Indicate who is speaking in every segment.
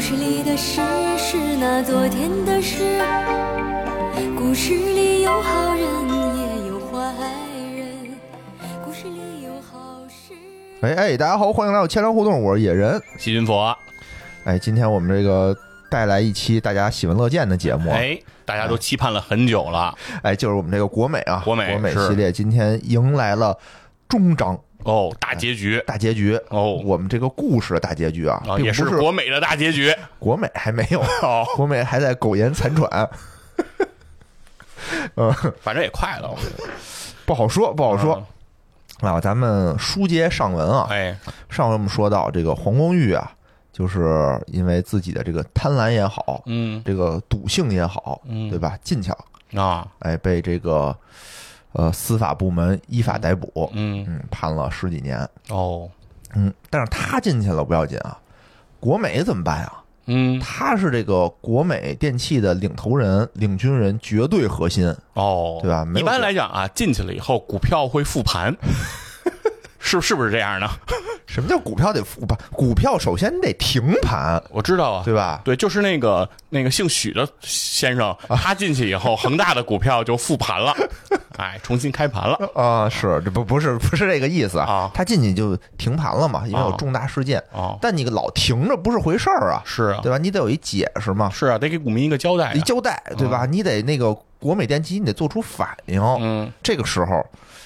Speaker 1: 事里的事是那昨天的事，故事里有好人也有坏人，故事里有好事。
Speaker 2: 哎哎，大家好，欢迎来到千聊互动，我是野人。
Speaker 3: 细菌佛，
Speaker 2: 哎，今天我们这个带来一期大家喜闻乐见的节目，哎，
Speaker 3: 哎，大家都期盼了很久了
Speaker 2: 就是我们这个国美啊，
Speaker 3: 国美是
Speaker 2: 系列，今天迎来了终章
Speaker 3: 哦，大结局
Speaker 2: 大结局
Speaker 3: 哦
Speaker 2: 我们这个故事的大结局啊，
Speaker 3: 啊，
Speaker 2: 并
Speaker 3: 也
Speaker 2: 不
Speaker 3: 是国美的大结局
Speaker 2: 国美还没有，
Speaker 3: 哦，
Speaker 2: 国美还在苟延残喘，
Speaker 3: 反正也快了，我觉得
Speaker 2: 不好说，不好说。啊，咱们书接上文啊，
Speaker 3: 嗯哎，
Speaker 2: 上回我们说到这个黄光裕啊，就是因为自己的这个贪婪也好，
Speaker 3: 嗯
Speaker 2: 这个赌性也好，
Speaker 3: 嗯
Speaker 2: 对吧？禁巧，
Speaker 3: 啊，
Speaker 2: 哎，被这个呃司法部门依法逮捕，
Speaker 3: 嗯
Speaker 2: 嗯，判了十几年，
Speaker 3: 哦，
Speaker 2: 嗯，但是他进去了不要紧啊，国美怎么办呀、
Speaker 3: 嗯
Speaker 2: 他是这个国美电器的领头人、领军人，绝对核心。
Speaker 3: 哦，
Speaker 2: 对吧没有
Speaker 3: 一般来讲啊，进去了以后，股票会复 盘，是是不是这样呢？
Speaker 2: 什么叫股票得复盘？股票首先你得停盘，
Speaker 3: 我知道啊
Speaker 2: 对。吧？
Speaker 3: 对，就是那个那个姓许的先生，
Speaker 2: 啊
Speaker 3: 他进去以后，恒大的股票就复盘了，哎，重新开盘了。
Speaker 2: 啊、是这不不是不是这个意思
Speaker 3: 啊
Speaker 2: 他进去就停盘了嘛，因为有
Speaker 3: 啊
Speaker 2: 重大事件。
Speaker 3: 哦，
Speaker 2: 但你老停着不是回事儿啊，
Speaker 3: 是啊
Speaker 2: 对，吧？你得有一解释嘛，
Speaker 3: 是啊，得给股民一个交代啊
Speaker 2: 一。交代，对吧？你得那个国美电器，你得做出反应。
Speaker 3: 嗯
Speaker 2: 这个时候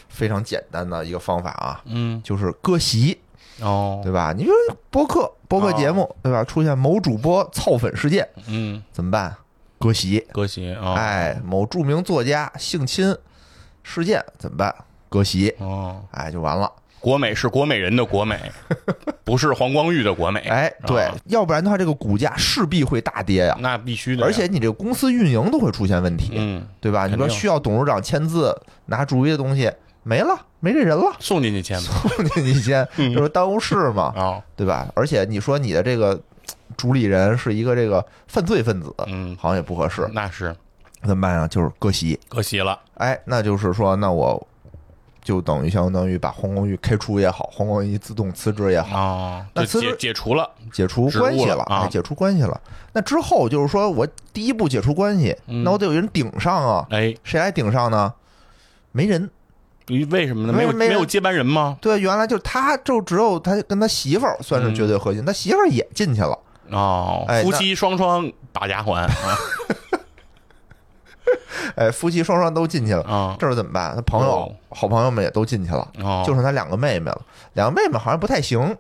Speaker 2: 非常简单的一个方法啊，
Speaker 3: 嗯，
Speaker 2: 就是割席，
Speaker 3: 哦，
Speaker 2: 对吧？你说播客播客节目、对吧？出现某主播操粉事件
Speaker 3: 嗯，
Speaker 2: 怎么办？割席。
Speaker 3: 歌席啊，，
Speaker 2: 哎，某著名作家性侵事件怎么办？割席。
Speaker 3: 哦，
Speaker 2: 哎，就完了。
Speaker 3: 国美是国美人的 国美，不是黄光裕的国美。
Speaker 2: 哎，对
Speaker 3: 啊，
Speaker 2: 要不然的话，这个股价势必会大跌呀。
Speaker 3: 那必须的呀，
Speaker 2: 而且你这个公司运营都会出现问题，
Speaker 3: 嗯，
Speaker 2: 对吧？你
Speaker 3: 肯
Speaker 2: 说
Speaker 3: 定
Speaker 2: 需要董事长签字拿主意的东西没了，没这人了，
Speaker 3: 送进去签吧。
Speaker 2: 你先
Speaker 3: 嗯
Speaker 2: 这不是耽误事嘛，
Speaker 3: 啊，
Speaker 2: 对吧？而且你说你的这个主理人是一个这个犯罪分子，
Speaker 3: 嗯
Speaker 2: 好像也不合适，
Speaker 3: 那是
Speaker 2: 怎么办啊？就是割席，
Speaker 3: 割席了。
Speaker 2: 哎，那就是说，那我就等于相当于把黄光裕开除也好，黄光裕自动辞职也好，
Speaker 3: 哦，
Speaker 2: 那
Speaker 3: 就
Speaker 2: 辞职
Speaker 3: 解解除了，
Speaker 2: 解除
Speaker 3: 职务
Speaker 2: 关系
Speaker 3: 嗯了
Speaker 2: 了，
Speaker 3: 啊
Speaker 2: 哎，解除关系了。那之后就是说我第一步解除关系，
Speaker 3: 嗯
Speaker 2: 那我得有人顶上啊，
Speaker 3: 哎，
Speaker 2: 谁来顶上呢？没人。
Speaker 3: 你为什么呢？
Speaker 2: 没
Speaker 3: 没有
Speaker 2: 没人
Speaker 3: 有接班人吗？
Speaker 2: 对，原来就是他，就只有他跟他媳妇儿算是绝
Speaker 3: 嗯
Speaker 2: 对核心，他媳妇儿也进去了。
Speaker 3: 哦
Speaker 2: 哎，
Speaker 3: 夫妻双双把家还啊
Speaker 2: 哎，夫妻双双都进去了，
Speaker 3: 啊
Speaker 2: 这是怎么办？他朋友、
Speaker 3: 哦
Speaker 2: 好朋友们也都进去了，
Speaker 3: 哦，
Speaker 2: 就剩他两个妹妹了。两个妹妹好像不太行，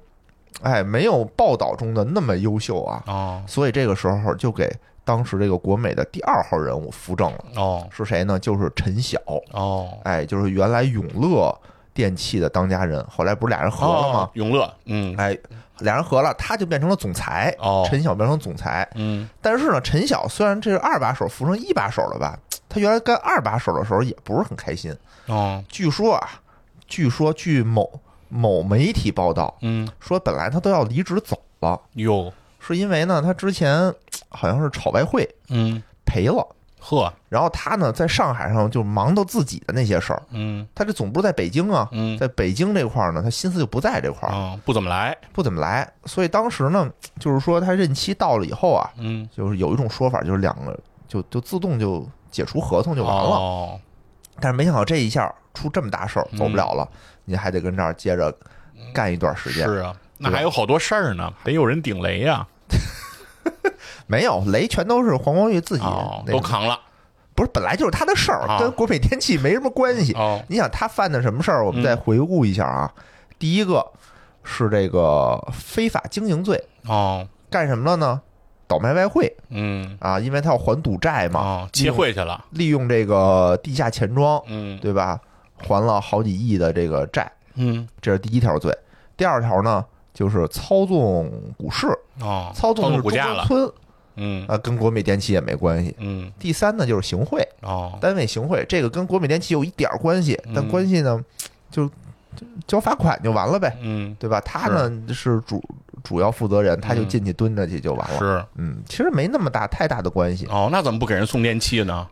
Speaker 2: 哎，没有报道中的那么优秀啊，
Speaker 3: 哦
Speaker 2: 所以这个时候就给当时这个国美的第二号人物扶正了，
Speaker 3: 哦
Speaker 2: 是谁呢？就是陈晓，
Speaker 3: 哦
Speaker 2: 哎，就是原来永乐电器的当家人，后来不是俩人合了吗
Speaker 3: 哦？永乐，嗯
Speaker 2: 哎，俩人合了，他就变成了总裁，
Speaker 3: 哦
Speaker 2: 陈晓变成总裁，
Speaker 3: 嗯
Speaker 2: 但是呢，陈晓虽然这是二把手扶成一把手了吧，他原来干二把手的时候也不是很开心。
Speaker 3: 哦
Speaker 2: 据说啊，据说据某某媒体报道
Speaker 3: 嗯
Speaker 2: 说，本来他都要离职走了，
Speaker 3: 哟
Speaker 2: 是因为呢他之前好像是炒外汇
Speaker 3: 嗯
Speaker 2: 赔了，
Speaker 3: 呵
Speaker 2: 然后他呢在上海上就忙到自己的那些事儿。
Speaker 3: 嗯
Speaker 2: 他这总部在北京啊，
Speaker 3: 嗯
Speaker 2: 在北京这块儿呢，他心思就不在这块儿，
Speaker 3: 啊不怎么来，
Speaker 2: 不怎么来。所以当时呢，就是说他任期到了以后啊，
Speaker 3: 嗯
Speaker 2: 就是有一种说法，就是两个就就自动就解除合同就完了。
Speaker 3: 哦
Speaker 2: 但是没想到这一下出这么大事儿，
Speaker 3: 嗯
Speaker 2: 走不了了，你还得跟这儿接着干一段时间。
Speaker 3: 是啊，那
Speaker 2: 对吧
Speaker 3: 还有好多事儿呢，得有人顶雷呀、
Speaker 2: 没有雷全都是黄光裕自己、
Speaker 3: 哦，
Speaker 2: 那个
Speaker 3: 都扛了，
Speaker 2: 不是本来就是他的事儿，
Speaker 3: 啊
Speaker 2: 跟国美电器没什么关系。
Speaker 3: 哦，
Speaker 2: 你想他犯的什么事儿？我们
Speaker 3: 嗯
Speaker 2: 再回顾一下啊。第一个是这个非法经营罪，
Speaker 3: 哦，
Speaker 2: 干什么了呢？倒卖外汇
Speaker 3: 嗯，
Speaker 2: 啊，因为他要还赌债嘛，
Speaker 3: 哦，切会去了，
Speaker 2: 利用这个地下钱庄，
Speaker 3: 嗯
Speaker 2: 对吧？还了好几亿的这个债，
Speaker 3: 嗯，
Speaker 2: 这是第一条罪。第二条呢，就是操纵股市，
Speaker 3: 哦，
Speaker 2: 操纵是
Speaker 3: 股价
Speaker 2: 中
Speaker 3: 了，
Speaker 2: 关村
Speaker 3: 嗯
Speaker 2: 啊、跟国美电器也没关系。
Speaker 3: 嗯，
Speaker 2: 第三呢，就是行贿，
Speaker 3: 哦，
Speaker 2: 单位行贿，这个跟国美电器有一点儿关系，但
Speaker 3: 嗯
Speaker 2: 关系呢，就就交罚款就完了呗，
Speaker 3: 嗯，
Speaker 2: 对吧？他呢是主主要负责人，他就
Speaker 3: 嗯
Speaker 2: 进去蹲着去就完了。
Speaker 3: 是，
Speaker 2: 嗯，其实没那么大太大的关系。
Speaker 3: 哦，那怎么不给人送电器呢？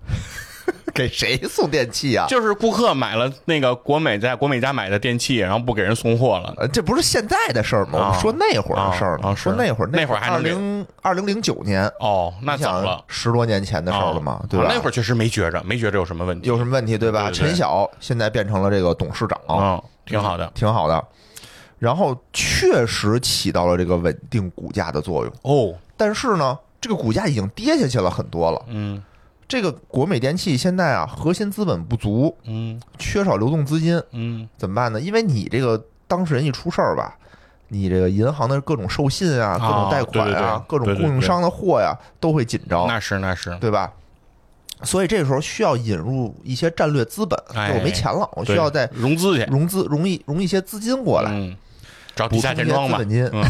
Speaker 2: 给谁送电器啊？
Speaker 3: 就是顾客买了那个国美在国美家买的电器，然后不给人送货了。
Speaker 2: 呃，这不是现在的事儿吗？
Speaker 3: 啊
Speaker 2: 我们说那会儿的事儿
Speaker 3: 啊
Speaker 2: 呢，
Speaker 3: 啊是
Speaker 2: 说那会儿
Speaker 3: 那
Speaker 2: 会
Speaker 3: 会
Speaker 2: 儿
Speaker 3: 儿还
Speaker 2: 二
Speaker 3: 能给
Speaker 2: 零二零零九年，
Speaker 3: 哦，那早了，
Speaker 2: 十多年前的事儿了嘛，对吧？
Speaker 3: 啊那会儿确实没觉着，没觉着有什么问题。
Speaker 2: 有什么问题对吧？
Speaker 3: 对对对
Speaker 2: 陈晓现在变成了这个董事长，
Speaker 3: 嗯，挺好的。
Speaker 2: 挺好的。然后确实起到了这个稳定股价的作用，
Speaker 3: 哦，
Speaker 2: 但是呢，这个股价已经跌下去了很多了。
Speaker 3: 嗯
Speaker 2: 这个国美电器现在啊，核心资本不足，
Speaker 3: 嗯
Speaker 2: 缺少流动资金，
Speaker 3: 嗯，
Speaker 2: 怎么办呢？因为你这个当事人一出事儿吧，你这个银行的各种授信啊、
Speaker 3: 啊
Speaker 2: 各种贷款啊、
Speaker 3: 对
Speaker 2: 各
Speaker 3: 对对
Speaker 2: 种供应商的货呀、都会紧张，
Speaker 3: 那是那是，
Speaker 2: 对吧？所以这时候需要引入一些战略资本，
Speaker 3: 哎
Speaker 2: 就我没钱了，我需
Speaker 3: 对
Speaker 2: 要再
Speaker 3: 融资去
Speaker 2: 融资、融一融一些资金过来，
Speaker 3: 嗯，找
Speaker 2: 补充
Speaker 3: 地下
Speaker 2: 一些
Speaker 3: 钱
Speaker 2: 资
Speaker 3: 庄吧
Speaker 2: 本。金。
Speaker 3: 嗯，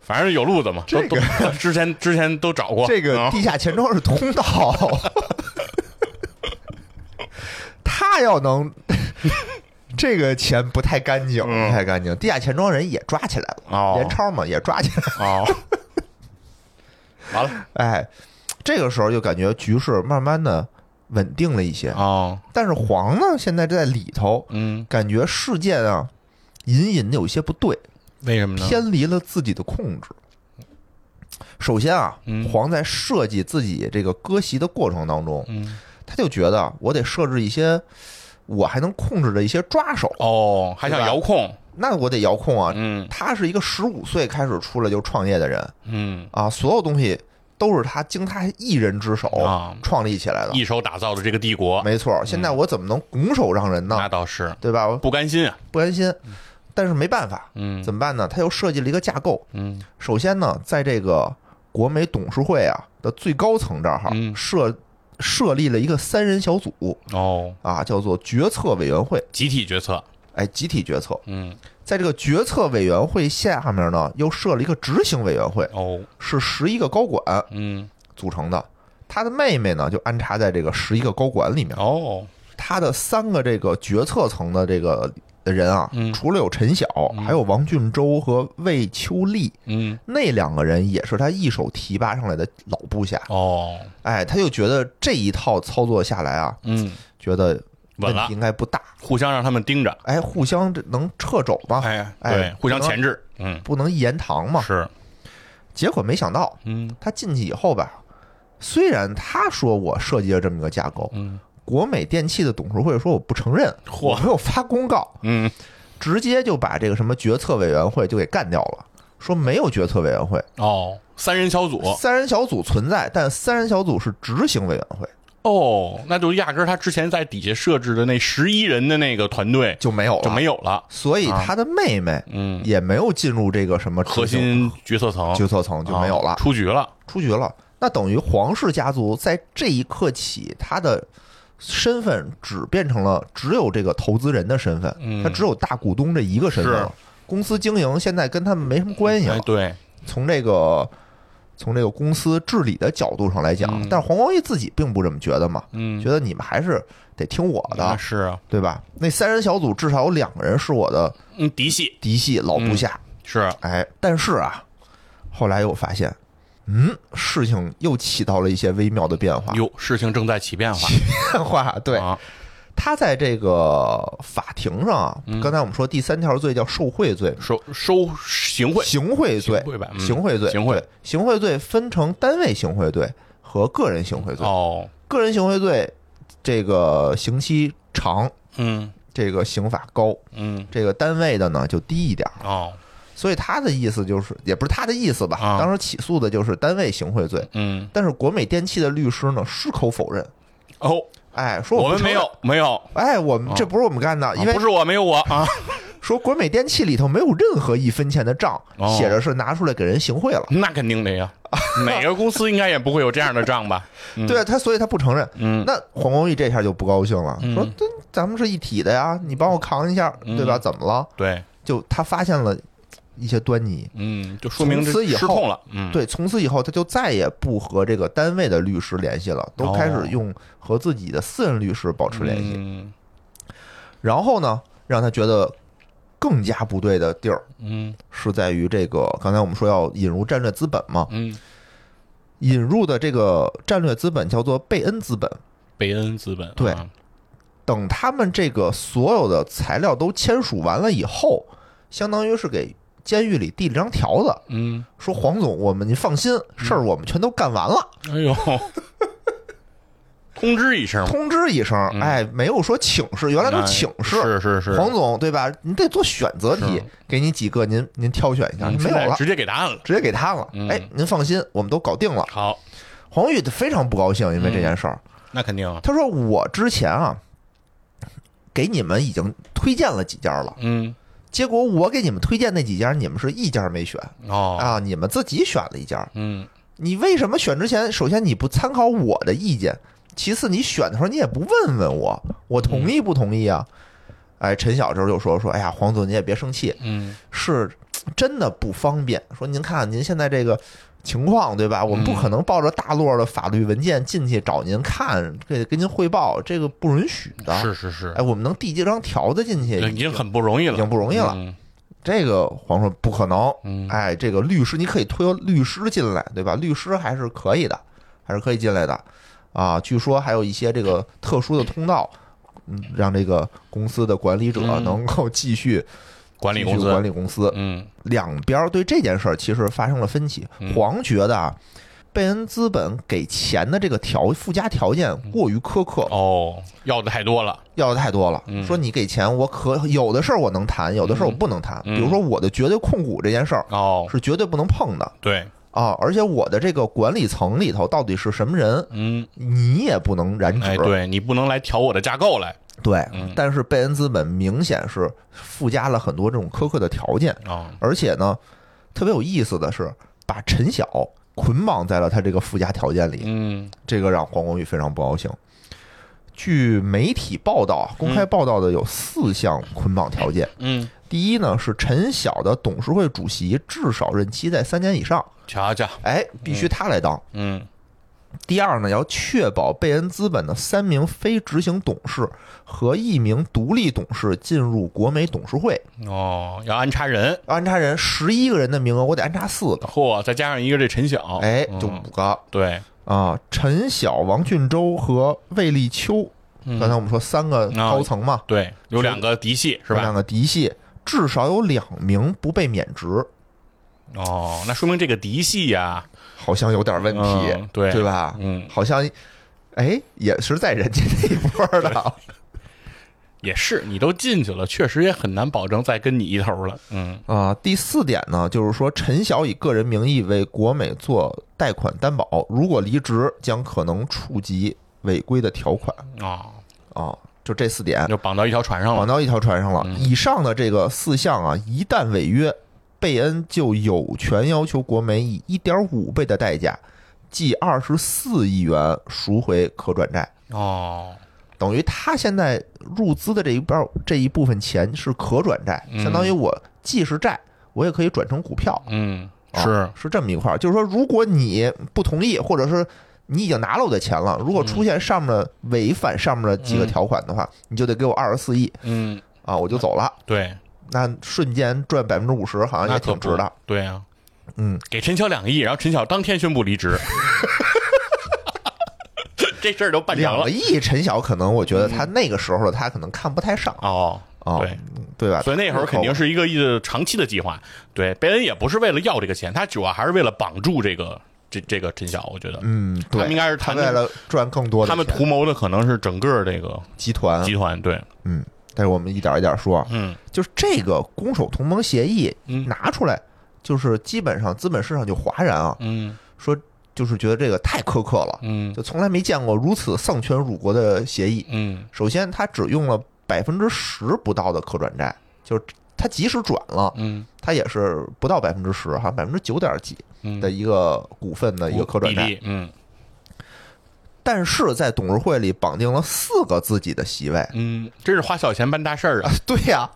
Speaker 3: 反正有路子嘛，都
Speaker 2: 这
Speaker 3: 都 之前之前都找过。
Speaker 2: 这个
Speaker 3: 嗯
Speaker 2: 地下钱庄是通道， 他要能 这个钱不太干净，
Speaker 3: 嗯
Speaker 2: 不太干净。地下钱庄人也抓起来了，
Speaker 3: 哦
Speaker 2: 连超嘛也抓起来了。
Speaker 3: 哦，完了
Speaker 2: 哎，这个时候就感觉局势慢慢的稳定了一些，
Speaker 3: 哦，
Speaker 2: 但是黄呢现在在里头，
Speaker 3: 嗯，
Speaker 2: 感觉事件啊隐隐的有些不对，
Speaker 3: 为什么呢？
Speaker 2: 偏离了自己的控制。首先啊，
Speaker 3: 嗯
Speaker 2: 黄在设计自己这个割席的过程当中，
Speaker 3: 嗯
Speaker 2: 他就觉得我得设置一些我还能控制的一些抓手，
Speaker 3: 哦，还想
Speaker 2: 对吧
Speaker 3: 遥控，
Speaker 2: 那我得遥控啊。
Speaker 3: 嗯
Speaker 2: 他是一个十五岁开始出来就创业的人
Speaker 3: 嗯
Speaker 2: 啊，所有东西都是他经他一人之手
Speaker 3: 啊
Speaker 2: 创立起来的。
Speaker 3: 一手打造的这个帝国，
Speaker 2: 没错，现在我怎么能拱手让人呢
Speaker 3: 那？倒是
Speaker 2: 对吧？我
Speaker 3: 不甘心啊，
Speaker 2: 不甘心，但是没办法，
Speaker 3: 嗯
Speaker 2: 怎么办呢？他又设计了一个架构。
Speaker 3: 嗯
Speaker 2: 首先呢，在这个国美董事会啊的最高层这儿哈
Speaker 3: 嗯
Speaker 2: 设设立了一个三人小组
Speaker 3: 哦，
Speaker 2: 啊，叫做决策委员会，
Speaker 3: 集体决策，
Speaker 2: 哎，集体决策。
Speaker 3: 嗯
Speaker 2: 在这个决策委员会下面呢，又设了一个执行委员会，
Speaker 3: 哦
Speaker 2: 是十一个高管
Speaker 3: 嗯
Speaker 2: 组成的。他的妹妹呢，就安插在这个十一个高管里面。
Speaker 3: 哦
Speaker 2: 他的三个这个决策层的这个人啊，
Speaker 3: 嗯
Speaker 2: 除了有陈晓，还有王俊洲和魏秋丽
Speaker 3: 嗯
Speaker 2: 那两个人，也是他一手提拔上来的老部下。
Speaker 3: 哦
Speaker 2: 哎，他就觉得这一套操作下来啊，
Speaker 3: 嗯，
Speaker 2: 觉得问
Speaker 3: 稳了
Speaker 2: 题应该不大。
Speaker 3: 互相让他们盯着，
Speaker 2: 哎，互相这能掣肘吗？
Speaker 3: 哎
Speaker 2: 哎
Speaker 3: 对，互相
Speaker 2: 不能
Speaker 3: 钳制，嗯
Speaker 2: 不能一言堂嘛。
Speaker 3: 是
Speaker 2: 结果没想到
Speaker 3: 嗯
Speaker 2: 他进去以后吧，虽然他说我设计了这么一个架构，
Speaker 3: 嗯
Speaker 2: 国美电器的董事会说我不承认，
Speaker 3: 嚯
Speaker 2: 我没有发公告，
Speaker 3: 嗯
Speaker 2: 直接就把这个什么决策委员会就给干掉了，说没有决策委员会，
Speaker 3: 哦，三人小组
Speaker 2: 三人小组存在，但三人小组是执行委员会
Speaker 3: 哦，那就压根儿他之前在底下设置的那十一人的那个团队
Speaker 2: 就没有了，
Speaker 3: 就没有了，
Speaker 2: 所以他的妹妹
Speaker 3: 嗯，
Speaker 2: 也没有进入这个什么
Speaker 3: 核
Speaker 2: 执行
Speaker 3: 心决策层
Speaker 2: 决策层就没有了
Speaker 3: 啊，出局了，
Speaker 2: 出局了。那等于皇室家族在这一刻起，他的身份只变成了只有这个投资人的身份，
Speaker 3: 嗯
Speaker 2: 他只有大股东这一个身份了。公司经营现在跟他们没什么关系了
Speaker 3: 哎。对，
Speaker 2: 从这个从这个公司治理的角度上来讲，
Speaker 3: 嗯
Speaker 2: 但是黄光裕自己并不这么觉得嘛，
Speaker 3: 嗯
Speaker 2: 觉。得你们还是得听我
Speaker 3: 那
Speaker 2: 的，
Speaker 3: 是啊，
Speaker 2: 对吧？那三人小组至少有两个人是我的
Speaker 3: 嗯，嫡系
Speaker 2: 嫡系老部下，
Speaker 3: 是
Speaker 2: 哎，但是啊，后来又发现，嗯，事情又起到了一些微妙的变化。
Speaker 3: 哟，事情正在起变化，
Speaker 2: 变化， 对
Speaker 3: 啊，
Speaker 2: 他在这个法庭上啊，
Speaker 3: 嗯
Speaker 2: 刚才我们说第三条罪叫受贿罪，
Speaker 3: 收收行贿，
Speaker 2: 行贿罪
Speaker 3: 行贿吧，嗯
Speaker 2: 行贿罪，
Speaker 3: 行贿
Speaker 2: 对，行贿罪分成单位行贿罪和个人行贿罪。
Speaker 3: 哦，
Speaker 2: 个人行贿罪这个刑期长，
Speaker 3: 嗯
Speaker 2: 这个刑法高，
Speaker 3: 嗯，
Speaker 2: 这个单位的呢就低一点儿。
Speaker 3: 哦，
Speaker 2: 所以他的意思就是，也不是他的意思吧？
Speaker 3: 啊
Speaker 2: 当时起诉的就是单位行贿罪，
Speaker 3: 嗯
Speaker 2: 但是国美电器的律师呢矢口否认，
Speaker 3: 哦，
Speaker 2: 哎，说
Speaker 3: 我
Speaker 2: 不
Speaker 3: 们
Speaker 2: 承
Speaker 3: 没
Speaker 2: 认。
Speaker 3: 有没有，
Speaker 2: 哎，我们这不是我们干的，因为
Speaker 3: 不是我没有我啊，
Speaker 2: 说国美电器里头没有任何一分钱的账，
Speaker 3: 哦嗯
Speaker 2: 写着是拿出来给人行贿了。
Speaker 3: 那肯定的 呀，哪个公司应该也不会有这样的账吧？嗯
Speaker 2: 对啊，他所以他不承认。
Speaker 3: 嗯
Speaker 2: 那黄光裕这下就不高兴了，
Speaker 3: 嗯
Speaker 2: 说：“这咱们是一体的呀，你帮我扛一下，对吧？
Speaker 3: 嗯
Speaker 2: 怎么了？
Speaker 3: 对，
Speaker 2: 就他发现了一些端倪。
Speaker 3: 嗯，就说明
Speaker 2: 从
Speaker 3: 这
Speaker 2: 此以后
Speaker 3: 失控了，嗯，
Speaker 2: 对，从此以后他就再也不和这个单位的律师联系
Speaker 3: 哦
Speaker 2: 了，都开始用和自己的私人律师保持联系。
Speaker 3: 嗯
Speaker 2: 然后呢，让他觉得更加不对的地儿
Speaker 3: 嗯
Speaker 2: 是在于这个，刚才我们说要引入战略资本嘛，
Speaker 3: 嗯
Speaker 2: 引入的这个战略资本叫做贝恩资本。
Speaker 3: 贝恩资本啊
Speaker 2: 对等他们这个所有的材料都签署完了以后，相当于是给监狱里递了张条子，
Speaker 3: 嗯，
Speaker 2: 说黄总，我们您放心，事儿我们全都干完了，
Speaker 3: 哎呦，通知一声嘛，
Speaker 2: 通知一声，
Speaker 3: 嗯
Speaker 2: 哎，没有说请示，原来都
Speaker 3: 哎
Speaker 2: 请示。
Speaker 3: 是是是，
Speaker 2: 黄总对吧？你得做选择题
Speaker 3: 是，
Speaker 2: 给你几个，您您挑选一下。
Speaker 3: 嗯
Speaker 2: 没
Speaker 3: 现
Speaker 2: 有
Speaker 3: 在
Speaker 2: 了，
Speaker 3: 直接给答案了。
Speaker 2: 直接给他了。
Speaker 3: 嗯
Speaker 2: 哎，您放心，我们都搞定了。
Speaker 3: 好，
Speaker 2: 黄玉非常不高兴，因为这
Speaker 3: 嗯
Speaker 2: 件事儿，
Speaker 3: 那肯定啊，
Speaker 2: 他说我之前啊，给你们已经推荐了几家了，
Speaker 3: 嗯，
Speaker 2: 结果我给你们推荐那几家，你们是一家没选
Speaker 3: 哦，
Speaker 2: 啊，你们自己选了一家。
Speaker 3: 嗯，
Speaker 2: 你为什么选之前，首先你不参考我的意见，其次你选的时候你也不问问我，我同意不同意啊？哎，陈小这儿就说说，哎呀，黄总你也别生气，
Speaker 3: 嗯，
Speaker 2: 是真的不方便。说您看您现在这个情况，对吧？我们不可能抱着大摞的法律文件进去找您看，给跟您汇报，这个不允许的。
Speaker 3: 是是是，
Speaker 2: 哎，我们能递几张条子进去，
Speaker 3: 已经很不容易了，
Speaker 2: 已经不容易了
Speaker 3: 嗯
Speaker 2: 这个黄说不可能。
Speaker 3: 嗯，
Speaker 2: 哎，这个律师你可以推律师进来，对吧？律师还是可以的，还是可以进来的。啊，据说还有一些这个特殊的通道，嗯，让这个公司的管理者
Speaker 3: 嗯
Speaker 2: 能够继续
Speaker 3: 管理
Speaker 2: 继
Speaker 3: 公
Speaker 2: 续
Speaker 3: 司，
Speaker 2: 管理公司。
Speaker 3: 嗯
Speaker 2: 两边儿对这件事儿其实发生了分歧
Speaker 3: 嗯。
Speaker 2: 黄觉得啊，贝恩资本给钱的这个条附加条件过于苛刻，
Speaker 3: 哦，要的太多了，
Speaker 2: 要的太多了
Speaker 3: 嗯。
Speaker 2: 说你给钱，我可有的事儿我能谈，有的事儿我不能谈。
Speaker 3: 嗯
Speaker 2: 比如说我的绝对控股这件事儿
Speaker 3: 哦，
Speaker 2: 是绝对不能碰的
Speaker 3: 对，
Speaker 2: 啊，而且我的这个管理层里头到底是什么人，
Speaker 3: 嗯，
Speaker 2: 你也不能染指
Speaker 3: 哎，。对你不能来调我的架构来
Speaker 2: 对
Speaker 3: 嗯，
Speaker 2: 但是贝恩资本明显是附加了很多这种苛刻的条件。
Speaker 3: 啊，
Speaker 2: 而且呢，特别有意思的是，把陈晓捆绑在了他这个附加条件里，
Speaker 3: 嗯
Speaker 2: 这个让黄光裕非常不高兴。据媒体报道，啊公开报道的有四项捆绑条件。
Speaker 3: 嗯，
Speaker 2: 第一呢是陈晓的董事会主席至少任期在三年以上，
Speaker 3: 瞧瞧，
Speaker 2: 哎，必须他来当。
Speaker 3: 嗯
Speaker 2: 第二呢，要确保贝恩资本的三名非执行董事和一名独立董事进入国美董事会。
Speaker 3: 哦，要安插人，
Speaker 2: 安插人十一个人的名额，我得安插四个，
Speaker 3: 嚯，再加上一个这陈晓，
Speaker 2: 哎，
Speaker 3: 嗯
Speaker 2: 就五个。
Speaker 3: 对，
Speaker 2: 啊，陈晓、王俊周和魏立秋，
Speaker 3: 嗯
Speaker 2: 刚才我们说三个高层嘛，
Speaker 3: 对，有两个嫡系是
Speaker 2: 有两
Speaker 3: 吧？
Speaker 2: 个嫡系，至少有两名不被免职，
Speaker 3: 哦，那说明这个嫡系呀，
Speaker 2: 好像有点问题，
Speaker 3: 嗯对
Speaker 2: 对吧？
Speaker 3: 嗯，
Speaker 2: 好像，哎，也是在人家那一波儿的，
Speaker 3: 也是，你都进去了，确实也很难保证再跟你一头了，嗯
Speaker 2: 啊，第四点呢，就是说陈晓以个人名义为国美做贷款担保，如果离职将可能触及违规的条款
Speaker 3: 哦，
Speaker 2: 啊，就这四点
Speaker 3: 就绑到一条船上
Speaker 2: 绑
Speaker 3: 了，
Speaker 2: 到一条船上了。
Speaker 3: 嗯
Speaker 2: 以上的这个四项啊，一旦违约，贝恩就有权要求国美以一点五倍的代价，即二十四亿元赎回可转债。
Speaker 3: 哦，
Speaker 2: 等于他现在入资的这一半儿这一部分钱是可转债，
Speaker 3: 嗯
Speaker 2: 相当于我既是债，我也可以转成股票。
Speaker 3: 嗯，
Speaker 2: 啊
Speaker 3: 是，
Speaker 2: 是这么一块儿，就是说，如果你不同意，或者是你已经拿了我的钱了，如果出现上面的违反上面的几个
Speaker 3: 嗯
Speaker 2: 条款的话，你就得给我二十四亿
Speaker 3: 嗯，
Speaker 2: 啊，我就走了。
Speaker 3: 对，
Speaker 2: 那瞬间赚百分之五十，好像
Speaker 3: 那
Speaker 2: 啊也
Speaker 3: 可
Speaker 2: 挺
Speaker 3: 不
Speaker 2: 值的。，
Speaker 3: 对啊，
Speaker 2: 嗯，
Speaker 3: 给陈晓两个亿，然后陈晓当天宣布 离职，这事儿都办成
Speaker 2: 两
Speaker 3: 了
Speaker 2: 个。亿，陈晓可能我觉得他那个时候的他可能看不太上
Speaker 3: 哦，
Speaker 2: 啊，
Speaker 3: 对，
Speaker 2: 对吧？
Speaker 3: 所以那会儿肯定是一个一个长期的计划。对，贝恩也不是为了要这个钱，他主要还是为了绑住这个这这个陈晓。我觉得，
Speaker 2: 嗯，
Speaker 3: 他
Speaker 2: 对，
Speaker 3: 们应该是
Speaker 2: 他
Speaker 3: 谈
Speaker 2: 为了赚更多的
Speaker 3: 他们
Speaker 2: 钱
Speaker 3: 图谋的可能是整个这个
Speaker 2: 集团
Speaker 3: 集，团。对，
Speaker 2: 嗯，但是我们一点一点说啊，
Speaker 3: 嗯
Speaker 2: 就是这个攻守同盟协议
Speaker 3: 嗯
Speaker 2: 拿出来，就是基本上资本市场就哗然啊，
Speaker 3: 嗯
Speaker 2: 说就是觉得这个太苛刻了，
Speaker 3: 嗯
Speaker 2: 就从来没见过如此丧权辱国的协议。
Speaker 3: 嗯
Speaker 2: 首先，它只用了百分之十不到的可转债，就是它即使转了，
Speaker 3: 嗯
Speaker 2: 它也是不到百分之十，好像百分之九点几
Speaker 3: 嗯
Speaker 2: 的一个股份的一个可转
Speaker 3: 比
Speaker 2: 债。
Speaker 3: 例嗯
Speaker 2: 但是在董事会里绑定了四个自己的席位，
Speaker 3: 嗯，真是花小钱办大事儿啊。
Speaker 2: 对呀、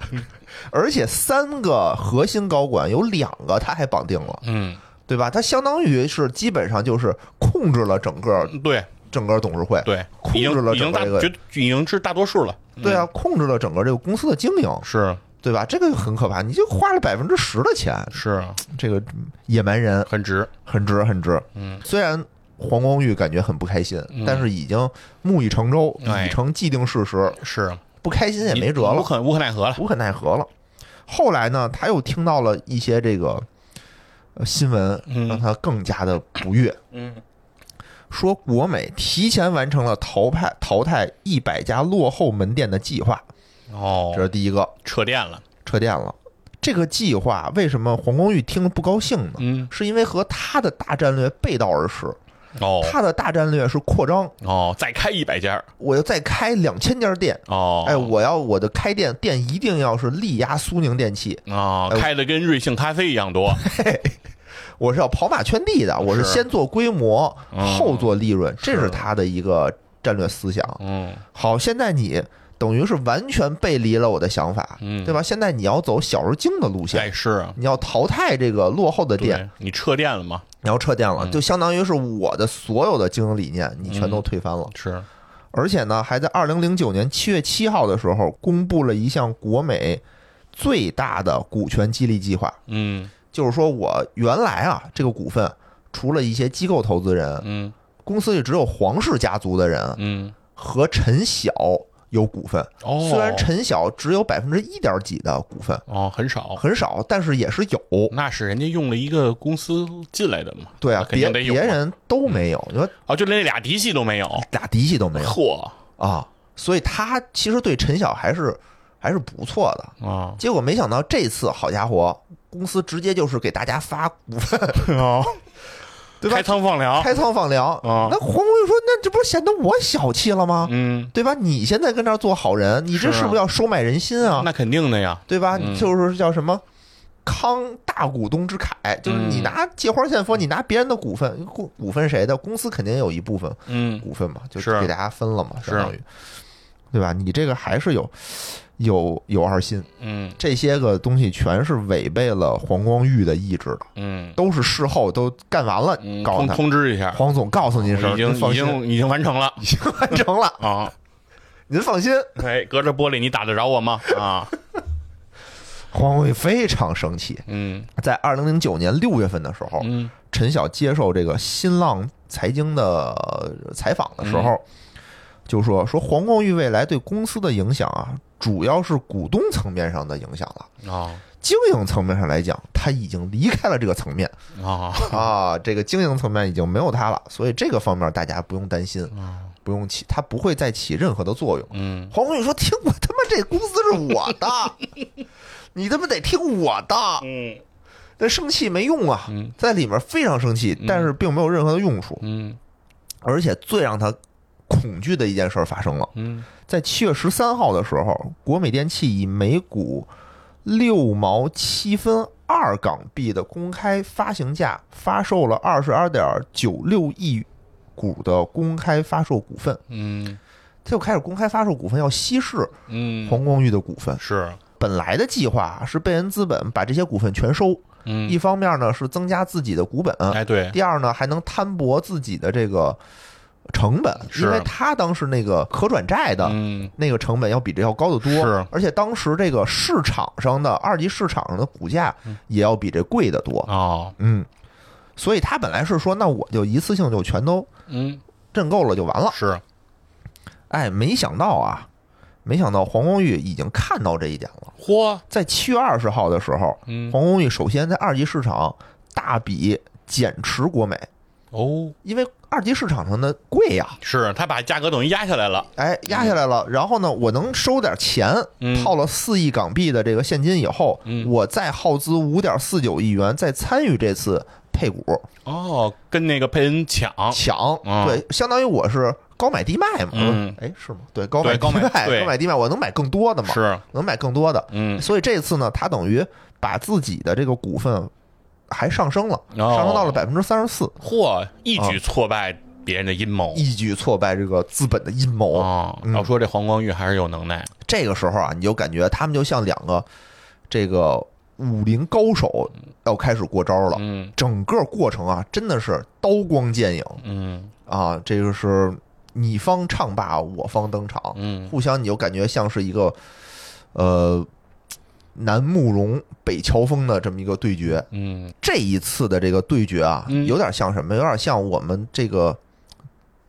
Speaker 2: 而且三个核心高管有两个他还绑定了，
Speaker 3: 嗯，
Speaker 2: 对吧？他相当于是基本上就是控制了整个
Speaker 3: 对
Speaker 2: 整个董事会，
Speaker 3: 对，
Speaker 2: 控
Speaker 3: 已
Speaker 2: 制
Speaker 3: 经
Speaker 2: 了
Speaker 3: 已
Speaker 2: 整
Speaker 3: 经大
Speaker 2: 个这个
Speaker 3: 绝已经是大多数了。嗯
Speaker 2: 对啊，，控制了整个这个公司的经营，
Speaker 3: 是
Speaker 2: 对吧？这个很可怕，你就花了百分之十的钱，
Speaker 3: 是
Speaker 2: 这个野蛮人
Speaker 3: 很值。
Speaker 2: 很值很值。
Speaker 3: 嗯，
Speaker 2: 虽然黄光裕感觉很不开心，
Speaker 3: 嗯
Speaker 2: 但是已经木已成舟，
Speaker 3: 哎
Speaker 2: 已成既定事实，
Speaker 3: 是
Speaker 2: 不开心也
Speaker 3: 你
Speaker 2: 没辙了
Speaker 3: 无，可无可奈何了。
Speaker 2: 无可奈何了。后来呢，他又听到了一些这个呃新闻，
Speaker 3: 嗯
Speaker 2: 让他更加的不悦，
Speaker 3: 嗯，
Speaker 2: 说国美提前完成了淘汰淘汰一百家落后门店的计划，
Speaker 3: 哦
Speaker 2: 这，是第一个
Speaker 3: 撤店了。
Speaker 2: 撤店了。这个计划为什么黄光裕听了不高兴呢？
Speaker 3: 嗯，
Speaker 2: 是因为和他的大战略背道而驰。
Speaker 3: 哦
Speaker 2: 他的大战略是扩张，
Speaker 3: 哦，再开一百家。
Speaker 2: 我要再开两千家店。
Speaker 3: 哦，
Speaker 2: 哎，我要我的开店店一定要是力压苏宁电器，
Speaker 3: 哦，
Speaker 2: 哎
Speaker 3: 开的跟瑞幸咖啡一 样多。
Speaker 2: 我是要跑马圈地的，我是
Speaker 3: 是
Speaker 2: 先做规模，
Speaker 3: 嗯
Speaker 2: 后做利润，这是
Speaker 3: 是
Speaker 2: 他的一个战略思想。
Speaker 3: 嗯
Speaker 2: 好，现在你等于是完全背离了我的想法，
Speaker 3: 嗯，
Speaker 2: 对吧？现在你要走小而精的路线，
Speaker 3: 哎，是
Speaker 2: 你要淘汰这个落后的店，
Speaker 3: 对，你撤店了吗？
Speaker 2: 你要撤店了，
Speaker 3: 嗯
Speaker 2: 就相当于是我的所有的经营理念，你全都推翻了。
Speaker 3: 是，
Speaker 2: 而且呢，还在二零零九年七月七号的时候，公布了一项国美最大的股权激励计划，
Speaker 3: 嗯
Speaker 2: 就是说我原来啊这个股份。除了一些机构投资人，
Speaker 3: 嗯
Speaker 2: 公司里只有黄氏家族的人
Speaker 3: 嗯，
Speaker 2: 和陈晓有股份，
Speaker 3: 哦，
Speaker 2: 虽然陈晓只有百分之一点几的股份，
Speaker 3: 哦很少，
Speaker 2: 很少，但是也是有。
Speaker 3: 那是人家用了一个公司进来的嘛。
Speaker 2: 对啊，
Speaker 3: 肯
Speaker 2: 别
Speaker 3: 定得有
Speaker 2: 别
Speaker 3: 啊
Speaker 2: 人都没有，你说
Speaker 3: 哦，就连那俩嫡系都没有。
Speaker 2: 俩嫡系都没有
Speaker 3: 嚯
Speaker 2: 啊，所以他其实对陈晓还是还是不错的。
Speaker 3: 啊！
Speaker 2: 结果没想到这次，好家伙，公司直接就是给大家发股份，
Speaker 3: 哦，
Speaker 2: 对吧
Speaker 3: 开？仓放粮。
Speaker 2: 开仓放粮
Speaker 3: 啊
Speaker 2: 那黄光裕说：“那这不是显得我小气了吗？
Speaker 3: 嗯，
Speaker 2: 对吧？你现在跟这儿做好人，你这
Speaker 3: 是啊
Speaker 2: 是不是要收买人心啊？
Speaker 3: 那肯定的呀。
Speaker 2: 对吧？
Speaker 3: 嗯
Speaker 2: 你就是叫什么康大股东之凯，就是你
Speaker 3: 嗯
Speaker 2: 拿借花献佛，你拿别人的股份，股股份谁的？公司肯定有一部分
Speaker 3: 嗯，
Speaker 2: 股份嘛，就是给大家分了嘛，
Speaker 3: 是啊
Speaker 2: 相当于，对吧？你这个还是有有有二心，
Speaker 3: 嗯
Speaker 2: 这些个东西全是违背了黄光裕的意志的，
Speaker 3: 嗯
Speaker 2: 都是事后都干完了
Speaker 3: 嗯，
Speaker 2: 告
Speaker 3: 通
Speaker 2: 诉他，
Speaker 3: 通知一下，
Speaker 2: 黄总告诉您一声，
Speaker 3: 已经
Speaker 2: 您放
Speaker 3: 已
Speaker 2: 心，
Speaker 3: 经已经完成 了
Speaker 2: 已经完成了，
Speaker 3: 啊！
Speaker 2: 您放 心。
Speaker 3: 哎，隔着玻璃你打得着我吗？啊，
Speaker 2: 黄光裕非常生气，
Speaker 3: 嗯
Speaker 2: 在二零零九年六月份的时候，
Speaker 3: 嗯
Speaker 2: 陈晓接受这个新浪财经的呃采访的时候，
Speaker 3: 嗯
Speaker 2: 就说说黄光裕未来对公司的影响啊，主要是股东层面上的影响了。
Speaker 3: 哦
Speaker 2: 经营层面上来讲，他已经离开了这个层面
Speaker 3: 哦，
Speaker 2: 啊，这个经营层面已经没有他了，所以这个方面大家不用担心，不用起，他不会再起任何的作用。
Speaker 3: 嗯
Speaker 2: 黄光裕说：“听我他妈这公司是我的，你他妈得听我的。”
Speaker 3: 嗯
Speaker 2: 那生气没用啊
Speaker 3: 嗯，
Speaker 2: 在里面非常生气，但是并没有任何的用处。
Speaker 3: 嗯
Speaker 2: 而且最让他恐惧的一件事儿发生了，
Speaker 3: 嗯，
Speaker 2: 在七月十三号的时候，国美电器以每股六毛七分二港币的公开发行价发售了二十二点九六亿股的公开发售股份，
Speaker 3: 嗯
Speaker 2: 他就开始公开发售股份，要稀释
Speaker 3: 嗯，
Speaker 2: 黄光裕的股份。
Speaker 3: 是，
Speaker 2: 本来的计划是贝恩资本把这些股份全收，
Speaker 3: 嗯
Speaker 2: 一，方面呢是增加自己的股本，
Speaker 3: 哎，对，
Speaker 2: 第二呢，还能摊薄自己的这个成本，
Speaker 3: 是
Speaker 2: 因为他当时那个可转债的
Speaker 3: 嗯
Speaker 2: 那个成本要比这要高得多，
Speaker 3: 是
Speaker 2: 而且当时这个市场上的二级市场上的股价
Speaker 3: 嗯
Speaker 2: 也要比这贵得多，
Speaker 3: 哦，
Speaker 2: 嗯，所以他本来是说，那我就一次性就全都
Speaker 3: 嗯
Speaker 2: 挣够了就完了，
Speaker 3: 是，
Speaker 2: 哎，没想到啊，没想到黄光裕已经看到这一点了，
Speaker 3: 嚯，
Speaker 2: 在七月二十号的时候，
Speaker 3: 嗯
Speaker 2: 黄光裕首先在二级市场大笔减持国美。
Speaker 3: 哦，
Speaker 2: 因为二级市场上的贵呀、
Speaker 3: 是他把价格等于压下来了，
Speaker 2: 哎，压下来了。然后呢，我能收点钱，
Speaker 3: 嗯
Speaker 2: 套了四亿港币的这个现金以后，
Speaker 3: 嗯
Speaker 2: 我再耗资五点四九亿元，再参与这次配股
Speaker 3: 哦，跟那个佩恩抢，
Speaker 2: 抢，
Speaker 3: 啊
Speaker 2: 对，相当于我是高买低卖嘛。
Speaker 3: 嗯
Speaker 2: 哎，是吗？对，高买
Speaker 3: 对
Speaker 2: 低
Speaker 3: 高买
Speaker 2: 卖，
Speaker 3: 对
Speaker 2: 高买低卖，我能买更多的嘛？
Speaker 3: 是，
Speaker 2: 能买更多的。
Speaker 3: 嗯
Speaker 2: 所以这次呢，他等于把自己的这个股份还上升了，
Speaker 3: 哦
Speaker 2: 上升到了百分之三十四，
Speaker 3: 嚯，一举挫败别人的阴谋。
Speaker 2: 一举挫败这个资本的阴谋。
Speaker 3: 哦，要说这黄光裕还是有能耐，
Speaker 2: 这个时候啊，你就感觉他们就像两个这个武林高手要开始过招了。
Speaker 3: 嗯
Speaker 2: 整个过程啊，真的是刀光剑影
Speaker 3: 嗯
Speaker 2: 啊！这个是你方唱罢我方登场，
Speaker 3: 嗯
Speaker 2: 互相你就感觉像是一个呃南慕容、北乔峰的这么一个对决。
Speaker 3: 嗯
Speaker 2: 这一次的这个对决啊，
Speaker 3: 嗯
Speaker 2: 有点像什么？有点像我们这个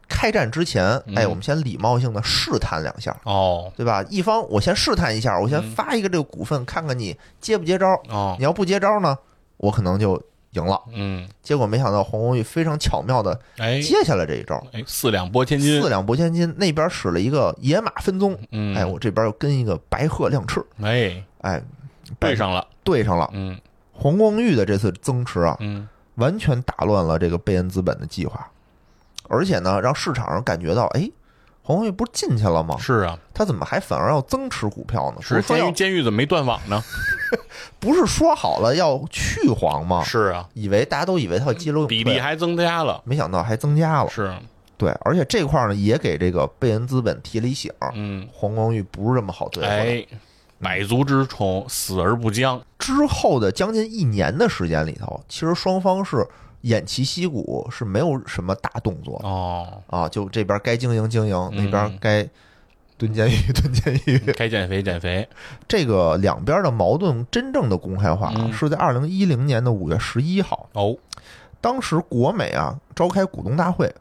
Speaker 2: 开战之前，
Speaker 3: 嗯
Speaker 2: 哎，我们先礼貌性的试探两下，
Speaker 3: 哦
Speaker 2: 对吧？一方我先试探一下，我先
Speaker 3: 嗯
Speaker 2: 发一个这个股份，看看你接不接招。
Speaker 3: 哦
Speaker 2: 你要不接招呢，我可能就赢了。
Speaker 3: 嗯
Speaker 2: 结果没想到黄光裕非常巧妙的
Speaker 3: 哎
Speaker 2: 接下来这一招，
Speaker 3: 哎四两拨千斤
Speaker 2: 四两拨千斤，那边使了一个野马分鬃，
Speaker 3: 嗯
Speaker 2: 哎，我这边又跟一个白鹤亮翅，
Speaker 3: 哎
Speaker 2: 哎，
Speaker 3: 对上了
Speaker 2: 对上了。
Speaker 3: 嗯
Speaker 2: 黄光裕的这次增持啊，
Speaker 3: 嗯
Speaker 2: 完全打乱了这个贝恩资本的计划，而且呢，让市场上感觉到，哎，黄光裕不是进去了吗？
Speaker 3: 是啊
Speaker 2: 他怎么还反而要增持股票呢？不是
Speaker 3: 是
Speaker 2: 说
Speaker 3: 监
Speaker 2: 要
Speaker 3: 狱监狱怎么没断网呢
Speaker 2: 不是说好了要去黄吗？
Speaker 3: 是啊
Speaker 2: 以为大家都以为他要接龙
Speaker 3: 比例还增加了
Speaker 2: 没想到还增加了。
Speaker 3: 是
Speaker 2: 对，而且这块儿呢，也给这个贝恩资本提了一醒，
Speaker 3: 嗯
Speaker 2: 黄光裕不是这么好对付的。
Speaker 3: 哎百足之虫死而不僵
Speaker 2: 之后的将近一年的时间里头，其实双方是偃旗息鼓，是没有什么大动作的
Speaker 3: 哦
Speaker 2: 啊，就这边该经营经营，
Speaker 3: 嗯
Speaker 2: 那边该蹲监狱 蹲监狱。
Speaker 3: 该减肥减肥
Speaker 2: 这个两边的矛盾真正的公开化啊
Speaker 3: 嗯
Speaker 2: 是在二零一零年的五月十一号，
Speaker 3: 哦
Speaker 2: 当时国美啊召开股东大会，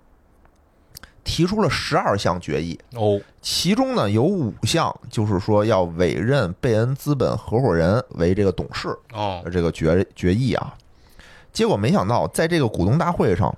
Speaker 2: 提出了十二项决议，
Speaker 3: 哦
Speaker 2: 其中呢有五项就是说要委任贝恩资本合伙人为这个董事，
Speaker 3: 哦
Speaker 2: 这个决决议啊。结果没想到，在这个股东大会上，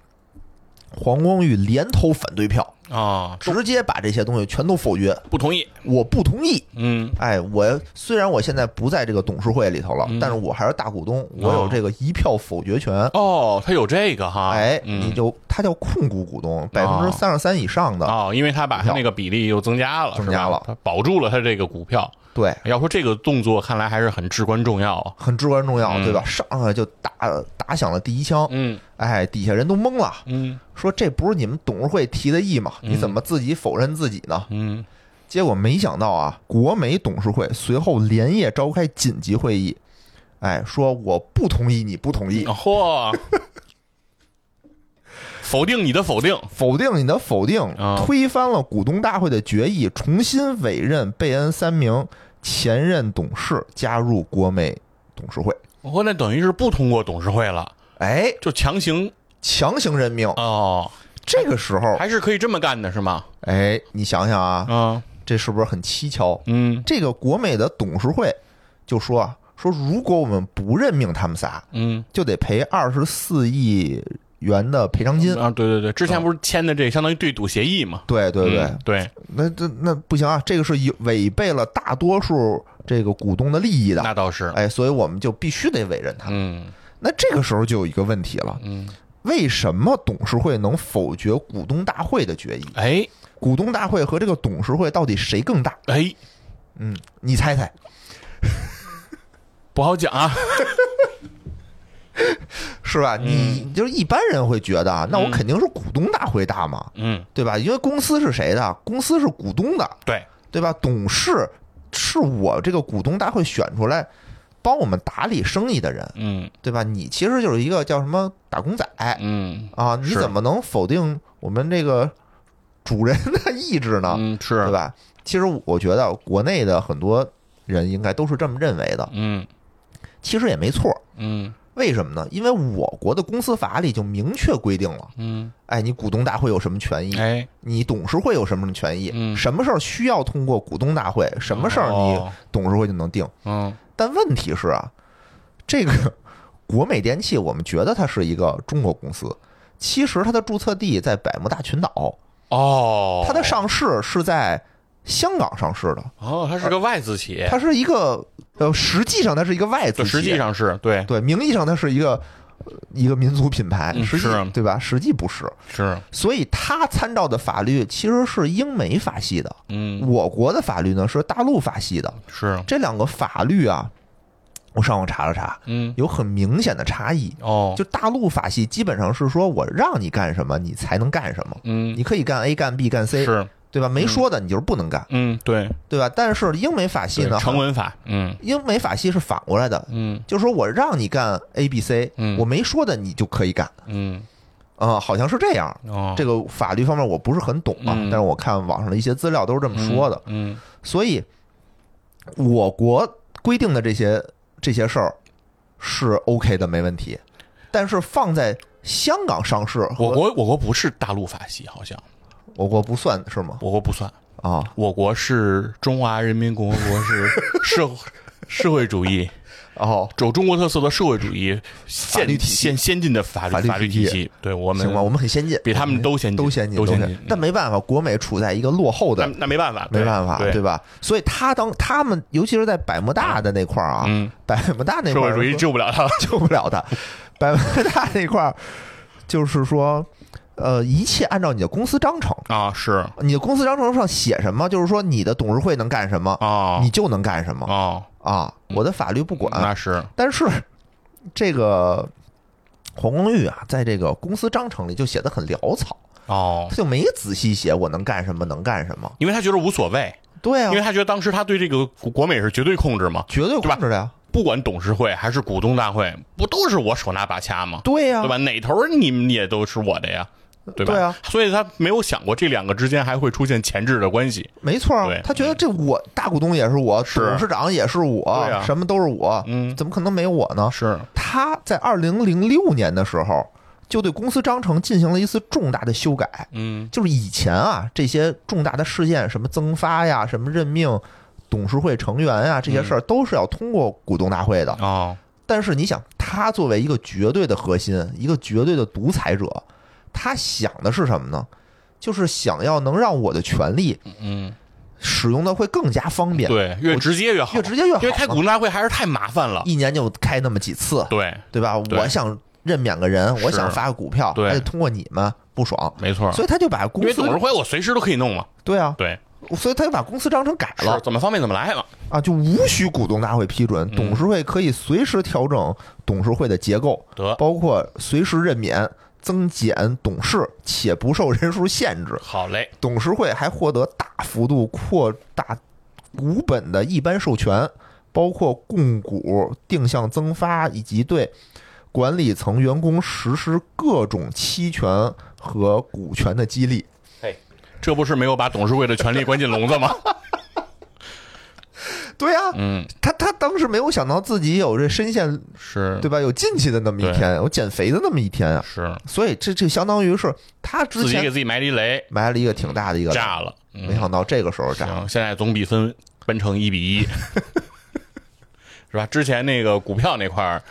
Speaker 2: 黄光裕连投反对票，
Speaker 3: 啊
Speaker 2: 直接把这些东西全都否决。
Speaker 3: 不同意
Speaker 2: 我不同意。
Speaker 3: 嗯
Speaker 2: 哎，我虽然我现在不在这个董事会里头了，
Speaker 3: 嗯
Speaker 2: 但是我还是大股东，我有这个一票否决权。
Speaker 3: 哦他有这个哈
Speaker 2: 哎，
Speaker 3: 嗯
Speaker 2: 你就他叫控股股东，百分之三十三以上的。
Speaker 3: 哦，因为他把他那个比例又增加了，
Speaker 2: 增
Speaker 3: 是吧
Speaker 2: 加了
Speaker 3: 他保住了他这个股票。
Speaker 2: 对，
Speaker 3: 要说这个动作，看来还是很至关重要啊。
Speaker 2: 很至关重要，
Speaker 3: 嗯
Speaker 2: 对吧？上来就打打响了第一枪，
Speaker 3: 嗯
Speaker 2: 哎，底下人都懵了，
Speaker 3: 嗯
Speaker 2: 说这不是你们董事会提的议吗？
Speaker 3: 嗯
Speaker 2: 你怎么自己否认自己呢？
Speaker 3: 嗯，
Speaker 2: 结果没想到啊，国美董事会随后连夜召开紧急会议，哎，说我不同意，你不同意，
Speaker 3: 哦嚯， 否定你的否定，
Speaker 2: 否定你的否定
Speaker 3: 啊，
Speaker 2: 推翻了股东大会的决议，重新委任贝恩三名前任董事加入国美董事会，
Speaker 3: 我那等于是不通过董事会了，
Speaker 2: 哎，
Speaker 3: 就强行
Speaker 2: 强行任命。
Speaker 3: 哦，
Speaker 2: 这个时候，
Speaker 3: 还是可以这么干的是吗？
Speaker 2: 哎，你想想啊，
Speaker 3: 啊
Speaker 2: 这是不是很蹊跷？
Speaker 3: 嗯
Speaker 2: 这个国美的董事会就说啊，说如果我们不任命他们仨，
Speaker 3: 嗯
Speaker 2: 就得赔二十四亿元的赔偿金。
Speaker 3: 啊，对对对，之前不是签的这相当于对赌协议嘛？
Speaker 2: 对对对，
Speaker 3: 嗯对，
Speaker 2: 那这那不行啊，这个是有违背了大多数这个股东的利益的，
Speaker 3: 那倒是，
Speaker 2: 哎，所以我们就必须得委任他。
Speaker 3: 嗯
Speaker 2: 那这个时候就有一个问题了，
Speaker 3: 嗯，
Speaker 2: 为什么董事会能否决股东大会的决议？
Speaker 3: 哎
Speaker 2: 股东大会和这个董事会到底谁更大？
Speaker 3: 哎，
Speaker 2: 嗯，你猜猜，
Speaker 3: 不好讲啊，
Speaker 2: 是
Speaker 3: 嗯
Speaker 2: 吧？你就是一般人会觉得啊，那我肯定是股东大会大嘛，
Speaker 3: 嗯，
Speaker 2: 对吧？因为公司是谁的？公司是股东的，
Speaker 3: 对，
Speaker 2: 对吧？董事是我这个股东大会选出来帮我们打理生意的人，
Speaker 3: 嗯
Speaker 2: 对吧？你其实就是一个叫什么打工仔
Speaker 3: 嗯
Speaker 2: 啊，你
Speaker 3: 是
Speaker 2: 怎么能否定我们这个主人的意志呢？
Speaker 3: 嗯是
Speaker 2: 对啊吧？其实我觉得国内的很多人应该都是这么认为的，
Speaker 3: 嗯
Speaker 2: 其实也没错。
Speaker 3: 嗯
Speaker 2: 为什么呢？因为我国的公司法里就明确规定了，
Speaker 3: 嗯，
Speaker 2: 哎，你股东大会有什么权益？
Speaker 3: 哎，
Speaker 2: 你董事会有什么权益？
Speaker 3: 嗯
Speaker 2: 什么事儿需要通过股东大会？什么事儿你
Speaker 3: 哦
Speaker 2: 董事会就能定？
Speaker 3: 嗯
Speaker 2: 但问题是啊，这个 国美电器，我们觉得它是一个中国公司，其实它的注册地在百慕大群岛，
Speaker 3: 哦，
Speaker 2: 它的上市是在香港上市的，
Speaker 3: 哦，它是个外资企业，
Speaker 2: 它是一个呃，实际上它是一个外资
Speaker 3: 对，
Speaker 2: 企业，
Speaker 3: 哎实际上是对，
Speaker 2: 对，名义上它是一个。呃一个民族品牌，
Speaker 3: 嗯
Speaker 2: 实际
Speaker 3: 是啊
Speaker 2: 对吧？实际不是，
Speaker 3: 是，
Speaker 2: 所以它参照的法律其实是英美法系的，
Speaker 3: 嗯，
Speaker 2: 我国的法律呢是大陆法系的，
Speaker 3: 是，
Speaker 2: 这两个法律啊，我上网查了查，
Speaker 3: 嗯，
Speaker 2: 有很明显的差异。
Speaker 3: 哦，
Speaker 2: 就大陆法系基本上是说我让你干什么，你才能干什么，
Speaker 3: 嗯
Speaker 2: 你，可以干 A 干 B 干 C，
Speaker 3: 是，
Speaker 2: 对吧？没说的你就是不能干，
Speaker 3: 嗯，对，
Speaker 2: 对吧？但是英美法系
Speaker 3: 对
Speaker 2: 呢，
Speaker 3: 成文法，嗯
Speaker 2: 英美法系是反过来的，
Speaker 3: 嗯
Speaker 2: 就是说我让你干 A B C，
Speaker 3: 嗯
Speaker 2: 我没说的你就可以干，
Speaker 3: 嗯，
Speaker 2: 啊、好像是这样。
Speaker 3: 哦，
Speaker 2: 这个法律方面我不是很懂啊，
Speaker 3: 嗯
Speaker 2: 但是我看网上的一些资料都是这么说的，
Speaker 3: 嗯，
Speaker 2: 所以我国规定的这些这些事儿是 OK 的，没问题。但是放在香港上市和，
Speaker 3: 我国我国不是大陆法系，好像
Speaker 2: 我国不算是吗？
Speaker 3: 我国不算，
Speaker 2: 啊
Speaker 3: 我国是中华人民共和国是社社会主义，
Speaker 2: 哦，
Speaker 3: 有中国特色的社会主义
Speaker 2: 法律
Speaker 3: 先
Speaker 2: 体系
Speaker 3: 先先进的法律
Speaker 2: 法律
Speaker 3: 律
Speaker 2: 体
Speaker 3: 体
Speaker 2: 系
Speaker 3: 系，对我们
Speaker 2: 行吧，我们很先进，嗯
Speaker 3: 比他们都先进
Speaker 2: 都先进，
Speaker 3: 都
Speaker 2: 都
Speaker 3: 先
Speaker 2: 先
Speaker 3: 进
Speaker 2: 但没办法，国美处在一个落后
Speaker 3: 那
Speaker 2: 的，
Speaker 3: 那没办法，
Speaker 2: 没办法，
Speaker 3: 对
Speaker 2: 对吧？所以他当他们，尤其是在百慕大的那块儿啊，
Speaker 3: 嗯，
Speaker 2: 百慕大那
Speaker 3: 社
Speaker 2: 块
Speaker 3: 会
Speaker 2: 儿
Speaker 3: 主义救不了 他了。
Speaker 2: 救不了他。百慕大那块儿，就是说，呃，一切按照你的公司章程，
Speaker 3: 啊，是
Speaker 2: 你的公司章程上写什么，就是说你的董事会能干什么，
Speaker 3: 啊
Speaker 2: 你啊就能干什么
Speaker 3: 啊，
Speaker 2: 啊。我的法律不管，
Speaker 3: 那是
Speaker 2: 但是这个黄光裕啊，在这个公司章程里就写的很潦草，
Speaker 3: 哦
Speaker 2: 他，就没仔细写我能干什么，能干什么。
Speaker 3: 因为他觉得无所谓，
Speaker 2: 对啊
Speaker 3: 因为，他觉得当时他对这个国国美是绝对控制嘛，
Speaker 2: 绝对
Speaker 3: 对吧
Speaker 2: 控制的呀。
Speaker 3: 不管董事会还是股东大会，不都是我手拿把掐吗？
Speaker 2: 对呀
Speaker 3: 对，吧？啊哪头儿你们也都是我的呀，对吧？
Speaker 2: 对啊
Speaker 3: 所以他没有想过这两个之间还会出现前置的关系。
Speaker 2: 没错啊
Speaker 3: 对。
Speaker 2: 他觉得这我大股东也是我，
Speaker 3: 是
Speaker 2: 董事长也是
Speaker 3: 对
Speaker 2: 我
Speaker 3: 啊，
Speaker 2: 什么都是我，
Speaker 3: 嗯
Speaker 2: 怎么可能没有我呢？
Speaker 3: 是
Speaker 2: 他在二零零六年的时候，就对公司章程进行了一次重大的修改。
Speaker 3: 嗯
Speaker 2: 就是以前啊，这些重大的事件，什么增发呀，什么任命董事会成员呀，这些
Speaker 3: 嗯
Speaker 2: 事儿都是要通过股东大会的。
Speaker 3: 哦，
Speaker 2: 但是你想，他作为一个绝对的核心，一个绝对的独裁者，他想的是什么呢？就是想要能让我的权利
Speaker 3: 嗯，
Speaker 2: 使用的会更加方便，
Speaker 3: 对，越直接越好，
Speaker 2: 越直接越好嘛。
Speaker 3: 因为开股东大会还是太麻烦了。
Speaker 2: 一年就开那么几次，
Speaker 3: 对，
Speaker 2: 对吧？
Speaker 3: 对
Speaker 2: 我想任免个人，
Speaker 3: 是
Speaker 2: 我想发个股票，
Speaker 3: 对
Speaker 2: 还得通过你们，不爽，
Speaker 3: 没错。
Speaker 2: 所以他就把公
Speaker 3: 因为
Speaker 2: 司
Speaker 3: 董事会我随时都可以弄嘛，
Speaker 2: 对啊，
Speaker 3: 对，
Speaker 2: 所以他就把公司章程改
Speaker 3: 是
Speaker 2: 了
Speaker 3: 怎么方便怎么来嘛。
Speaker 2: 啊，就无需股东大会批准，董事会可以随时调整董事会的结构，
Speaker 3: 得，
Speaker 2: 包括随时任免、增减董事，且不受人数限制。
Speaker 3: 好嘞，
Speaker 2: 董事会还获得大幅度扩大股本的一般授权，包括供股、定向增发以及对管理层员工实施各种期权和股权的激励。
Speaker 3: 这不是没有把董事会的权利关进笼子吗？
Speaker 2: 对呀、
Speaker 3: 嗯，
Speaker 2: 他他当时没有想到自己有这深陷，
Speaker 3: 是，
Speaker 2: 对吧？有进去的那么一天，有减肥的那么一天啊！
Speaker 3: 是
Speaker 2: 所以这这相当于是他之
Speaker 3: 自己给
Speaker 2: 前
Speaker 3: 自己埋了一雷，
Speaker 2: 埋了一个挺大的一个雷，
Speaker 3: 炸了。嗯
Speaker 2: 没想到这个时候炸了。
Speaker 3: 行，现在总比分扳成一 比一，是吧？之前那个股票那块儿，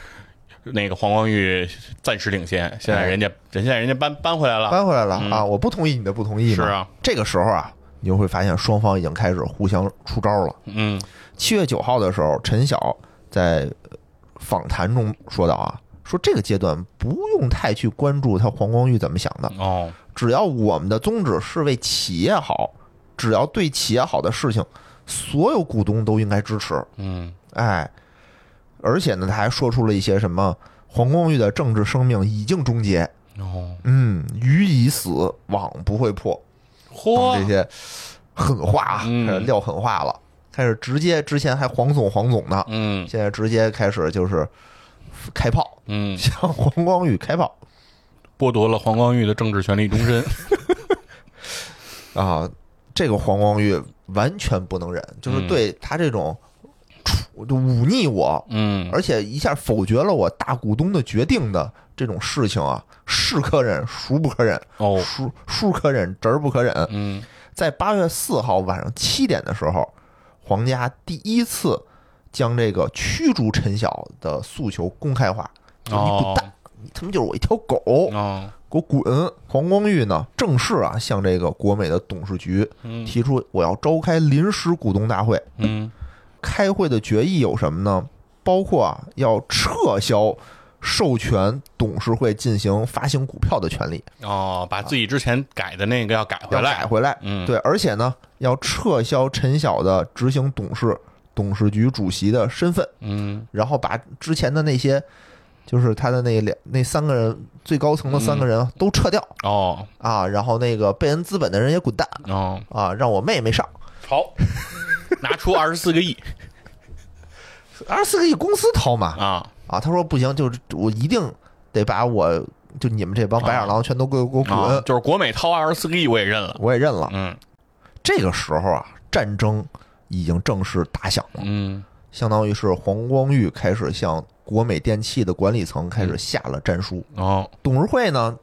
Speaker 3: 那个黄光裕暂时领先，现在人家人现在人家扳扳回来了，
Speaker 2: 哎搬回来了
Speaker 3: 嗯
Speaker 2: 啊！我不同意你的不同意嘛。
Speaker 3: 是啊，
Speaker 2: 这个时候啊，你就会发现双方已经开始互相出招了。
Speaker 3: 嗯
Speaker 2: 七月九号的时候，陈晓在访谈中说到啊，说这个阶段不用太去关注他黄光裕怎么想的，
Speaker 3: 哦，
Speaker 2: 只要我们的宗旨是为企业好，只要对企业好的事情，所有股东都应该支持。
Speaker 3: 嗯
Speaker 2: 哎，而且呢，他还说出了一些什么黄光裕的政治生命已经终结，
Speaker 3: 哦，
Speaker 2: 嗯，鱼已死，网不会破。
Speaker 3: 嚯
Speaker 2: 等这，些狠话啊，
Speaker 3: 嗯
Speaker 2: 开始撂狠话了，开始直接之前还黄总黄总呢，
Speaker 3: 嗯
Speaker 2: 现在直接开始就是开炮，
Speaker 3: 嗯，
Speaker 2: 向黄光裕开炮
Speaker 3: 剥夺了黄光裕的政治权利终身，
Speaker 2: 啊！这个黄光裕完全不能忍，就是对他这种处就忤逆我，
Speaker 3: 嗯
Speaker 2: 而且一下否决了我大股东的决定的这种事情啊，是可忍，孰不可忍，
Speaker 3: 哦，
Speaker 2: 孰孰可忍，侄儿不可忍。
Speaker 3: 嗯
Speaker 2: 在八月四号晚上七点的时候，皇家第一次将这个驱逐陈晓的诉求公开化，就是你滚
Speaker 3: 哦
Speaker 2: 蛋，你他妈就是我一条狗，
Speaker 3: 哦，
Speaker 2: 给我滚！黄光裕呢，正式啊向这个国美的董事局
Speaker 3: 嗯
Speaker 2: 提出，我要召开临时股东大会。
Speaker 3: 嗯
Speaker 2: 开会的决议有什么呢？包括啊，要撤销授权董事会进行发行股票的权利，
Speaker 3: 哦，把自己之前改的那个要改
Speaker 2: 要
Speaker 3: 回
Speaker 2: 改
Speaker 3: 来，
Speaker 2: 回来。
Speaker 3: 嗯，
Speaker 2: 对，而且呢，要撤销陈晓的执行董事、董事局主席的身份，
Speaker 3: 嗯
Speaker 2: 然后把之前的那些，就是他的那两那三个人最高层的三个人都撤掉、
Speaker 3: 哦
Speaker 2: 啊，然后那个贝恩资本的人也滚蛋
Speaker 3: 哦，
Speaker 2: 啊，让我妹妹上
Speaker 3: 好，拿出二十四个亿
Speaker 2: 二十四个亿公司掏嘛
Speaker 3: 啊。
Speaker 2: 啊，他说不行，就是我一定得把我就你们这帮白眼狼全都给我给我滚，
Speaker 3: 啊，就是国美掏二十四个亿，我也认了。
Speaker 2: 我也认了。
Speaker 3: 嗯
Speaker 2: 这个时候啊，战争已经正式打响了。
Speaker 3: 嗯
Speaker 2: 相当于是黄光裕开始向国美电器的管理层开
Speaker 3: 嗯
Speaker 2: 始下了战书。
Speaker 3: 哦
Speaker 2: 董事会呢，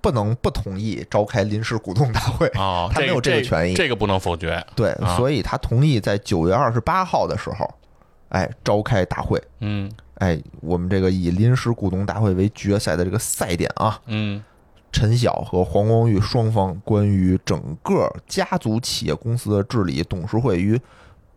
Speaker 2: 不能不同意召开临时股东大会。
Speaker 3: 哦，
Speaker 2: 他没
Speaker 3: 这
Speaker 2: 有
Speaker 3: 这
Speaker 2: 这个权益
Speaker 3: 这个不能否决。
Speaker 2: 对
Speaker 3: 啊，
Speaker 2: 所以他同意在九月二十八号的时候，哎，召开大会。
Speaker 3: 嗯
Speaker 2: 哎，我们这个以临时股东大会为决赛的这个赛点啊，
Speaker 3: 嗯
Speaker 2: 陈晓和黄光裕双方关于整个家族企业公司的治理、董事会与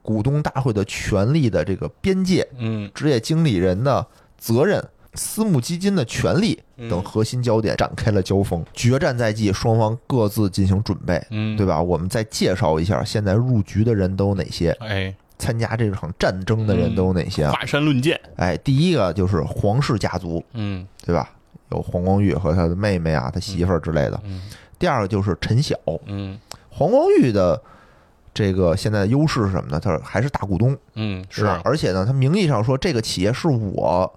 Speaker 2: 股东大会的权利的这个边界、
Speaker 3: 嗯
Speaker 2: 职业经理人的责任、私募基金的权利
Speaker 3: 嗯
Speaker 2: 等核心焦点展开了交锋。决战在即，双方各自进行准备，
Speaker 3: 嗯，
Speaker 2: 对
Speaker 3: 吧？
Speaker 2: 吧？我们再介绍一下现在入局的人都有哪些，
Speaker 3: 哎，
Speaker 2: 参加这场战争的人都有哪些啊？
Speaker 3: 华山论剑，
Speaker 2: 哎，第一个就是皇室家族，
Speaker 3: 嗯
Speaker 2: 对吧？有黄光裕和他的妹妹啊，他媳妇儿之类的。
Speaker 3: 嗯
Speaker 2: 第二个就是陈晓，
Speaker 3: 嗯
Speaker 2: 黄光裕的这个现在的优势是什么呢？他还是大股东，
Speaker 3: 嗯，
Speaker 2: 对
Speaker 3: 是
Speaker 2: 吧而且呢，他名义上说这个企业是我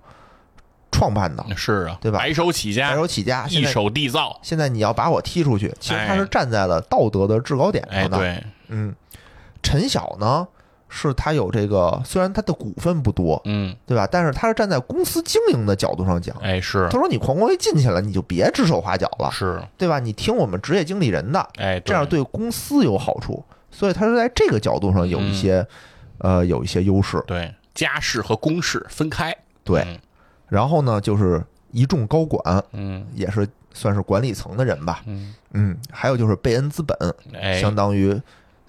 Speaker 2: 创办的，
Speaker 3: 是啊，
Speaker 2: 对吧
Speaker 3: 白手起
Speaker 2: 白
Speaker 3: 家，
Speaker 2: 手起家，现
Speaker 3: 一
Speaker 2: 在
Speaker 3: 手缔造，
Speaker 2: 现在你要把我踢出去，其实他是
Speaker 3: 哎
Speaker 2: 站在了道德的制高点
Speaker 3: 哎，
Speaker 2: 上的。
Speaker 3: 对，
Speaker 2: 嗯，陈晓呢，是他有这个，虽然他的股份不多，
Speaker 3: 嗯，
Speaker 2: 对吧？但是他是站在公司经营的角度上讲。
Speaker 3: 哎，是
Speaker 2: 他说：“你黄光裕进去了，你就别指手画脚了，
Speaker 3: 是，
Speaker 2: 对吧？你听我们职业经理人的，
Speaker 3: 哎，
Speaker 2: 这样对公司有好处。所以他是在这个角度上有一
Speaker 3: 嗯
Speaker 2: 些，呃，有一些优势。
Speaker 3: 对，家事和公事分开，
Speaker 2: 对，然后呢，就是一众高管
Speaker 3: 嗯
Speaker 2: 也是算是管理层的人吧，
Speaker 3: 嗯，
Speaker 2: 嗯，还有就是贝恩资本，
Speaker 3: 嗯哎
Speaker 2: 相当于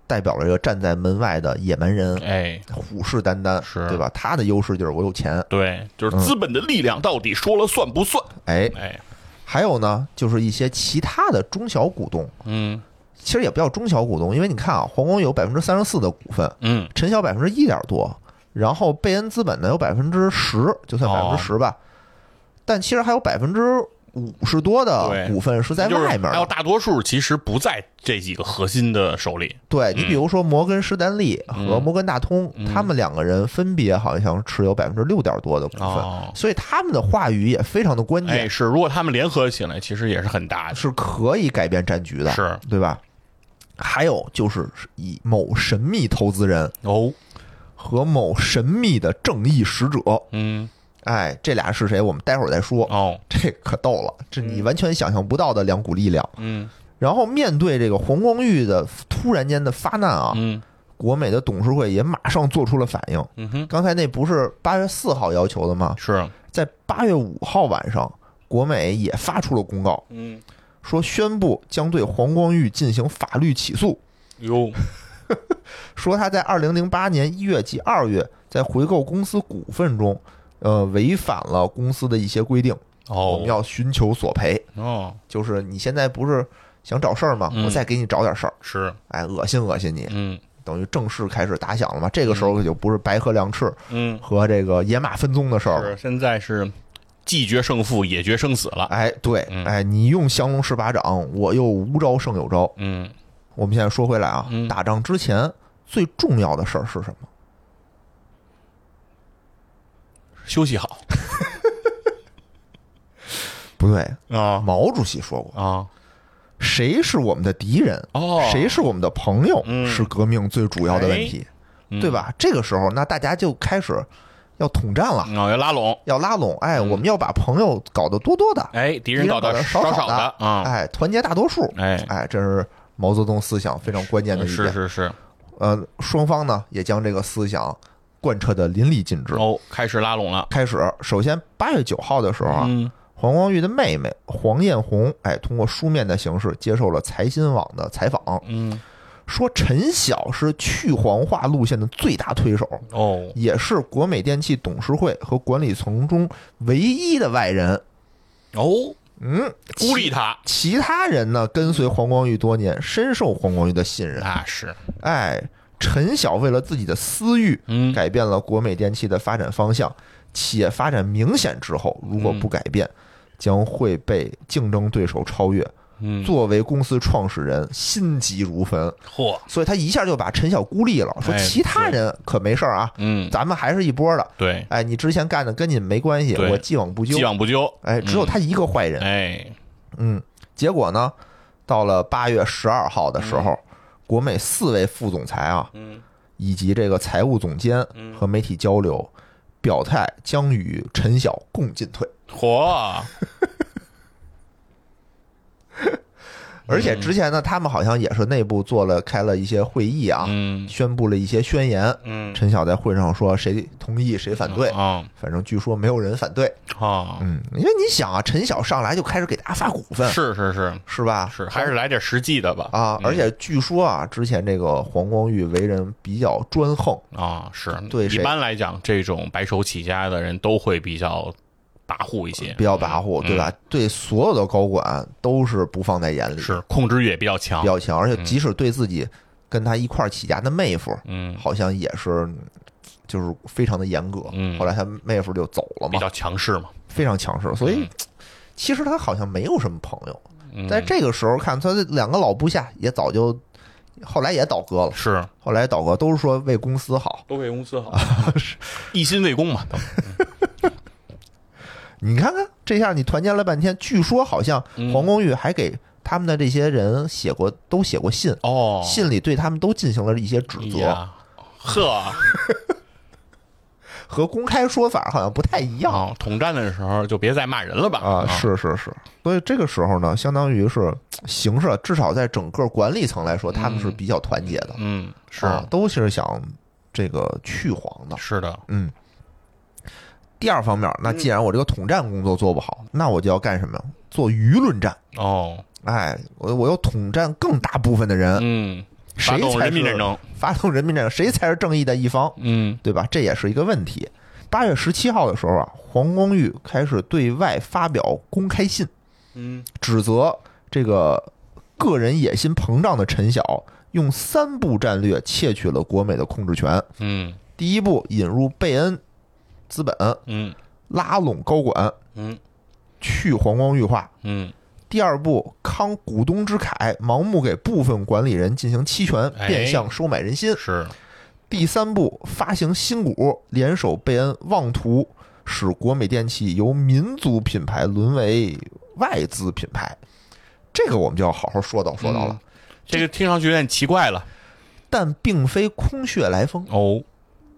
Speaker 2: 代表了一个站在门外的野蛮人，
Speaker 3: 哎，
Speaker 2: 虎视眈眈，
Speaker 3: 是
Speaker 2: 对吧？他的优势就是我有钱，
Speaker 3: 对，就是
Speaker 2: 嗯
Speaker 3: 资本的力量到底说了算不算？
Speaker 2: 哎，
Speaker 3: 哎，
Speaker 2: 还有呢，就是一些其他的中小股东，
Speaker 3: 嗯
Speaker 2: 其实也不叫中小股东，因为你看啊，黄光裕有百分之三十四的股份，
Speaker 3: 嗯，
Speaker 2: 陈晓百分之一点多，然后贝恩资本呢有百分之十，就算百分
Speaker 3: 哦
Speaker 2: 之十吧，但其实还有百分之五十多的
Speaker 3: 对
Speaker 2: 股份是在
Speaker 3: 就是
Speaker 2: 外面
Speaker 3: 还有
Speaker 2: 的。
Speaker 3: 大多数其实不在这几个核心的手里，
Speaker 2: 对你比如说摩根士丹利和摩根大通，
Speaker 3: 嗯
Speaker 2: 他们两个人分别好像持有百分之六点多的股份，
Speaker 3: 哦
Speaker 2: 所以他们的话语也非常的关键，
Speaker 3: 哎，是，如果他们联合起来，其实也是很大的，
Speaker 2: 是可以改变战局的，
Speaker 3: 是
Speaker 2: 对吧？还有就是以某神秘投资人
Speaker 3: 哦，
Speaker 2: 和某神秘的正义使者，
Speaker 3: 嗯
Speaker 2: 哎，这俩是谁？我们待会儿再说。
Speaker 3: 哦，
Speaker 2: 这可逗了，这你完全想象不到的两股力量。
Speaker 3: 嗯
Speaker 2: 然后面对这个黄光裕的突然间的发难啊，
Speaker 3: 嗯
Speaker 2: 国美的董事会也马上做出了反应。
Speaker 3: 嗯哼，
Speaker 2: 刚才那不是八月四号要求的吗？
Speaker 3: 是，
Speaker 2: 在八月五号晚上，国美也发出了公告，
Speaker 3: 嗯
Speaker 2: 说宣布将对黄光裕进行法律起诉，
Speaker 3: 哟，
Speaker 2: 说他在二零零八年一月及二月在回购公司股份中，呃，违反了公司的一些规定，我们
Speaker 3: 哦
Speaker 2: 要寻求索赔。
Speaker 3: 哦，
Speaker 2: 就是你现在不是想找事儿吗？
Speaker 3: 嗯
Speaker 2: 我再给你找点事儿，
Speaker 3: 是，
Speaker 2: 哎，恶心恶心你，
Speaker 3: 嗯
Speaker 2: 等于正式开始打响了嘛。这个时候可就不是白河两翅
Speaker 3: 嗯，
Speaker 2: 和这个野马分鬃的事儿了
Speaker 3: 是，。现在是既决胜负，也决生死了，
Speaker 2: 哎，对，
Speaker 3: 嗯
Speaker 2: 哎，你用降龙十八掌，我又无招胜有招。
Speaker 3: 嗯
Speaker 2: 我们现在说回来啊，
Speaker 3: 嗯
Speaker 2: 打仗之前最重要的事儿是什么？
Speaker 3: 休息好
Speaker 2: 不对，
Speaker 3: 啊
Speaker 2: 毛主席说过，
Speaker 3: 啊
Speaker 2: 谁是我们的敌人，
Speaker 3: 哦，
Speaker 2: 哦谁是我们的朋友，
Speaker 3: 嗯
Speaker 2: 是革命最主要的问题，
Speaker 3: 嗯
Speaker 2: 对？吧？这个时候，那大家就开始要统战了。
Speaker 3: 嗯哦，要拉拢，
Speaker 2: 要拉拢，哎，我们要把朋友搞得多多的，
Speaker 3: 嗯哎，敌人
Speaker 2: 敌人
Speaker 3: 搞
Speaker 2: 搞
Speaker 3: 得
Speaker 2: 得
Speaker 3: 少
Speaker 2: 少
Speaker 3: 少
Speaker 2: 的
Speaker 3: 啊，
Speaker 2: 哎，团结大多数，
Speaker 3: 哎，
Speaker 2: 哎，这是毛泽东思想非常关键的一
Speaker 3: 是
Speaker 2: 点。
Speaker 3: 是是，
Speaker 2: 呃，双方呢也将这个思想贯彻的淋漓尽致。
Speaker 3: 哦，开始拉拢了，
Speaker 2: 开始，首先八月九号的时候啊，
Speaker 3: 嗯
Speaker 2: 黄光裕的妹妹黄艳红，哎，通过书面的形式接受了财新网的采访，
Speaker 3: 嗯，
Speaker 2: 说陈晓是去黄化路线的最大推手，
Speaker 3: 哦，
Speaker 2: 也是国美电器董事会和管理层中唯一的外人。
Speaker 3: 哦，
Speaker 2: 嗯，
Speaker 3: 孤立他，
Speaker 2: 其他人呢，跟随黄光裕多年，深受黄光裕的信任。
Speaker 3: 那是，
Speaker 2: 哎，陈晓为了自己的私欲，
Speaker 3: 嗯，
Speaker 2: 改变了国美电器的发展方向。企业发展明显之后，如果不改变，将会被竞争对手超越。
Speaker 3: 嗯，
Speaker 2: 作为公司创始人，心急如焚，
Speaker 3: 嚯，
Speaker 2: 所以他一下就把陈晓孤立了，说
Speaker 3: 哎
Speaker 2: 其他
Speaker 3: 对
Speaker 2: 人可没事儿啊，
Speaker 3: 嗯，
Speaker 2: 咱们还是一波的。
Speaker 3: 对，
Speaker 2: 哎，你之前干的跟你们没关系，
Speaker 3: 对
Speaker 2: 我既往不咎
Speaker 3: 既。往不嗯咎，
Speaker 2: 哎，只有他一个坏人。
Speaker 3: 哎，
Speaker 2: 嗯，结果呢，到了八月十二号的时候，国美四位副总裁啊，
Speaker 3: 嗯
Speaker 2: 以及这个财务总监和媒体交流，表态将与陈晓共进退。啊
Speaker 3: 嚯，嗯
Speaker 2: 而且之前呢，他们好像也是内部做了开了一些会议啊，
Speaker 3: 嗯
Speaker 2: 宣布了一些宣言。
Speaker 3: 嗯，
Speaker 2: 陈晓在会上说谁同意谁反对，
Speaker 3: 啊
Speaker 2: 反正据说没有人反对。
Speaker 3: 啊，
Speaker 2: 嗯，因为你想啊，陈晓上来就开始给大家发股份，
Speaker 3: 是是是
Speaker 2: 是吧？
Speaker 3: 是，还是来点实际的吧？
Speaker 2: 啊，而且据说啊，之前这个黄光裕为人比较专横，
Speaker 3: 啊，是
Speaker 2: 对
Speaker 3: 一
Speaker 2: 谁
Speaker 3: 般来讲，这种白手起家的人都会比较跋扈一些，
Speaker 2: 比较跋扈，对吧？对所有的高管都是不放在眼里，
Speaker 3: 嗯是啊嗯控制欲也比较强
Speaker 2: 比。较强，而且即使对自己跟他一块儿起家的妹夫，
Speaker 3: 嗯，
Speaker 2: 好像也是就是非常的严格。
Speaker 3: 嗯
Speaker 2: 后来他妹夫就走了
Speaker 3: 比
Speaker 2: 嘛，
Speaker 3: 较强势嘛。
Speaker 2: 非常强势，所以。其实他好像没有什么朋友，
Speaker 3: 嗯
Speaker 2: 在这个时候看，他的两个老部下也早就，后来也倒戈了，
Speaker 3: 是
Speaker 2: 后来倒戈都是说为公司好，
Speaker 3: 都为公司好，一心为公嘛。都
Speaker 2: 你看看，这下你团建了半天，据说好像
Speaker 3: 嗯
Speaker 2: 黄光裕还给他们的这些人写过，都写过信，
Speaker 3: 哦，哎
Speaker 2: 信里对他们都进行了一些指责，
Speaker 3: 呀，呵，
Speaker 2: 和公开说法好像不太一样
Speaker 3: 啊，统战的时候就别再骂人了吧？
Speaker 2: 啊。是是是，所以这个时候呢，相当于是形势，至少在整个管理层来说，他们是比较团结的，
Speaker 3: 嗯，是
Speaker 2: 啊，都是想这个去黄的。
Speaker 3: 是的，
Speaker 2: 嗯。第二方面，那既然我这个统战工作做不好，那我就要干什么呀？做舆论战。
Speaker 3: 哦，
Speaker 2: 哎，我我要统战更大部分的人，
Speaker 3: 嗯，发
Speaker 2: 呃谁
Speaker 3: 动
Speaker 2: 才
Speaker 3: 人民
Speaker 2: 是
Speaker 3: 战争，
Speaker 2: 发动人民战争，谁才是正义的一方，
Speaker 3: 嗯
Speaker 2: 对吧？这也是一个问题。八月十七号的时候啊，黄光裕开始对外发表公开信，
Speaker 3: 嗯，
Speaker 2: 指责这个个人野心膨胀的陈晓用三步战略窃取了国美的控制权。
Speaker 3: 嗯
Speaker 2: 第一步，引入贝恩资本，
Speaker 3: 嗯
Speaker 2: 拉拢高管，
Speaker 3: 嗯
Speaker 2: 去黄光裕化。
Speaker 3: 嗯，
Speaker 2: 第二步，慷股东之慨，盲目给部分管理人进行期权，
Speaker 3: 哎
Speaker 2: 变相收买人心。
Speaker 3: 是
Speaker 2: 第三步，发行新股，联手贝恩妄图使国美电器由民族品牌沦为外资品牌。这个我们就要好好说道说道了，
Speaker 3: 这个听上去有点奇怪了
Speaker 2: 但并非空穴来风，
Speaker 3: 哦，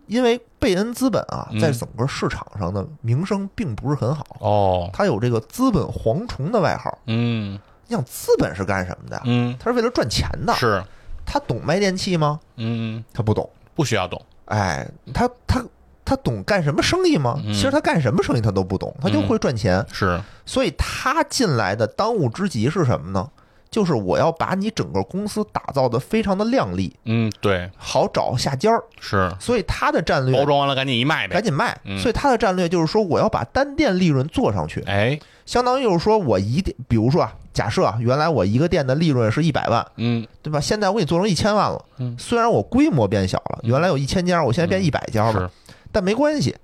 Speaker 2: 因为贝恩资本啊
Speaker 3: 嗯，
Speaker 2: 在整个市场上的名声并不是很好，
Speaker 3: 哦，
Speaker 2: 它有这个“资本蝗虫”的外号。
Speaker 3: 嗯
Speaker 2: 你想，资本是干什么的？
Speaker 3: 嗯，
Speaker 2: 它是为了赚钱的。
Speaker 3: 是，
Speaker 2: 他懂卖电器吗？
Speaker 3: 嗯，
Speaker 2: 他不懂。
Speaker 3: 不需要懂，
Speaker 2: 哎，他他他懂干什么生意吗？
Speaker 3: 嗯
Speaker 2: 其实他干什么生意他都不懂，他就会赚钱。
Speaker 3: 是
Speaker 2: 所以他进来的当务之急是什么呢？就是我要把你整个公司打造的非常的靓丽，
Speaker 3: 嗯，对，
Speaker 2: 好找下家儿。
Speaker 3: 是
Speaker 2: 所以他的战
Speaker 3: 包
Speaker 2: 略
Speaker 3: 装完了赶紧一卖呗
Speaker 2: 赶。紧卖
Speaker 3: 嗯。
Speaker 2: 所以他的战略就是说，我要把单店利润做上去，
Speaker 3: 哎，
Speaker 2: 相当于就是说我一店，比如说啊，假设啊，原来我一个店的利润是一百万，
Speaker 3: 嗯
Speaker 2: 对吧？现在我给你做成一千万了，
Speaker 3: 嗯
Speaker 2: 虽然我规模变小了，原来有一千家，我现在变一百家了，
Speaker 3: 是，
Speaker 2: 但没关系，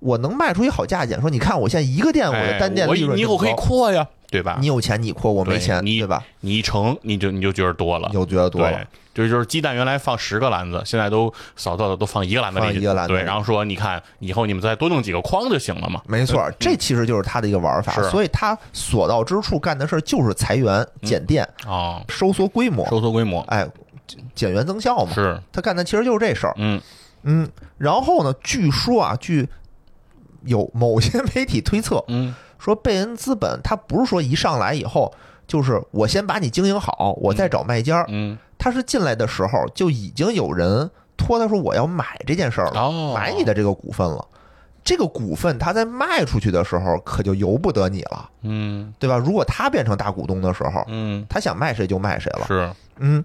Speaker 2: 我能卖出一好价钱。说你看，我现在一个店，我的
Speaker 3: 哎
Speaker 2: 单店
Speaker 3: 我
Speaker 2: 利润
Speaker 3: 你以
Speaker 2: 这么
Speaker 3: 后可以
Speaker 2: 高
Speaker 3: 扩呀，对吧？
Speaker 2: 你有钱你扩，我没
Speaker 3: 对
Speaker 2: 钱，
Speaker 3: 你
Speaker 2: 对吧？
Speaker 3: 你一乘你就你就觉得多了
Speaker 2: 你，就觉得多
Speaker 3: 对
Speaker 2: 了，，
Speaker 3: 就就是鸡蛋原来放十个篮子，现在都扫到的都放一个篮子里
Speaker 2: 放
Speaker 3: 去，
Speaker 2: 一个篮子
Speaker 3: 对，
Speaker 2: 里
Speaker 3: 然后说你看以后你们再多弄几个筐就行了嘛，
Speaker 2: 没错，这其实就是他的一个玩法。
Speaker 3: 嗯是啊
Speaker 2: 所以他所到之处干的事儿就是裁员、减店、
Speaker 3: 哦，
Speaker 2: 收缩规模，
Speaker 3: 收缩规模
Speaker 2: 哎，减员增效嘛。
Speaker 3: 是，
Speaker 2: 他干的其实就是这事儿。
Speaker 3: 嗯
Speaker 2: 嗯，然后呢，据说啊，据有某些 媒体推测，
Speaker 3: 嗯
Speaker 2: 说贝恩资本，它不是说一上来以后就是我先把你经营好，我再找卖家儿，
Speaker 3: 嗯，
Speaker 2: 他是进来的时候就已经有人托他说我要买这件事儿了，
Speaker 3: 哦，
Speaker 2: 买你的这个股份了。这个股份他在卖出去的时候可就由不得你了，
Speaker 3: 嗯
Speaker 2: 对吧？如果他变成大股东的时候，
Speaker 3: 嗯
Speaker 2: 他想卖谁就卖谁了。
Speaker 3: 是，
Speaker 2: 嗯，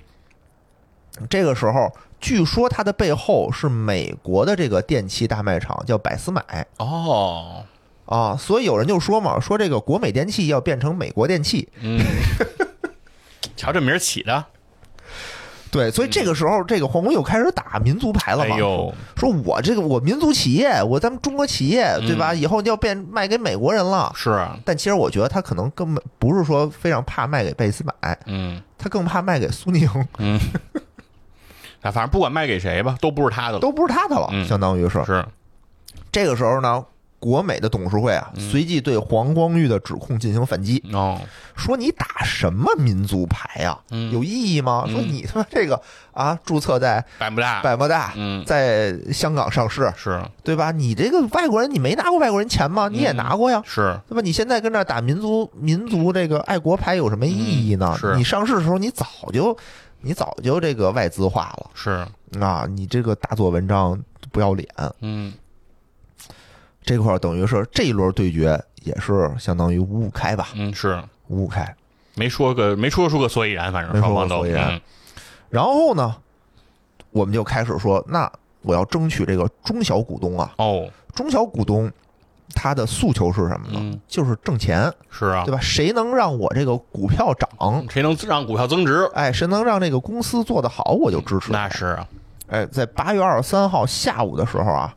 Speaker 2: 这个时候据说他的背后是美国的这个电器大卖场叫百思买，
Speaker 3: 哦，
Speaker 2: 啊，所以有人就说嘛，说这个国美电器要变成美国电器，
Speaker 3: 嗯，瞧这名儿起的，
Speaker 2: 对，所以这个时候，这个黄光又开始打民族牌了
Speaker 3: 嗯哎
Speaker 2: 嘛，
Speaker 3: 呦，
Speaker 2: 说我这个我民族企业，我咱们中国企业，
Speaker 3: 嗯
Speaker 2: 对吧？以后就要变卖给美国人了。
Speaker 3: 是啊，
Speaker 2: 但其实我觉得他可能根本不是说非常怕卖给贝斯买，
Speaker 3: 嗯
Speaker 2: 他更怕卖给苏 宁，
Speaker 3: 嗯，哎，反正不管卖给谁吧，都不是他的了，
Speaker 2: 都不是他的了，
Speaker 3: 嗯
Speaker 2: 相当于是。
Speaker 3: 是，
Speaker 2: 这个时候呢，国美的董事会
Speaker 3: 嗯
Speaker 2: 啊，随即对黄光裕的指控进行反击，
Speaker 3: 哦，
Speaker 2: 说你打什么民族牌呀、
Speaker 3: 嗯
Speaker 2: 有意义吗？说你他妈这个啊，注册在
Speaker 3: 百慕大，
Speaker 2: 百慕大，
Speaker 3: 嗯，
Speaker 2: 在香港上市，
Speaker 3: 是
Speaker 2: 对吧？你这个外国人，你没拿过外国人钱吗？你
Speaker 3: 嗯
Speaker 2: 也拿过呀，
Speaker 3: 是，
Speaker 2: 对吧？你现在跟这儿打民族民族这个爱国牌有什么意义呢
Speaker 3: 嗯？是
Speaker 2: 你上市的时候，你早就你早就这个外资化了
Speaker 3: 是，
Speaker 2: 啊！你这个大做文章不要脸，
Speaker 3: 嗯，
Speaker 2: 这块儿等于是这一轮对决也是相当于五五开吧，
Speaker 3: 嗯，是
Speaker 2: 五五开。
Speaker 3: 没说个没说出个所以然，反正
Speaker 2: 没说
Speaker 3: 双
Speaker 2: 过
Speaker 3: 方都嗯
Speaker 2: 所以然然后呢，我们就开始说，那我要争取这个中小股东啊，
Speaker 3: 哦，
Speaker 2: 中小股东他的诉求是什么呢？
Speaker 3: 嗯
Speaker 2: 就是挣钱，
Speaker 3: 是啊嗯
Speaker 2: 对，吧？谁能让我这个股票涨？
Speaker 3: 谁能让股票增值？
Speaker 2: 哎，谁能让这个公司做得好，我就支持谁。
Speaker 3: 那是啊，
Speaker 2: 哎，在八月二十三号下午的时候啊，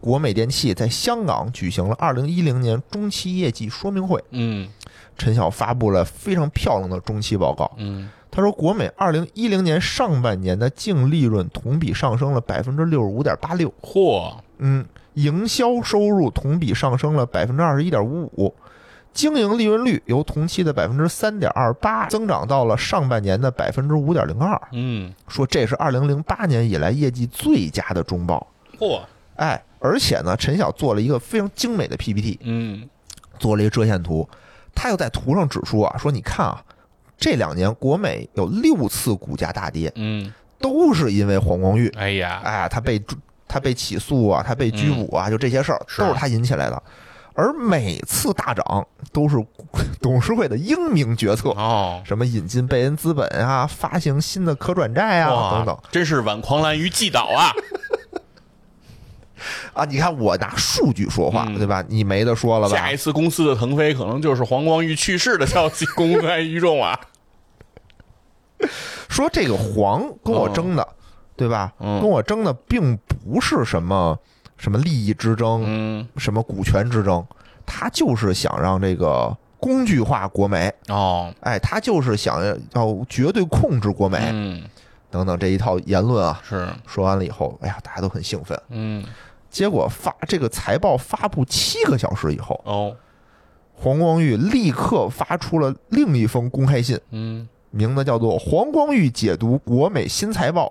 Speaker 2: 国美电器在香港举行了二零一零年中期业绩说明会，
Speaker 3: 嗯
Speaker 2: 陈晓发布了非常漂亮的中期报告。
Speaker 3: 嗯
Speaker 2: 他说，国美二零一零年上半年的净利润同比上升了百分之六十五点八六，
Speaker 3: 嚯，
Speaker 2: 嗯，营销收入同比上升了百分之二十一点五五，经营利润率由同期的百分之三点二八增长到了上半年的百分之五点零二，
Speaker 3: 嗯
Speaker 2: 说这是二零零八年以来业绩最佳的中报。
Speaker 3: 嚯，
Speaker 2: 哎，而且呢，陈晓做了一个非常精美的 PPT，
Speaker 3: 嗯
Speaker 2: 做了一个折线图，他又在图上指出啊，说你看啊，这两年国美有六次股价大跌，
Speaker 3: 嗯，
Speaker 2: 都是因为黄光裕，
Speaker 3: 哎呀，
Speaker 2: 哎，他被追他被起诉啊，他被拘捕啊，就这些事儿
Speaker 3: 嗯是
Speaker 2: 都是他引起来的。而每次大涨都是董事会的英明决策，
Speaker 3: 哦，
Speaker 2: 什么引进贝恩资本啊，发行新的可转债啊
Speaker 3: 哇
Speaker 2: 等等，
Speaker 3: 真是挽狂澜于既倒啊！
Speaker 2: 啊。你看我拿数据说话，
Speaker 3: 嗯
Speaker 2: 对吧？你没得说了吧？
Speaker 3: 下一次公司的腾飞，可能就是黄光裕去世的消息公开于众啊！
Speaker 2: 说这个黄跟我争的，对吧？
Speaker 3: 嗯
Speaker 2: 跟我争的并不是什么什么利益之争，
Speaker 3: 嗯，
Speaker 2: 什么股权之争，他就是想让这个工具化国美，
Speaker 3: 哦，
Speaker 2: 哎，他就是想要要绝对控制国美
Speaker 3: 嗯，
Speaker 2: 等等这一套言论啊。
Speaker 3: 是，
Speaker 2: 说完了以后，哎呀，大家都很兴奋。
Speaker 3: 嗯，
Speaker 2: 结果发这个财报发布七个小时以后，
Speaker 3: 哦，
Speaker 2: 黄光裕立刻发出了另一封公开信，
Speaker 3: 嗯，
Speaker 2: 名字叫做《黄光裕解读国美新财报》，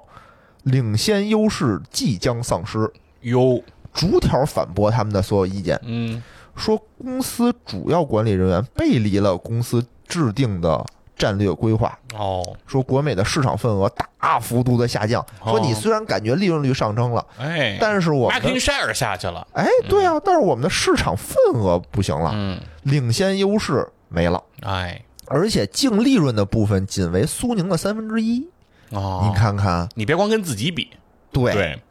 Speaker 2: 领先优势即将丧失。
Speaker 3: 哟，
Speaker 2: 逐条反驳他们的所有意见，
Speaker 3: 嗯，
Speaker 2: 说公司主要管理人员背离了公司制定的战略规划，
Speaker 3: 哦，
Speaker 2: 说国美的市场份额大幅度的下降，
Speaker 3: 哦
Speaker 2: 说你虽然感觉利润率上升了，
Speaker 3: 哎，
Speaker 2: 但是我们
Speaker 3: market
Speaker 2: 的
Speaker 3: share 下去了，
Speaker 2: 哎，对啊，但是我们的市场份额不行了，
Speaker 3: 嗯，
Speaker 2: 领先优势没了，
Speaker 3: 哎，
Speaker 2: 而且净利润的部分仅为苏宁的三分之一，
Speaker 3: 哦，
Speaker 2: 你，看看，
Speaker 3: 你别光跟自己比，
Speaker 2: 对
Speaker 3: 对，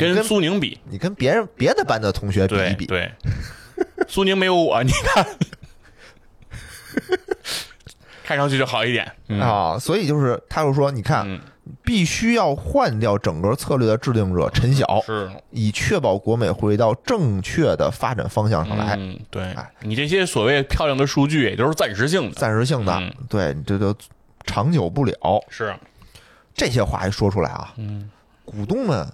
Speaker 2: 对
Speaker 3: 你跟苏宁比，
Speaker 2: 你跟别人别的班的同学比
Speaker 3: 对
Speaker 2: 一比，
Speaker 3: 对， 苏宁没有我，你看， 看上去就好一点，嗯，
Speaker 2: 啊，所以就是他就说，你看，
Speaker 3: 嗯
Speaker 2: 必须要换掉整个策略的制定者陈晓，
Speaker 3: 是，
Speaker 2: 以确保国美回到正确的发展方向上来。
Speaker 3: 嗯，对
Speaker 2: 哎
Speaker 3: 你这些所谓漂亮的数据，也都是暂时性的，
Speaker 2: 暂时性的
Speaker 3: 嗯，
Speaker 2: 对，你这都长久不了。
Speaker 3: 是，
Speaker 2: 这些话一说出来啊，
Speaker 3: 嗯，
Speaker 2: 股东们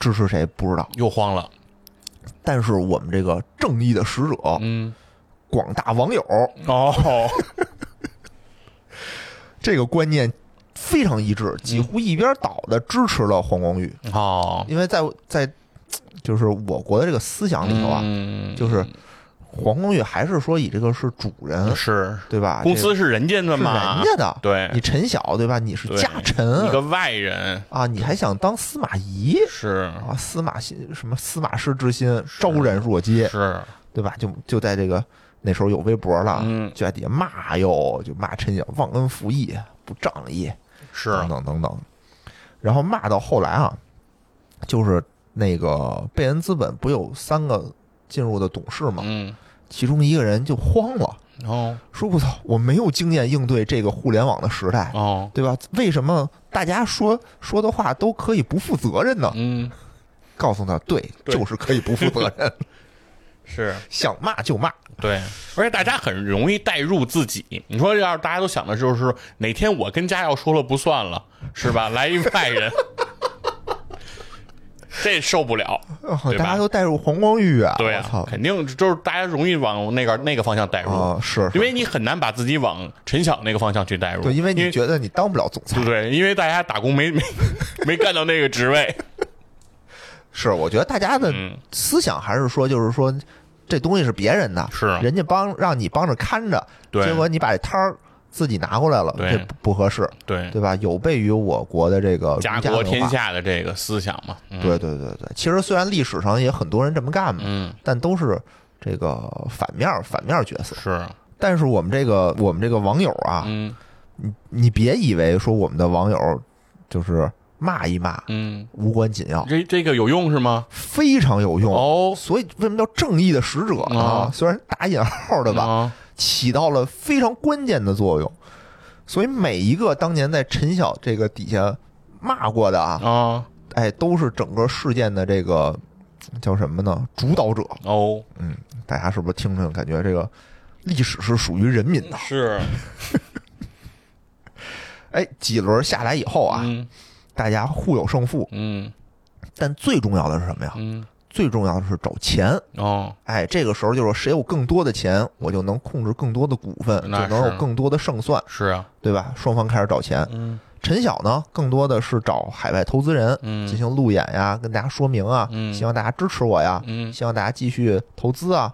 Speaker 2: 支持谁不知道，
Speaker 3: 又慌了，
Speaker 2: 但是我们这个正义的使者，
Speaker 3: 嗯，
Speaker 2: 广大网友
Speaker 3: 哦，
Speaker 2: 这个观念非常一致，几乎一边倒的支持了黄光裕。
Speaker 3: 哦，
Speaker 2: 因为在在就是我国的这个思想里头啊，
Speaker 3: 嗯
Speaker 2: 就是黄光裕还是说以这个是主人，
Speaker 3: 是
Speaker 2: 对吧？
Speaker 3: 嗯公司是人家
Speaker 2: 这
Speaker 3: 的
Speaker 2: 个是
Speaker 3: 嘛
Speaker 2: 人，家的，
Speaker 3: 对
Speaker 2: 你啊陈晓对吧？你是
Speaker 3: 对
Speaker 2: 家
Speaker 3: 一个
Speaker 2: 臣
Speaker 3: 外人
Speaker 2: 啊，你还想当司马懿
Speaker 3: 是
Speaker 2: 啊？司马心什么司马师之心，昭然若揭，
Speaker 3: 是，
Speaker 2: 对吧？就就在这个那时候有微博了，
Speaker 3: 嗯
Speaker 2: 就在底下骂哟，就骂陈晓忘恩负义、不仗义
Speaker 3: 是
Speaker 2: 等等等等，然后骂到后来啊，就是那个贝恩资本不有三个进入的董事嘛，
Speaker 3: 嗯，
Speaker 2: 其中一个人就慌了。
Speaker 3: 哦
Speaker 2: 说我操，我没有经验应对这个互联网的时代，
Speaker 3: 哦，
Speaker 2: 对吧？为什么大家说说的话都可以不负责任呢？
Speaker 3: 嗯，
Speaker 2: 告诉他，对，
Speaker 3: 对
Speaker 2: 就是可以不负责任，
Speaker 3: 是
Speaker 2: 想骂就骂。
Speaker 3: 对，而且大家很容易带入自己。你说，要是大家都想的就是哪天 我跟家要说了不算了，是吧？来一外人，这受不了。
Speaker 2: 啊
Speaker 3: 对吧
Speaker 2: 大家都带入黄光裕啊！
Speaker 3: 对
Speaker 2: 我
Speaker 3: 啊，
Speaker 2: 操
Speaker 3: 肯定就是大家容易往那个那个方向带入，
Speaker 2: 啊，是
Speaker 3: 因为你很难把自己往陈晓那个方向去带入。
Speaker 2: 对，因为
Speaker 3: 因
Speaker 2: 你觉得你当不了总
Speaker 3: 对
Speaker 2: 裁
Speaker 3: 不，对？因为大家打工没 没没干到那个职位，
Speaker 2: 是我觉得大家的
Speaker 3: 嗯
Speaker 2: 思想还是说，就是说这东西是别人的，
Speaker 3: 是啊
Speaker 2: 人家帮让你帮着看着，
Speaker 3: 对
Speaker 2: 结果你把这摊儿自己拿过来了，
Speaker 3: 对
Speaker 2: 这不不合适，
Speaker 3: 对，
Speaker 2: 对吧？有悖于我国的这个儒
Speaker 3: 家
Speaker 2: 家
Speaker 3: 国
Speaker 2: 文
Speaker 3: 天
Speaker 2: 化。
Speaker 3: 下的这个思想嘛。嗯
Speaker 2: 对对对对，其实虽然历史上也很多人这么干嘛，
Speaker 3: 嗯，
Speaker 2: 但都是这个反面儿反面儿角色。
Speaker 3: 是，
Speaker 2: 但是我们这个我们这个网友啊，
Speaker 3: 嗯
Speaker 2: 你别以为说我们的网友就是骂一骂
Speaker 3: 嗯，
Speaker 2: 无关紧要，
Speaker 3: 这这个有用是吗？
Speaker 2: 非常有用。
Speaker 3: 哦，
Speaker 2: 所以为什么叫正义的使者呢？
Speaker 3: 啊
Speaker 2: 虽然打引号的吧，
Speaker 3: 吧？
Speaker 2: 起到了非常关键的作用。所以每一个当年在陈晓这个底下骂过的啊，
Speaker 3: 啊，
Speaker 2: 哎，都是整个事件的这个叫什么呢？主导者。
Speaker 3: 哦，
Speaker 2: 大家是不是听着感觉这个历史是属于人民的？
Speaker 3: 是
Speaker 2: 哎，几轮下来以后啊，
Speaker 3: 嗯
Speaker 2: 大家互有胜负。
Speaker 3: 嗯
Speaker 2: 但最重要的是什么呀？
Speaker 3: 嗯，
Speaker 2: 最重要的是找钱。
Speaker 3: 哦，
Speaker 2: 哎，这个时候就是谁有更多的钱，我就能控制更多的股份，
Speaker 3: 那
Speaker 2: 就是能有更多的胜算，
Speaker 3: 是啊，
Speaker 2: 对吧？双方开始找钱。
Speaker 3: 嗯
Speaker 2: 陈晓呢，更多的是找海外投资人进
Speaker 3: 嗯
Speaker 2: 行路演呀，跟大家说明啊，
Speaker 3: 嗯
Speaker 2: 希望大家支持我呀，
Speaker 3: 嗯
Speaker 2: 希望大家继续投资啊。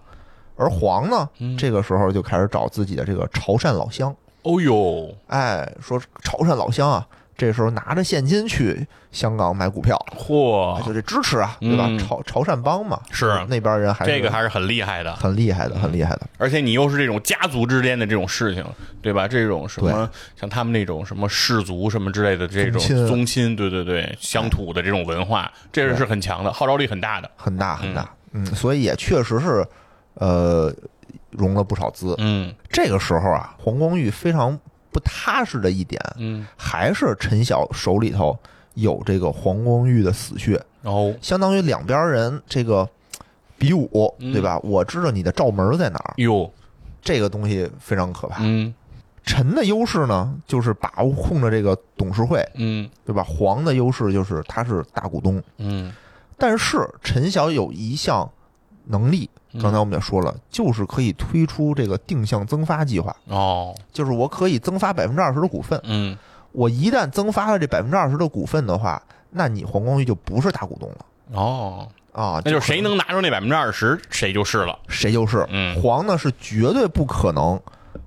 Speaker 2: 而黄呢，
Speaker 3: 嗯，
Speaker 2: 这个时候就开始找自己的这个潮汕老乡。
Speaker 3: 哦呦，
Speaker 2: 哎，说潮汕老乡啊，这时候拿着现金去香港买股票，哎
Speaker 3: 嚯，
Speaker 2: 就这支持啊，对吧？
Speaker 3: 哦嗯
Speaker 2: 潮潮汕帮嘛，
Speaker 3: 是
Speaker 2: 那边人还是
Speaker 3: 这个还是很厉害的，
Speaker 2: 很厉
Speaker 3: 嗯
Speaker 2: 害的，很厉害的。
Speaker 3: 而且你又是这种家族之间的这种事情，对吧？这种什么像他们那种什么氏族什么之类的这种
Speaker 2: 宗亲
Speaker 3: 宗亲，对对对，乡土的这种文化，这个是很强的，号召力很大的。
Speaker 2: 很大很大，嗯，所以也确实是，呃，融了不少资。
Speaker 3: 嗯
Speaker 2: 这个时候啊，黄光裕非常不踏实的一点，
Speaker 3: 嗯，
Speaker 2: 还是陈晓手里头有这个黄光裕的死穴，
Speaker 3: 哦，
Speaker 2: 相当于两边人这个比武，
Speaker 3: 嗯
Speaker 2: 对吧？我知道你的罩门在哪儿，
Speaker 3: 哟，
Speaker 2: 这个东西非常可怕。
Speaker 3: 嗯
Speaker 2: 陈的优势呢，就是把控着这个董事会，
Speaker 3: 嗯
Speaker 2: 对吧？黄的优势就是他是大股东，
Speaker 3: 嗯，
Speaker 2: 但是陈晓有一项能力，
Speaker 3: 嗯
Speaker 2: 刚才我们也说了，就是可以推出这个定向增发计划，
Speaker 3: 哦，
Speaker 2: 就是我可以增发百分之二十的股份。
Speaker 3: 嗯，
Speaker 2: 我一旦增发了这百分之二十的股份的话，那你黄光裕就不是大股东了
Speaker 3: 哦，
Speaker 2: 啊！
Speaker 3: 那就是
Speaker 2: 可
Speaker 3: 谁能拿出那百分之二十，谁就是了。
Speaker 2: 谁就是
Speaker 3: 嗯
Speaker 2: 黄呢，是绝对不可能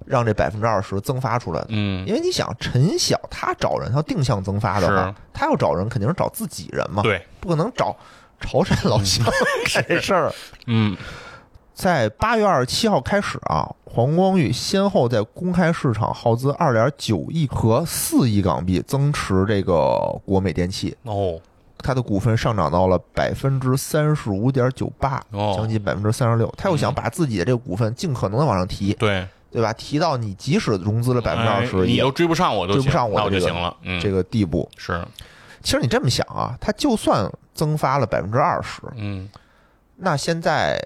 Speaker 2: 让这百分之二十增发出来的。
Speaker 3: 嗯，
Speaker 2: 因为你想，陈晓他找人，他定向增发的话
Speaker 3: 是，
Speaker 2: 他要找人肯定是找自己人嘛，
Speaker 3: 对，
Speaker 2: 不可能找潮汕老乡 干这事儿。
Speaker 3: 嗯
Speaker 2: 在八月二十七号开始啊，黄光裕先后在公开市场耗资二点九亿和四亿港币增持这个国美电器，
Speaker 3: 哦
Speaker 2: 他的股份上涨到了百分之三十五点九八，
Speaker 3: 哦嗯
Speaker 2: 将近百分之三十六。他又想把自己的这个股份尽可能的往上提，
Speaker 3: 对，
Speaker 2: 对吧？提到你即使融资了百分之二
Speaker 3: 哎
Speaker 2: 十，
Speaker 3: 你
Speaker 2: 也
Speaker 3: 都追不上我都行，
Speaker 2: 追不上我
Speaker 3: 那我
Speaker 2: 这
Speaker 3: 就
Speaker 2: 个
Speaker 3: 行了。嗯，
Speaker 2: 这个地步。
Speaker 3: 是，嗯
Speaker 2: 其实你这么想啊，他就算增发了百分之二十，
Speaker 3: 嗯
Speaker 2: 那现在，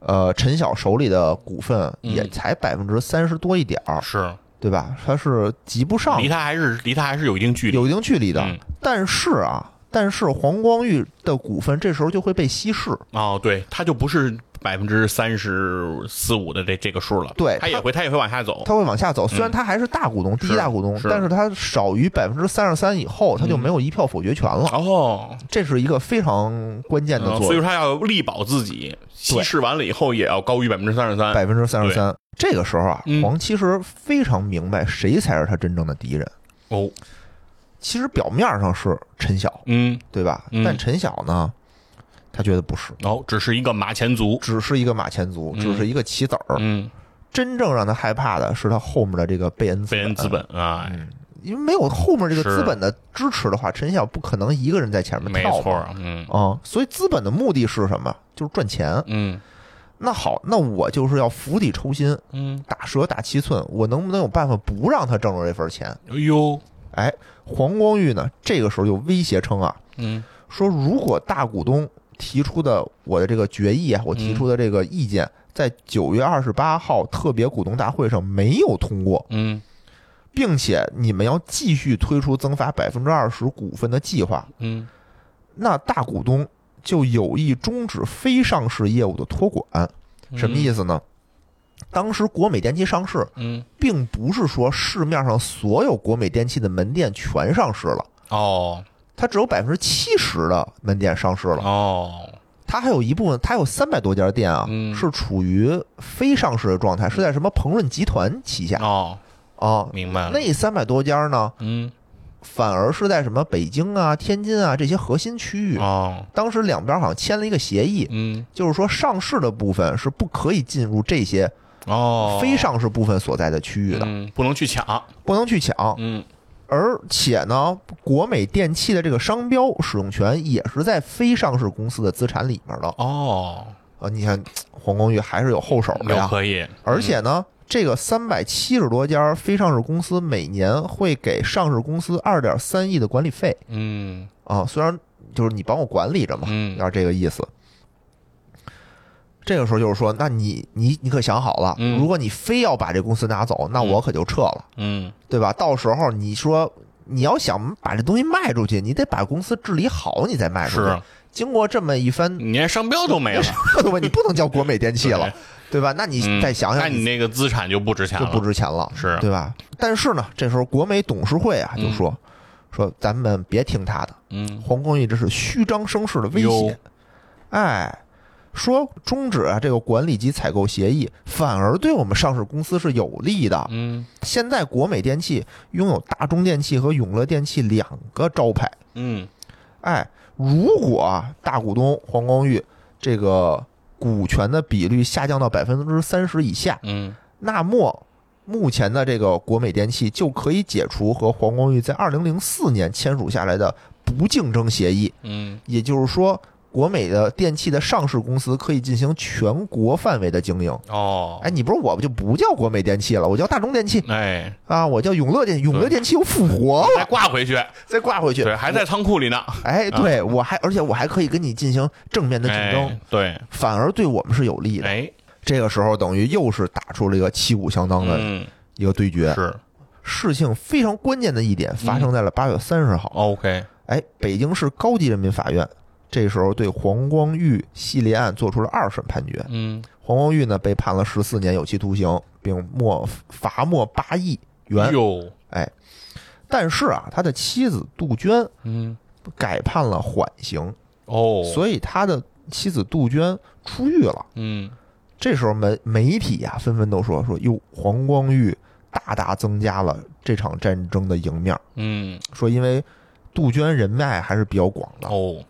Speaker 2: 呃，陈晓手里的股份也
Speaker 3: 嗯
Speaker 2: 才百分之三十多一点儿，
Speaker 3: 是，
Speaker 2: 对吧？他是及不上
Speaker 3: 离，他还是离他还是有一定距离。
Speaker 2: 有一定距离的。
Speaker 3: 嗯
Speaker 2: 但是啊，但是黄光裕的股份这时候就会被稀释，
Speaker 3: 哦，对，它就不是百分之三十四五的这这个数了，
Speaker 2: 对
Speaker 3: 它也
Speaker 2: 它
Speaker 3: 会它也会往下走，
Speaker 2: 它会往下走。虽然他还是大股东，第一大股东，
Speaker 3: 是
Speaker 2: 但是他少于百分之三十三以后，他就
Speaker 3: 嗯
Speaker 2: 没有一票否决权了。
Speaker 3: 哦，
Speaker 2: 这是一个非常关键的
Speaker 3: 嗯
Speaker 2: 作
Speaker 3: 所以
Speaker 2: 用
Speaker 3: 说，它要力保自己，稀释完了以后也要高于百分之三十三，
Speaker 2: 百分之三十三。这个时候啊
Speaker 3: 嗯，
Speaker 2: 黄其实非常明白谁才是他真正的敌人。
Speaker 3: 哦，
Speaker 2: 其实表面上是陈晓，
Speaker 3: 嗯，
Speaker 2: 对吧？
Speaker 3: 嗯
Speaker 2: 但陈晓呢，他觉得不是，
Speaker 3: 哦，只是一个马前卒，
Speaker 2: 只是一个马前卒，
Speaker 3: 嗯
Speaker 2: 只是一个棋子儿。
Speaker 3: 嗯，
Speaker 2: 真正让他害怕的是他后面的这个贝恩资
Speaker 3: 贝恩资本
Speaker 2: 嗯
Speaker 3: 啊，哎
Speaker 2: 因为没有后面这个
Speaker 3: 是
Speaker 2: 资本的支持的话，陈晓不可能一个人在前面
Speaker 3: 没
Speaker 2: 跳
Speaker 3: 错
Speaker 2: 嘛。，
Speaker 3: 嗯
Speaker 2: 啊、所以资本的目的是什么？就是赚钱。
Speaker 3: 嗯
Speaker 2: 那好，那我就是要釜底抽薪，
Speaker 3: 嗯，
Speaker 2: 打蛇打七寸，我能不能有办法不让他挣着这份钱？
Speaker 3: 哎呦，
Speaker 2: 哎，黄光裕呢，这个时候就威胁称啊，
Speaker 3: 嗯
Speaker 2: 说如果大股东提出的我的这个决议啊，我
Speaker 3: 嗯
Speaker 2: 提出的这个意见，在九月二十八号特别股东大会上没有通过，
Speaker 3: 嗯
Speaker 2: 并且你们要继续推出增发百分之二十股份的计划，
Speaker 3: 嗯，
Speaker 2: 那大股东就有意终止非上市业务的托管，什么意思呢？当时国美电器上市，
Speaker 3: 嗯，
Speaker 2: 并不是说市面上所有国美电器的门店全上市了，
Speaker 3: 哦
Speaker 2: 它只有百分之七十的门店上市了，
Speaker 3: 哦，
Speaker 2: 它还有一部分，它有三百多家店啊，
Speaker 3: 嗯
Speaker 2: 是处于非上市的状态，是在什么鹏润集团旗下
Speaker 3: 哦，
Speaker 2: 啊。
Speaker 3: 明白了，
Speaker 2: 那三百多家呢，
Speaker 3: 嗯，
Speaker 2: 反而是在什么北京啊、天津啊这些核心区域。
Speaker 3: 哦，
Speaker 2: 当时两边好像签了一个协议，
Speaker 3: 嗯，
Speaker 2: 就是说上市的部分是不可以进入这些
Speaker 3: 哦，
Speaker 2: 非上市部分所在的区域的，
Speaker 3: 嗯，不能去抢，
Speaker 2: 不能去抢。
Speaker 3: 嗯，
Speaker 2: 而且呢，国美电器的这个商标使用权也是在非上市公司的资产里面的
Speaker 3: 哦，
Speaker 2: 啊。你看，黄光裕还是有后手的
Speaker 3: 又
Speaker 2: 呀。
Speaker 3: 可以，
Speaker 2: 而且呢，这个三百七十多家非上市公司每年会给上市公司二点三亿的管理费
Speaker 3: 嗯
Speaker 2: 啊，虽然就是你帮我管理着嘛，有
Speaker 3: 嗯
Speaker 2: 点这个意思。这个时候就是说，那你你你可想好了，
Speaker 3: 嗯
Speaker 2: 如果你非要把这公司拿走，那我可就撤了，
Speaker 3: 嗯，
Speaker 2: 对吧？到时候你说你要想把这东西卖出去，你得把公司治理好，你再卖出去
Speaker 3: 是。，嗯
Speaker 2: 经过这么一番，
Speaker 3: 你连商标都没了，
Speaker 2: 你不能叫国美电器了，对吧？那你
Speaker 3: 嗯
Speaker 2: 再想
Speaker 3: 那
Speaker 2: 想，
Speaker 3: 你那个资产就不值钱
Speaker 2: 就
Speaker 3: 了，
Speaker 2: 不值钱了，
Speaker 3: 是
Speaker 2: 对吧？但是呢，这时候国美董事会啊就
Speaker 3: 嗯
Speaker 2: 说、说咱们别听他的，
Speaker 3: 嗯，
Speaker 2: 黄光裕这是虚张声势的威
Speaker 3: 哟
Speaker 2: 胁，哎。说终止啊这个管理及采购协议，反而对我们上市公司是有利的。
Speaker 3: 嗯
Speaker 2: 现在国美电器拥有大中电器和永乐电器两个招牌，
Speaker 3: 嗯
Speaker 2: 哎，如果啊大股东黄光裕这个股权的比率下降到百分之三十以下，
Speaker 3: 嗯，
Speaker 2: 那么目前的这个国美电器就可以解除和黄光裕在二零零四年签署下来的不竞争协议，
Speaker 3: 嗯
Speaker 2: 也就是说，国美的电器的上市公司可以进行全国范围的经营。
Speaker 3: 哦，
Speaker 2: 哎，你不是我就不叫国美电器了，我叫大中电器
Speaker 3: 哎，
Speaker 2: 啊，我叫永乐电，永乐电器又复活 了，
Speaker 3: 再挂回去，
Speaker 2: 再挂回去
Speaker 3: 对，。还在仓库里呢，
Speaker 2: 哎，
Speaker 3: 啊
Speaker 2: 对我还，而且我还可以跟你进行正面的竞
Speaker 3: 哎
Speaker 2: 争，，
Speaker 3: 对，
Speaker 2: 反而对我们是有利的。
Speaker 3: 哎，
Speaker 2: 这个时候等于又是打出了一个旗鼓相当的
Speaker 3: 嗯，
Speaker 2: 一个对决。
Speaker 3: 是嗯
Speaker 2: 事情非常关键的一点发生在了八月三十号。
Speaker 3: OK，
Speaker 2: 哎，北京市高级人民法院这时候对黄光裕系列案作出了二审判决。
Speaker 3: 嗯
Speaker 2: 黄光裕呢被判了十四年有期徒刑，并没罚没八亿元。
Speaker 3: 哟，
Speaker 2: 哎，但是啊，他的妻子杜鹃
Speaker 3: 嗯，
Speaker 2: 改判了缓刑，
Speaker 3: 哦，
Speaker 2: 所以他的妻子杜鹃出狱了。
Speaker 3: 嗯，
Speaker 2: 这时候媒媒体呀、纷纷都说说哟，黄光裕大大增加了这场战争的赢面儿。
Speaker 3: 嗯，
Speaker 2: 说因为杜鹃人脉还是比较广的
Speaker 3: 哦，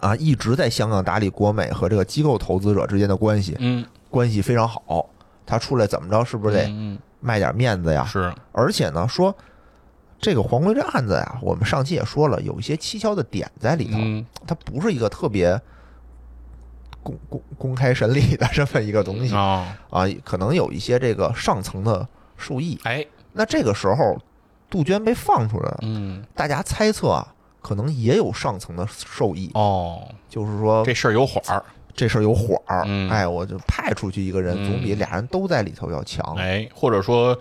Speaker 2: 啊，一直在香港打理国美和这个机构投资者之间的关系，
Speaker 3: 嗯，
Speaker 2: 关系非常好。他出来怎么着，是不
Speaker 3: 不
Speaker 2: 是得啊
Speaker 3: 嗯，
Speaker 2: 卖点面子呀？
Speaker 3: 是，
Speaker 2: 而且呢，说这个黄龟这案子呀，我们上期也说了，有一些蹊跷的点在里头，
Speaker 3: 嗯，
Speaker 2: 它不是一个特别公公公开审理的这么一个东西
Speaker 3: 啊，
Speaker 2: 啊，可能有一些这个上层的受益。
Speaker 3: 哎，
Speaker 2: 那这个时候，杜鹃被放出来了，
Speaker 3: 嗯，
Speaker 2: 大家猜测啊，可能也有上层的受益，
Speaker 3: 哦，
Speaker 2: 就是说
Speaker 3: 这事儿有缓儿，
Speaker 2: 这事儿有火儿，
Speaker 3: 嗯
Speaker 2: 哎，我就派出去一个人，
Speaker 3: 嗯
Speaker 2: 总比俩人都在里头要强。
Speaker 3: 哎，或者说。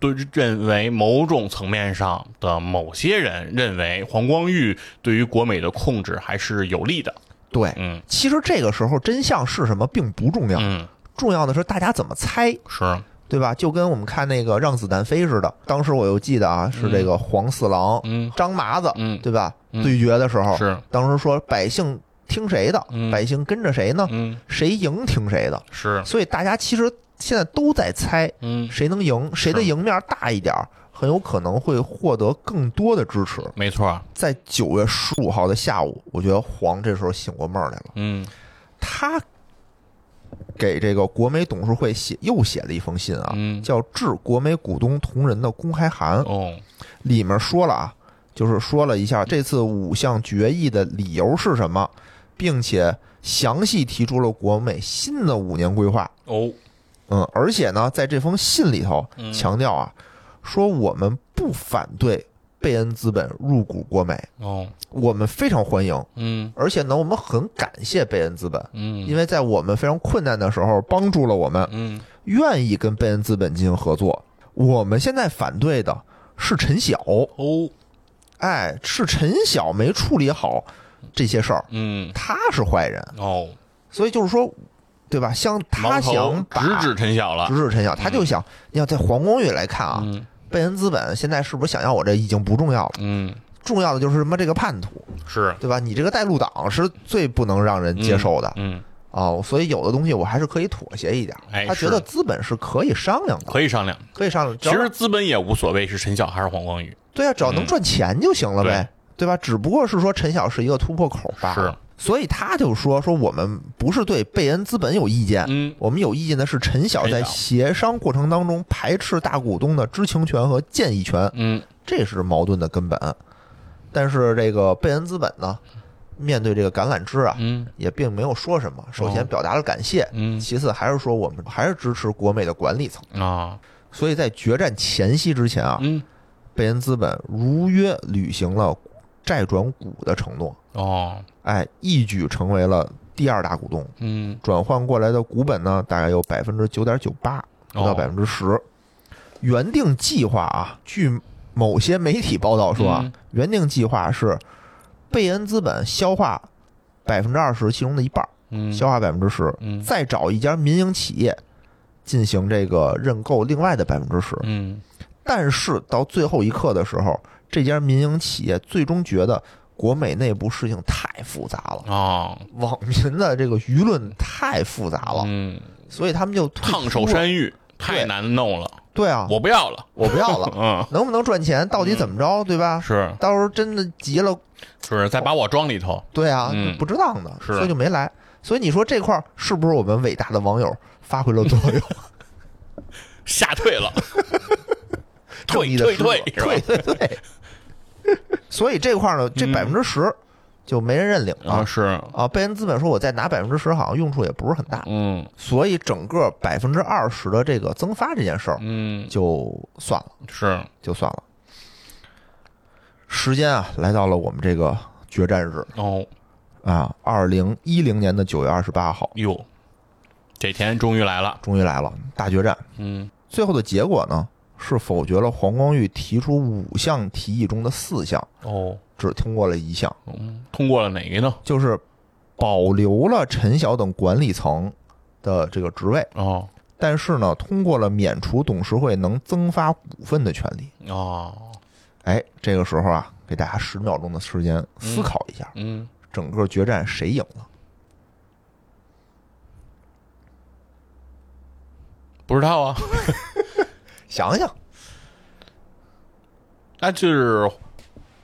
Speaker 3: 对，认为某种层面上的某些人认为黄光裕对于国美的控制还是有利的，
Speaker 2: 对，
Speaker 3: 嗯
Speaker 2: 其实这个时候真相是什么并不重要，
Speaker 3: 嗯，
Speaker 2: 重要的是大家怎么猜，
Speaker 3: 是，
Speaker 2: 对吧？就跟我们看那个《让子弹飞》似的，当时我又记得啊，是这个黄四郎、
Speaker 3: 嗯
Speaker 2: 张麻子，
Speaker 3: 嗯
Speaker 2: 对吧？
Speaker 3: 嗯
Speaker 2: 对决的时候，
Speaker 3: 是，
Speaker 2: 当时说百姓听谁的，
Speaker 3: 嗯
Speaker 2: 百姓跟着谁呢？
Speaker 3: 嗯
Speaker 2: 谁赢听谁的，
Speaker 3: 是，
Speaker 2: 所以大家其实现在都在猜
Speaker 3: 嗯，
Speaker 2: 谁能赢，谁的赢面大一点儿，很有可能会获得更多的支持。
Speaker 3: 没错儿，
Speaker 2: 在九月十五号的下午，我觉得黄这时候醒过闷儿来了，
Speaker 3: 嗯
Speaker 2: 他给这个国美董事会写又写了一封信啊，
Speaker 3: 嗯，
Speaker 2: 叫《致国美股东同仁的公开函》，
Speaker 3: 哦，
Speaker 2: 里面说了啊，就是说了一下这次五项决议的理由是什么，并且详细提出了国美新的五年规划。
Speaker 3: 哦，
Speaker 2: 嗯，而且呢，在这封信里头
Speaker 3: 嗯
Speaker 2: 强调啊，说我们不反对贝恩资本入股国美，
Speaker 3: 哦，
Speaker 2: 我们非常欢迎，
Speaker 3: 嗯
Speaker 2: 而且呢，我们很感谢贝恩资本，
Speaker 3: 嗯，
Speaker 2: 因为在我们非常困难的时候帮助了我们，
Speaker 3: 嗯
Speaker 2: 愿意跟贝恩资本进行合作。我们现在反对的是陈晓，
Speaker 3: 哦，
Speaker 2: 哎，是陈晓没处理好这些事儿，
Speaker 3: 嗯，
Speaker 2: 他是坏人，
Speaker 3: 哦，
Speaker 2: 所以就是说，对吧？像他
Speaker 3: 矛头
Speaker 2: 想把
Speaker 3: 直指陈晓了
Speaker 2: 直，指陈晓，他就想，你要在皇宫域来看啊，
Speaker 3: 嗯
Speaker 2: 贝恩资本现在是不是想要我这已经不重要了，
Speaker 3: 嗯，
Speaker 2: 重要的就是什么这个叛徒，
Speaker 3: 是，
Speaker 2: 对吧？你这个带路党是最不能让人接受的
Speaker 3: 嗯，
Speaker 2: 哦，所以有的东西我还是可以妥协一点
Speaker 3: 哎。
Speaker 2: 他觉得资本是可以商量的，
Speaker 3: 可以商量。
Speaker 2: 可以商量。只
Speaker 3: 其
Speaker 2: 要
Speaker 3: 实嗯资本也无所谓是陈晓还是黄光裕，
Speaker 2: 对啊，只要能赚钱就行了呗，对吧？只不过是说陈晓是一个突破口罢
Speaker 3: 是
Speaker 2: 了。所以他就说说我们不是对贝恩资本有意见，
Speaker 3: 嗯
Speaker 2: 我们有意见的是陈晓在
Speaker 3: 陈晓
Speaker 2: 协商过程当中排斥大股东的知情权和建议权，
Speaker 3: 嗯，
Speaker 2: 这是矛盾的根本。但是这个贝恩资本呢，面对这个橄榄枝啊，
Speaker 3: 嗯
Speaker 2: 也并没有说什么。首
Speaker 3: 哦
Speaker 2: 先表达了感谢，
Speaker 3: 嗯
Speaker 2: 其次还是说我们还是支持国美的管理层。
Speaker 3: 啊，
Speaker 2: 所以在决战前夕之前啊，
Speaker 3: 嗯
Speaker 2: 贝恩资本如约履行了债转股的承诺，
Speaker 3: 哦，
Speaker 2: 哎，一举成为了第二大股东。
Speaker 3: 嗯
Speaker 2: 转换过来的股本呢，大概有百分之九点九八，不到
Speaker 3: 哦
Speaker 2: 百分之十。原定计划啊，据某些媒体报道说啊，
Speaker 3: 嗯
Speaker 2: 原定计划是贝恩资本消化百分之二十其中的一半儿，
Speaker 3: 嗯，
Speaker 2: 消化百分之十，
Speaker 3: 嗯
Speaker 2: 再找一家民营企业进行这个认购另外的百分之十。
Speaker 3: 嗯
Speaker 2: 但是到最后一刻的时候，这家民营企业最终觉得国美内部事情太复杂了，
Speaker 3: 哦，
Speaker 2: 网民的这个舆论太复杂了，
Speaker 3: 嗯，
Speaker 2: 所以他们就退出
Speaker 3: 烫手
Speaker 2: 了。
Speaker 3: 山芋太
Speaker 2: 对
Speaker 3: 难弄了，
Speaker 2: 对啊，
Speaker 3: 我不要了，
Speaker 2: 我不要了，
Speaker 3: 嗯，
Speaker 2: 能不能赚钱，到底怎么着，对吧？
Speaker 3: 是
Speaker 2: 到时候真的急了，
Speaker 3: 是，再把我装里头，
Speaker 2: 对啊，
Speaker 3: 嗯
Speaker 2: 就不值当的，
Speaker 3: 是
Speaker 2: 所以就没来。所以你说这块儿是不是我们伟大的网友发挥了作用？
Speaker 3: 吓退 了，
Speaker 2: 正
Speaker 3: 退
Speaker 2: 义的
Speaker 3: 退
Speaker 2: 使者
Speaker 3: 退，是吧
Speaker 2: 退退退。 所以这块儿呢，这百分之十就没人认领啊
Speaker 3: 啊，是，
Speaker 2: 啊！贝恩资本说，我再拿百分之十，好像用处也不是很大，
Speaker 3: 嗯
Speaker 2: 所以整个百分之二十的这个增发这件事儿
Speaker 3: 嗯，
Speaker 2: 就算了，
Speaker 3: 是，
Speaker 2: 就算了。时间啊，来到了我们这个决战日
Speaker 3: 哦
Speaker 2: 啊，二零一零年的九月二十八号，
Speaker 3: 哟，这天终于来了，
Speaker 2: 终于来了大决战。
Speaker 3: 嗯
Speaker 2: 最后的结果呢，是否决了黄光裕提出五项提议中的四项，
Speaker 3: 哦，
Speaker 2: 只通过了一项。
Speaker 3: 嗯，通过了哪个呢？
Speaker 2: 就是保留了陈晓等管理层的这个职位，
Speaker 3: 哦
Speaker 2: 但是呢，通过了免除董事会能增发股份的权利。
Speaker 3: 哦，
Speaker 2: 哎，这个时候啊，给大家十秒钟的时间思考一下，
Speaker 3: 嗯，
Speaker 2: 整个决战谁赢了？
Speaker 3: 不知道啊，
Speaker 2: 想想，
Speaker 3: 那就是，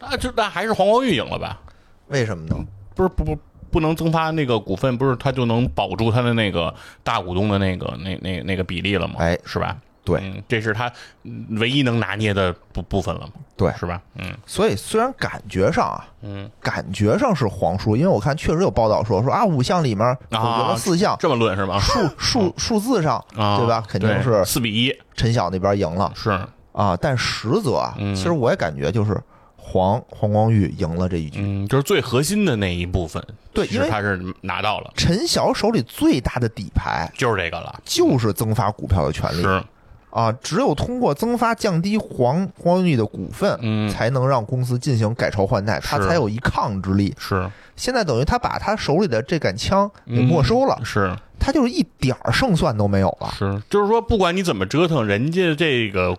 Speaker 3: 那就那还是黄光裕赢了吧？
Speaker 2: 为什么呢？
Speaker 3: 不是不不不能增发那个股份，不是他就能保住他的那个大股东的那个那那那个比例了吗？
Speaker 2: 哎
Speaker 3: 是吧？
Speaker 2: 对
Speaker 3: 嗯这是他嗯唯一能拿捏的部部分了嘛？
Speaker 2: 对
Speaker 3: 是吧？嗯
Speaker 2: 所以虽然感觉上啊，
Speaker 3: 嗯，
Speaker 2: 感觉上是黄输，因为我看确实有报道说说啊，五项里面否决了四项，
Speaker 3: 啊这么论是吧？
Speaker 2: 数数数字上，
Speaker 3: 啊，
Speaker 2: 啊对吧？肯定是
Speaker 3: 四比一，
Speaker 2: 陈晓那边赢了。
Speaker 3: 是
Speaker 2: 啊，但实则啊，
Speaker 3: 嗯
Speaker 2: 其实我也感觉就是黄黄光裕赢了这一局。
Speaker 3: 嗯，就是最核心的那一部分，
Speaker 2: 对
Speaker 3: 其实
Speaker 2: 因为
Speaker 3: 他是拿到了，
Speaker 2: 陈晓手里最大的底牌
Speaker 3: 就是这个了，
Speaker 2: 就是增发股票的权利
Speaker 3: 是
Speaker 2: 啊，只有通过增发降低黄黄光裕的股份，
Speaker 3: 嗯
Speaker 2: 才能让公司进行改朝换代，他
Speaker 3: 是
Speaker 2: 才有一抗之力。
Speaker 3: 是
Speaker 2: 现在等于他把他手里的这杆枪给
Speaker 3: 嗯
Speaker 2: 没收了，
Speaker 3: 是
Speaker 2: 他就是一点儿胜算都没有了。
Speaker 3: 是，就是说不管你怎么折腾，人家这个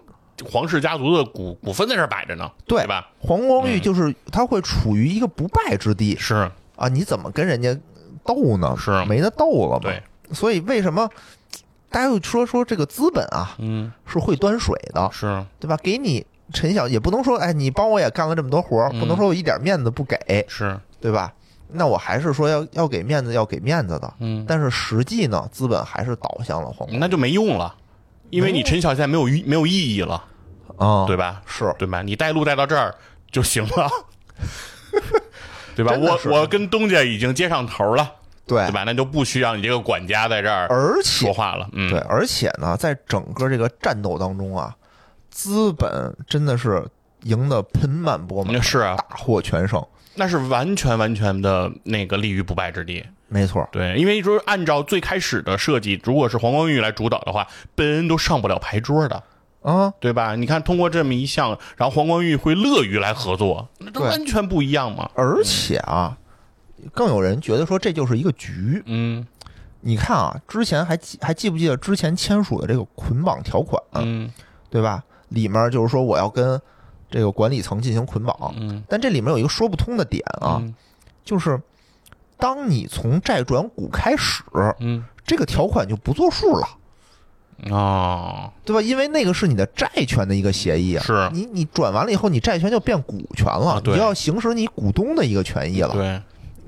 Speaker 3: 皇室家族的股股份在这儿摆着呢，
Speaker 2: 对
Speaker 3: 对吧？
Speaker 2: 黄光裕
Speaker 3: 嗯
Speaker 2: 就是他会处于一个不败之地
Speaker 3: 是
Speaker 2: 啊，你怎么跟人家斗呢？
Speaker 3: 是
Speaker 2: 没得斗了嘛。
Speaker 3: 对，
Speaker 2: 所以为什么大家又说说这个资本啊
Speaker 3: 嗯，
Speaker 2: 是会端水的，
Speaker 3: 是
Speaker 2: 对吧？给你陈晓也不能说，哎，你帮我也干了这么多活儿，
Speaker 3: 嗯
Speaker 2: 不能说我一点面子不给，
Speaker 3: 是，
Speaker 2: 对吧？那我还是说要要给面子，要给面子的。
Speaker 3: 嗯，
Speaker 2: 但是实际呢，资本还是倒向了黄光
Speaker 3: 那就没用了，因为你陈晓现在没有意没有意义了，
Speaker 2: 啊，
Speaker 3: 嗯对吧？
Speaker 2: 是
Speaker 3: 对吧？你带路带到这儿就行了， 对吧？
Speaker 2: 真的
Speaker 3: 我
Speaker 2: 是
Speaker 3: 我跟东家已经接上头了，
Speaker 2: 对
Speaker 3: 对吧？那就不需要你这个管家在这儿
Speaker 2: 而
Speaker 3: 说
Speaker 2: 且
Speaker 3: 话了，嗯，
Speaker 2: 对，，而且呢，在整个这个战斗当中啊，资本真的是赢得盆满钵满
Speaker 3: 那，是啊，
Speaker 2: 大获全胜。
Speaker 3: 那是完全完全的那个立于不败之地。
Speaker 2: 没错，
Speaker 3: 对，因为说按照最开始的设计，如果是黄光裕来主导的话，贝恩都上不了牌桌的，
Speaker 2: 啊，
Speaker 3: 对吧？你看，通过这么一项，然后黄光裕会乐于来合作，那都
Speaker 2: 对
Speaker 3: 完全不一样嘛。
Speaker 2: 而且啊，更有人觉得说这就是一个局。
Speaker 3: 嗯
Speaker 2: 你看啊，之前还记还记不记得之前签署的这个捆绑条款，啊
Speaker 3: 嗯
Speaker 2: 对吧？里面就是说我要跟这个管理层进行捆绑，
Speaker 3: 嗯
Speaker 2: 但这里面有一个说不通的点啊，
Speaker 3: 嗯
Speaker 2: 就是当你从债转股开始，
Speaker 3: 嗯
Speaker 2: 这个条款就不作数了，
Speaker 3: 哦，
Speaker 2: 对吧？因为那个是你的债权的一个协议啊，
Speaker 3: 是
Speaker 2: 你你转完了以后，你债权就变股权了，
Speaker 3: 啊对
Speaker 2: 你就要行使你股东的一个权益了。
Speaker 3: 对，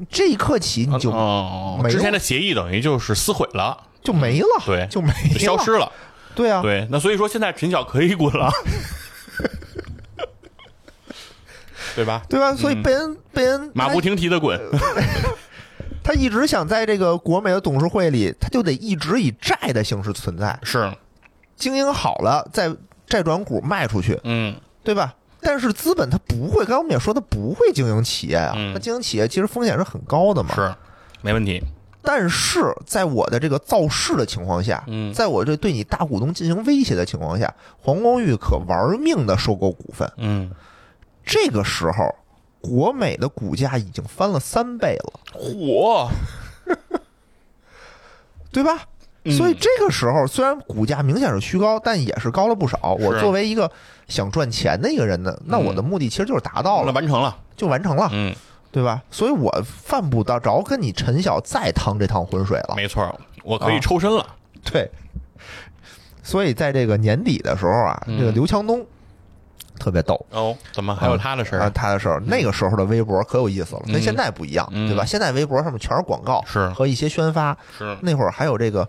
Speaker 2: 这一刻起你就、
Speaker 3: 哦，
Speaker 2: 没有
Speaker 3: 之前的协议等于就是撕毁了，
Speaker 2: 就没了，
Speaker 3: 对
Speaker 2: 就没了，
Speaker 3: 就消。失了。
Speaker 2: 对啊，
Speaker 3: 对，那所以说现在陈晓可 以滚了，对吧？
Speaker 2: 对啊吧？所以贝恩贝恩
Speaker 3: 嗯马不
Speaker 2: 他
Speaker 3: 停蹄的滚，
Speaker 2: 呃他一直想在这个国美的董事会里，他就得一直以债的形式存在，
Speaker 3: 是，
Speaker 2: 经营好了再债转股卖出去，
Speaker 3: 嗯
Speaker 2: 对吧？但是资本它不会，刚才我们也说它不会经营企业啊，
Speaker 3: 嗯
Speaker 2: 它经营企业其实风险是很高的嘛。
Speaker 3: 是，没问题，
Speaker 2: 但是在我的这个造势的情况下，
Speaker 3: 嗯
Speaker 2: 在我这对你大股东进行威胁的情况下，黄光裕可玩命的收购股份。
Speaker 3: 嗯，
Speaker 2: 这个时候，国美的股价已经翻了三倍了，
Speaker 3: 火，
Speaker 2: 对吧？
Speaker 3: 嗯
Speaker 2: 所以这个时候，虽然股价明显是虚高，但也是高了不少。我
Speaker 3: 是嗯
Speaker 2: 作为一个想赚钱的一个人呢，那我的目的其实就是达到
Speaker 3: 那
Speaker 2: 了，
Speaker 3: 完成了，
Speaker 2: 就完成了。
Speaker 3: 嗯，
Speaker 2: 对吧？所以我犯不到着跟你陈晓再趟这趟浑水了。
Speaker 3: 没错，我可
Speaker 2: 啊
Speaker 3: 以抽身了，
Speaker 2: 对，所以在这个年底的时候啊，
Speaker 3: 嗯
Speaker 2: 这个刘强东特别逗。
Speaker 3: 哦，怎么还有他的事
Speaker 2: 啊，
Speaker 3: 儿？
Speaker 2: 他的事儿，那个时候的微博可有意思了，跟
Speaker 3: 嗯
Speaker 2: 现在不一样，
Speaker 3: 嗯
Speaker 2: 对吧？现在微博上面全是广告，
Speaker 3: 是
Speaker 2: 和一些宣发，
Speaker 3: 是，
Speaker 2: 那会儿还有这个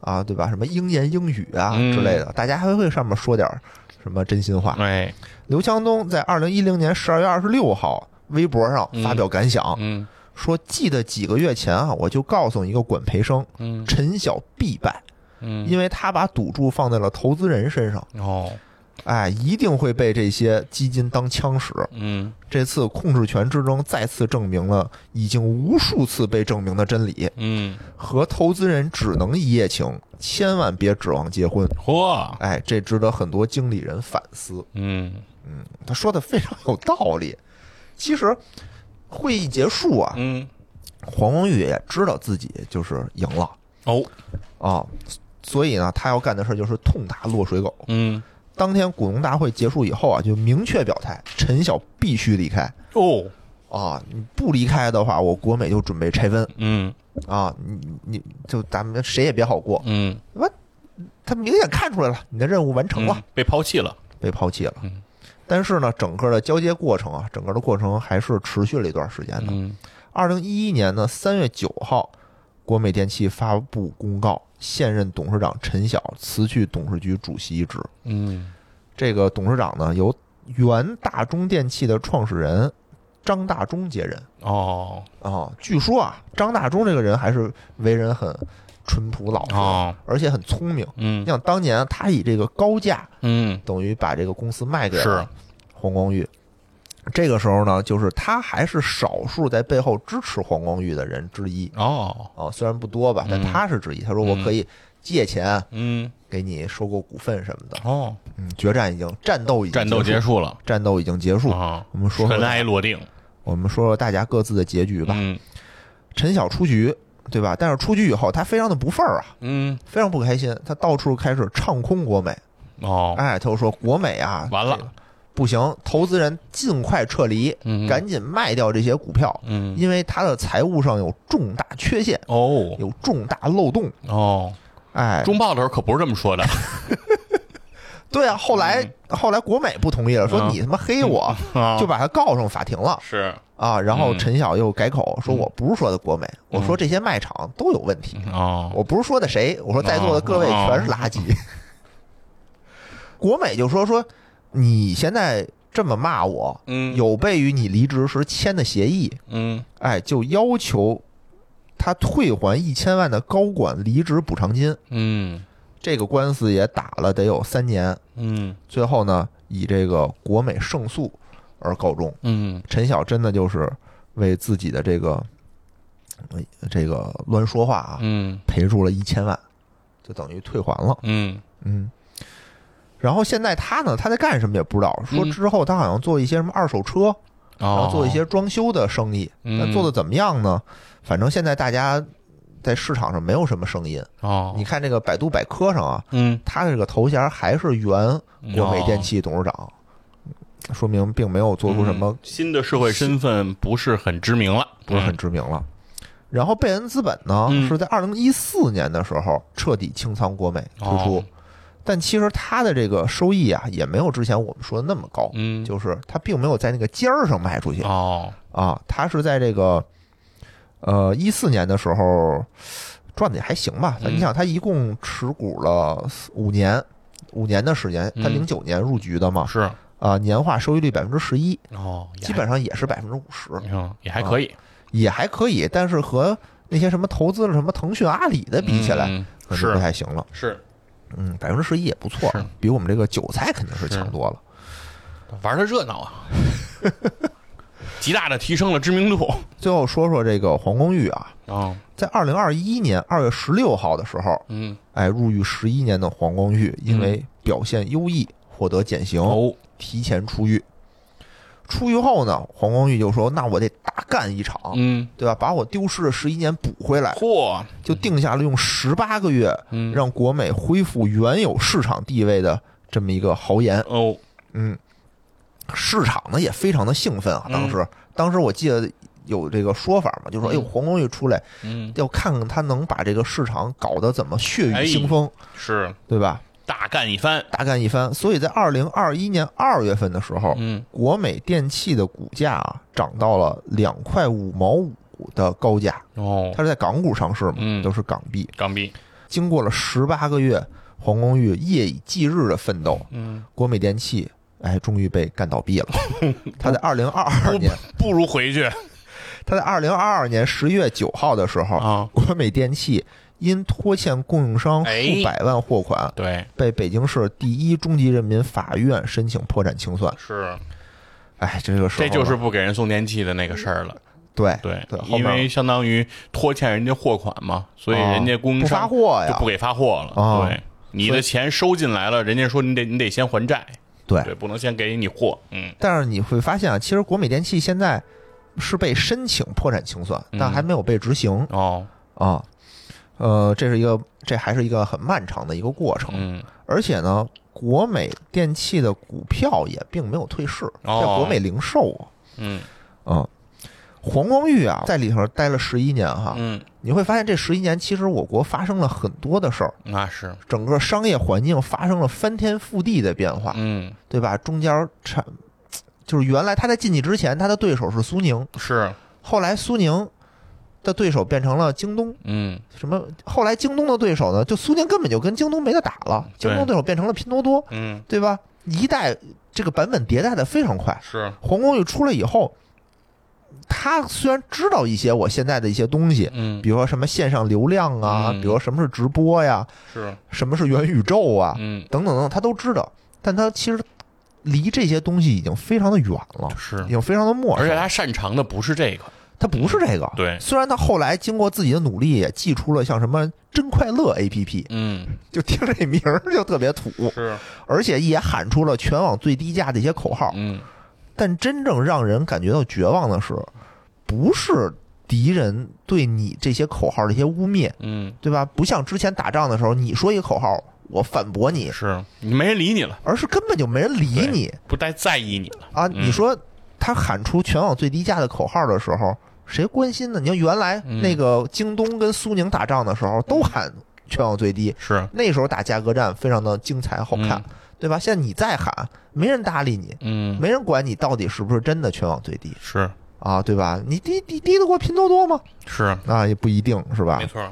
Speaker 2: 啊，对吧？什么英言英语啊
Speaker 3: 嗯
Speaker 2: 之类的，大家还会上面说点儿什么真心话。
Speaker 3: 哎，
Speaker 2: 刘强东在二零一零年十二月二十六号微博上发表感想，
Speaker 3: 嗯
Speaker 2: 说记得几个月前啊，我就告诉一个管培生，
Speaker 3: 嗯
Speaker 2: 陈晓必败，
Speaker 3: 嗯，
Speaker 2: 因为他把赌注放在了投资人身上，
Speaker 3: 哦，
Speaker 2: 哎，一定会被这些基金当枪使。
Speaker 3: 嗯
Speaker 2: 这次控制权之争再次证明了已经无数次被证明的真理：
Speaker 3: 嗯，
Speaker 2: 和投资人只能一夜情，千万别指望结婚。
Speaker 3: 嚯，
Speaker 2: 哎，这值得很多经理人反思。
Speaker 3: 嗯
Speaker 2: 他说的非常有道理。其实会议结束啊，
Speaker 3: 嗯，
Speaker 2: 黄光裕也知道自己就是赢了。
Speaker 3: 哦，
Speaker 2: 啊，所以呢，他要干的事儿就是痛打落水狗。
Speaker 3: 嗯
Speaker 2: 当天股东大会结束以后啊，就明确表态，陈晓必须离开
Speaker 3: 哦，
Speaker 2: 啊！你不离开的话，我国美就准备拆分
Speaker 3: 嗯
Speaker 2: 啊！你你就咱们谁也别好过。
Speaker 3: 嗯，
Speaker 2: 他明显看出来了，你的任务完成了，
Speaker 3: 嗯，被抛弃了，
Speaker 2: 被抛弃了
Speaker 3: 嗯。
Speaker 2: 但是呢，整个的交接过程啊，整个的过程还是持续了一段时间的。
Speaker 3: 嗯
Speaker 2: 二零一一年呢，三月九号，国美电器发布公告，现任董事长陈晓辞去董事局主席一职。
Speaker 3: 嗯
Speaker 2: 这个董事长呢，由原大中电器的创始人张大中接任
Speaker 3: 哦
Speaker 2: 啊。据说啊，张大中这个人还是为人很淳朴老实，
Speaker 3: 哦，
Speaker 2: 而且很聪明。
Speaker 3: 嗯
Speaker 2: 你想当年他以这个高价，
Speaker 3: 嗯
Speaker 2: 等于把这个公司卖给
Speaker 3: 是
Speaker 2: 了黄光裕。这个时候呢，就是他还是少数在背后支持黄光裕的人之一
Speaker 3: 哦，
Speaker 2: 啊，虽然不多吧，但
Speaker 3: 嗯
Speaker 2: 他是之一。他说我可以借钱
Speaker 3: 嗯
Speaker 2: 给你收购股份什么的。
Speaker 3: 哦，
Speaker 2: 嗯，决战已经，战斗已经
Speaker 3: 战斗结
Speaker 2: 束
Speaker 3: 束了
Speaker 2: 战斗已经结束，
Speaker 3: 啊，
Speaker 2: 我们说说
Speaker 3: 尘埃落定，
Speaker 2: 我们说说大家各自的结局吧。
Speaker 3: 嗯
Speaker 2: 陈晓出局，对吧？但是出局以后，他非常的不忿儿啊，
Speaker 3: 嗯
Speaker 2: 非常不开心，他到处开始唱空国美。
Speaker 3: 哦，
Speaker 2: 哎，他就说国美啊，
Speaker 3: 完了
Speaker 2: 这个不行，投资人尽快撤离，
Speaker 3: 嗯
Speaker 2: 赶紧卖掉这些股票，
Speaker 3: 嗯
Speaker 2: 因为他的财务上有重大缺陷，
Speaker 3: 哦
Speaker 2: 有重大漏洞。
Speaker 3: 哦，
Speaker 2: 哎，
Speaker 3: 中报的时候可不是这 么说的，
Speaker 2: 对啊，后来后来国美不同意了，说
Speaker 3: 嗯
Speaker 2: 你他妈黑我，
Speaker 3: 啊
Speaker 2: 就把他告上法庭了。
Speaker 3: 是
Speaker 2: 啊，然后
Speaker 3: 嗯
Speaker 2: 陈晓又改口说：“
Speaker 3: 嗯
Speaker 2: 我不是说的国美，我说这些卖场都有问题，
Speaker 3: 哦，
Speaker 2: 我不是说的谁，我说在座的各位全是垃圾。”国美就说：“说你现在这么骂我，
Speaker 3: 嗯
Speaker 2: 有悖于你离职时签的协议，
Speaker 3: 嗯
Speaker 2: 哎，就要求他退还一千万的高管离职补偿金。
Speaker 3: 嗯
Speaker 2: 这个官司也打了得有三年，
Speaker 3: 嗯
Speaker 2: 最后呢，以这个国美胜诉而告终。
Speaker 3: 嗯
Speaker 2: 陈晓真的就是为自己的这个呃这个乱说话啊，
Speaker 3: 嗯
Speaker 2: 赔出了一千万，就等于退还了。
Speaker 3: 嗯
Speaker 2: 嗯，然后现在他呢，他在干什么也不知道。说
Speaker 3: 嗯
Speaker 2: 之后他好像做一些什么二手车，然
Speaker 3: 哦
Speaker 2: 后做一些装修的生意。
Speaker 3: 嗯
Speaker 2: 那做的怎么样呢？反正现在大家在市场上没有什么声音。
Speaker 3: 哦，
Speaker 2: 你看这个百度百科上啊，
Speaker 3: 嗯，
Speaker 2: 他的这个头衔还是原国美电
Speaker 3: 哦
Speaker 2: 器董事长，说明并没有做出什么
Speaker 3: 嗯新的社会身份不是很知名了，
Speaker 2: 不是很知名了。然后贝恩资本呢
Speaker 3: 嗯
Speaker 2: 是在二零一四年的时候彻底清仓国美退出
Speaker 3: 哦，
Speaker 2: 但其实它的这个收益啊也没有之前我们说的那么高，
Speaker 3: 嗯，
Speaker 2: 就是它并没有在那个尖儿上卖出去
Speaker 3: 哦，
Speaker 2: 啊，它是在这个呃一四年的时候赚的也还行吧。
Speaker 3: 嗯
Speaker 2: 你想，它一共持股了四五年，五年的时间，它
Speaker 3: 嗯
Speaker 2: 零九年入局的嘛，
Speaker 3: 是
Speaker 2: 啊，年化收益率百分之十一，
Speaker 3: 哦，也
Speaker 2: 基啊本上也是百分之五十，
Speaker 3: 还嗯也还可以，
Speaker 2: 也还可以，但是和那些什么投资了什么腾讯、阿里的比起来，
Speaker 3: 嗯
Speaker 2: 可能不
Speaker 3: 是
Speaker 2: 太行了。
Speaker 3: 是
Speaker 2: 嗯，百分之十一也不错
Speaker 3: 是，
Speaker 2: 比我们这个韭菜肯定是
Speaker 3: 是
Speaker 2: 强多了。
Speaker 3: 玩的热闹 啊，极大的提升了知名度。
Speaker 2: 最后说说这个黄光裕啊，
Speaker 3: 哦，
Speaker 2: 在二零二一年二月十六号的时候，
Speaker 3: 嗯，
Speaker 2: 哎，入狱十一年的黄光裕，因为表现优异获得减刑，
Speaker 3: 哦，
Speaker 2: 提前出狱。出狱后呢，黄光裕就说：“那我得大干一场，
Speaker 3: 嗯，
Speaker 2: 对吧？把我丢失的十一年补回来。
Speaker 3: 嚯，”
Speaker 2: 就定下了用十八个月
Speaker 3: 嗯，
Speaker 2: 让国美恢复原有市场地位的这么一个豪言。
Speaker 3: 哦，
Speaker 2: 嗯，市场呢也非常的兴奋啊。
Speaker 3: 嗯
Speaker 2: 当时，当时我记得有这个说法嘛，就说：“哎呦，
Speaker 3: 嗯
Speaker 2: 黄光裕出来
Speaker 3: 嗯，
Speaker 2: 要看看他能把这个市场搞得怎么血
Speaker 3: 哎
Speaker 2: 雨腥风，
Speaker 3: 是
Speaker 2: 对吧？”
Speaker 3: 大干一番。
Speaker 2: 大干一番。所以在二零二一年二月份的时候，
Speaker 3: 嗯，
Speaker 2: 国美电器的股价啊涨到了两块五毛五的高价，
Speaker 3: 哦，
Speaker 2: 它是在港股上市嘛，
Speaker 3: 嗯
Speaker 2: 都是港币。
Speaker 3: 港币，
Speaker 2: 经过了十八个月，黄光裕夜以继日的奋斗，
Speaker 3: 嗯，
Speaker 2: 国美电器哎终于被干倒闭 了。他在二零二二年，
Speaker 3: 不如回去
Speaker 2: 他在二零二二年十月九号的时候，
Speaker 3: 啊。
Speaker 2: 国美电器。因拖欠供应商
Speaker 3: 哎
Speaker 2: 数百万货款，
Speaker 3: 对，
Speaker 2: 被北京市第一中级人民法院申请破产清算。
Speaker 3: 是，
Speaker 2: 哎，这个时候
Speaker 3: 这就是
Speaker 2: 呢
Speaker 3: 不给人送电器的那个事儿了。
Speaker 2: 对
Speaker 3: 对
Speaker 2: 对，，后
Speaker 3: 因为
Speaker 2: 面
Speaker 3: 相当于拖欠人家货款嘛，所以人家供应
Speaker 2: 不发
Speaker 3: 商
Speaker 2: 货
Speaker 3: 就
Speaker 2: 呀
Speaker 3: 啊不，给发货了。
Speaker 2: 哦
Speaker 3: 对，你
Speaker 2: 所
Speaker 3: 的
Speaker 2: 以
Speaker 3: 钱收进来了，人家说你得你得先还债，
Speaker 2: 对
Speaker 3: 对，不能先给你货。嗯，
Speaker 2: 但是你会发现啊，其实国美电器现在是被申请破产清算，但
Speaker 3: 嗯
Speaker 2: 还没有被执行
Speaker 3: 哦，
Speaker 2: 啊。呃，这是一个，这还是一个很漫长的一个过程，
Speaker 3: 嗯，
Speaker 2: 而且呢，国美电器的股票也并没有退市，在
Speaker 3: 哦
Speaker 2: 国美零售啊，
Speaker 3: 嗯
Speaker 2: 嗯，黄光裕啊，在里头待了十一年哈，
Speaker 3: 嗯，
Speaker 2: 你会发现这十一年其实我国发生了很多的事儿，
Speaker 3: 那是，
Speaker 2: 整个商业环境发生了翻天覆地的变化，
Speaker 3: 嗯
Speaker 2: 对吧？中间产就是原来他在进去之前，他的对手是苏宁，
Speaker 3: 是，
Speaker 2: 后来苏宁的对手变成了京东，
Speaker 3: 嗯
Speaker 2: 什么后来京东的对手呢？就苏宁根本就跟京东没得打了，
Speaker 3: 对
Speaker 2: 京东对手变成了拼多多，
Speaker 3: 嗯
Speaker 2: 对吧？一代这个版本迭代的非常快。
Speaker 3: 是，
Speaker 2: 黄光裕出来以后，他虽然知道一些我现在的一些东西，
Speaker 3: 嗯
Speaker 2: 比如说什么线上流量啊，
Speaker 3: 嗯
Speaker 2: 比如说什么是直播呀，
Speaker 3: 是，
Speaker 2: 什么是元宇宙啊，
Speaker 3: 嗯
Speaker 2: 等等等等，他都知道，但他其实离这些东西已经非常的远了，
Speaker 3: 是
Speaker 2: 已，经非常的陌
Speaker 3: 而
Speaker 2: 生。
Speaker 3: 且他擅长的不是这个，
Speaker 2: 他不是这个，
Speaker 3: 对
Speaker 2: 虽然他后来经过自己的努力，也寄出了像什么“真快乐 ”APP，
Speaker 3: 嗯
Speaker 2: 就听这名儿就特别土，
Speaker 3: 是，
Speaker 2: 而且也喊出了全网最低价的一些口号。
Speaker 3: 嗯
Speaker 2: 但真正让人感觉到绝望的是，不是敌人对你这些口号的一些污蔑，
Speaker 3: 嗯
Speaker 2: 对吧？不像之前打仗的时候，你说一个口号，我反驳你，
Speaker 3: 是，你没人理你了，
Speaker 2: 而是根本就没人理
Speaker 3: 对
Speaker 2: 你。
Speaker 3: 不太在意你了，
Speaker 2: 啊，
Speaker 3: 嗯
Speaker 2: 你说他喊出全网最低价的口号的时候，谁关心呢？你看原来
Speaker 3: 嗯
Speaker 2: 那个京东跟苏宁打仗的时候，都喊全网最低，
Speaker 3: 是，
Speaker 2: 那时候打价格战非常的精彩好看
Speaker 3: 嗯，
Speaker 2: 对吧？现在你再喊，没人搭理你，
Speaker 3: 嗯
Speaker 2: 没人管你到底是不是真的全网最低
Speaker 3: 是
Speaker 2: 啊，对吧？你低低低得过拼多多吗？
Speaker 3: 是，
Speaker 2: 啊，也不一定是吧
Speaker 3: 没？错，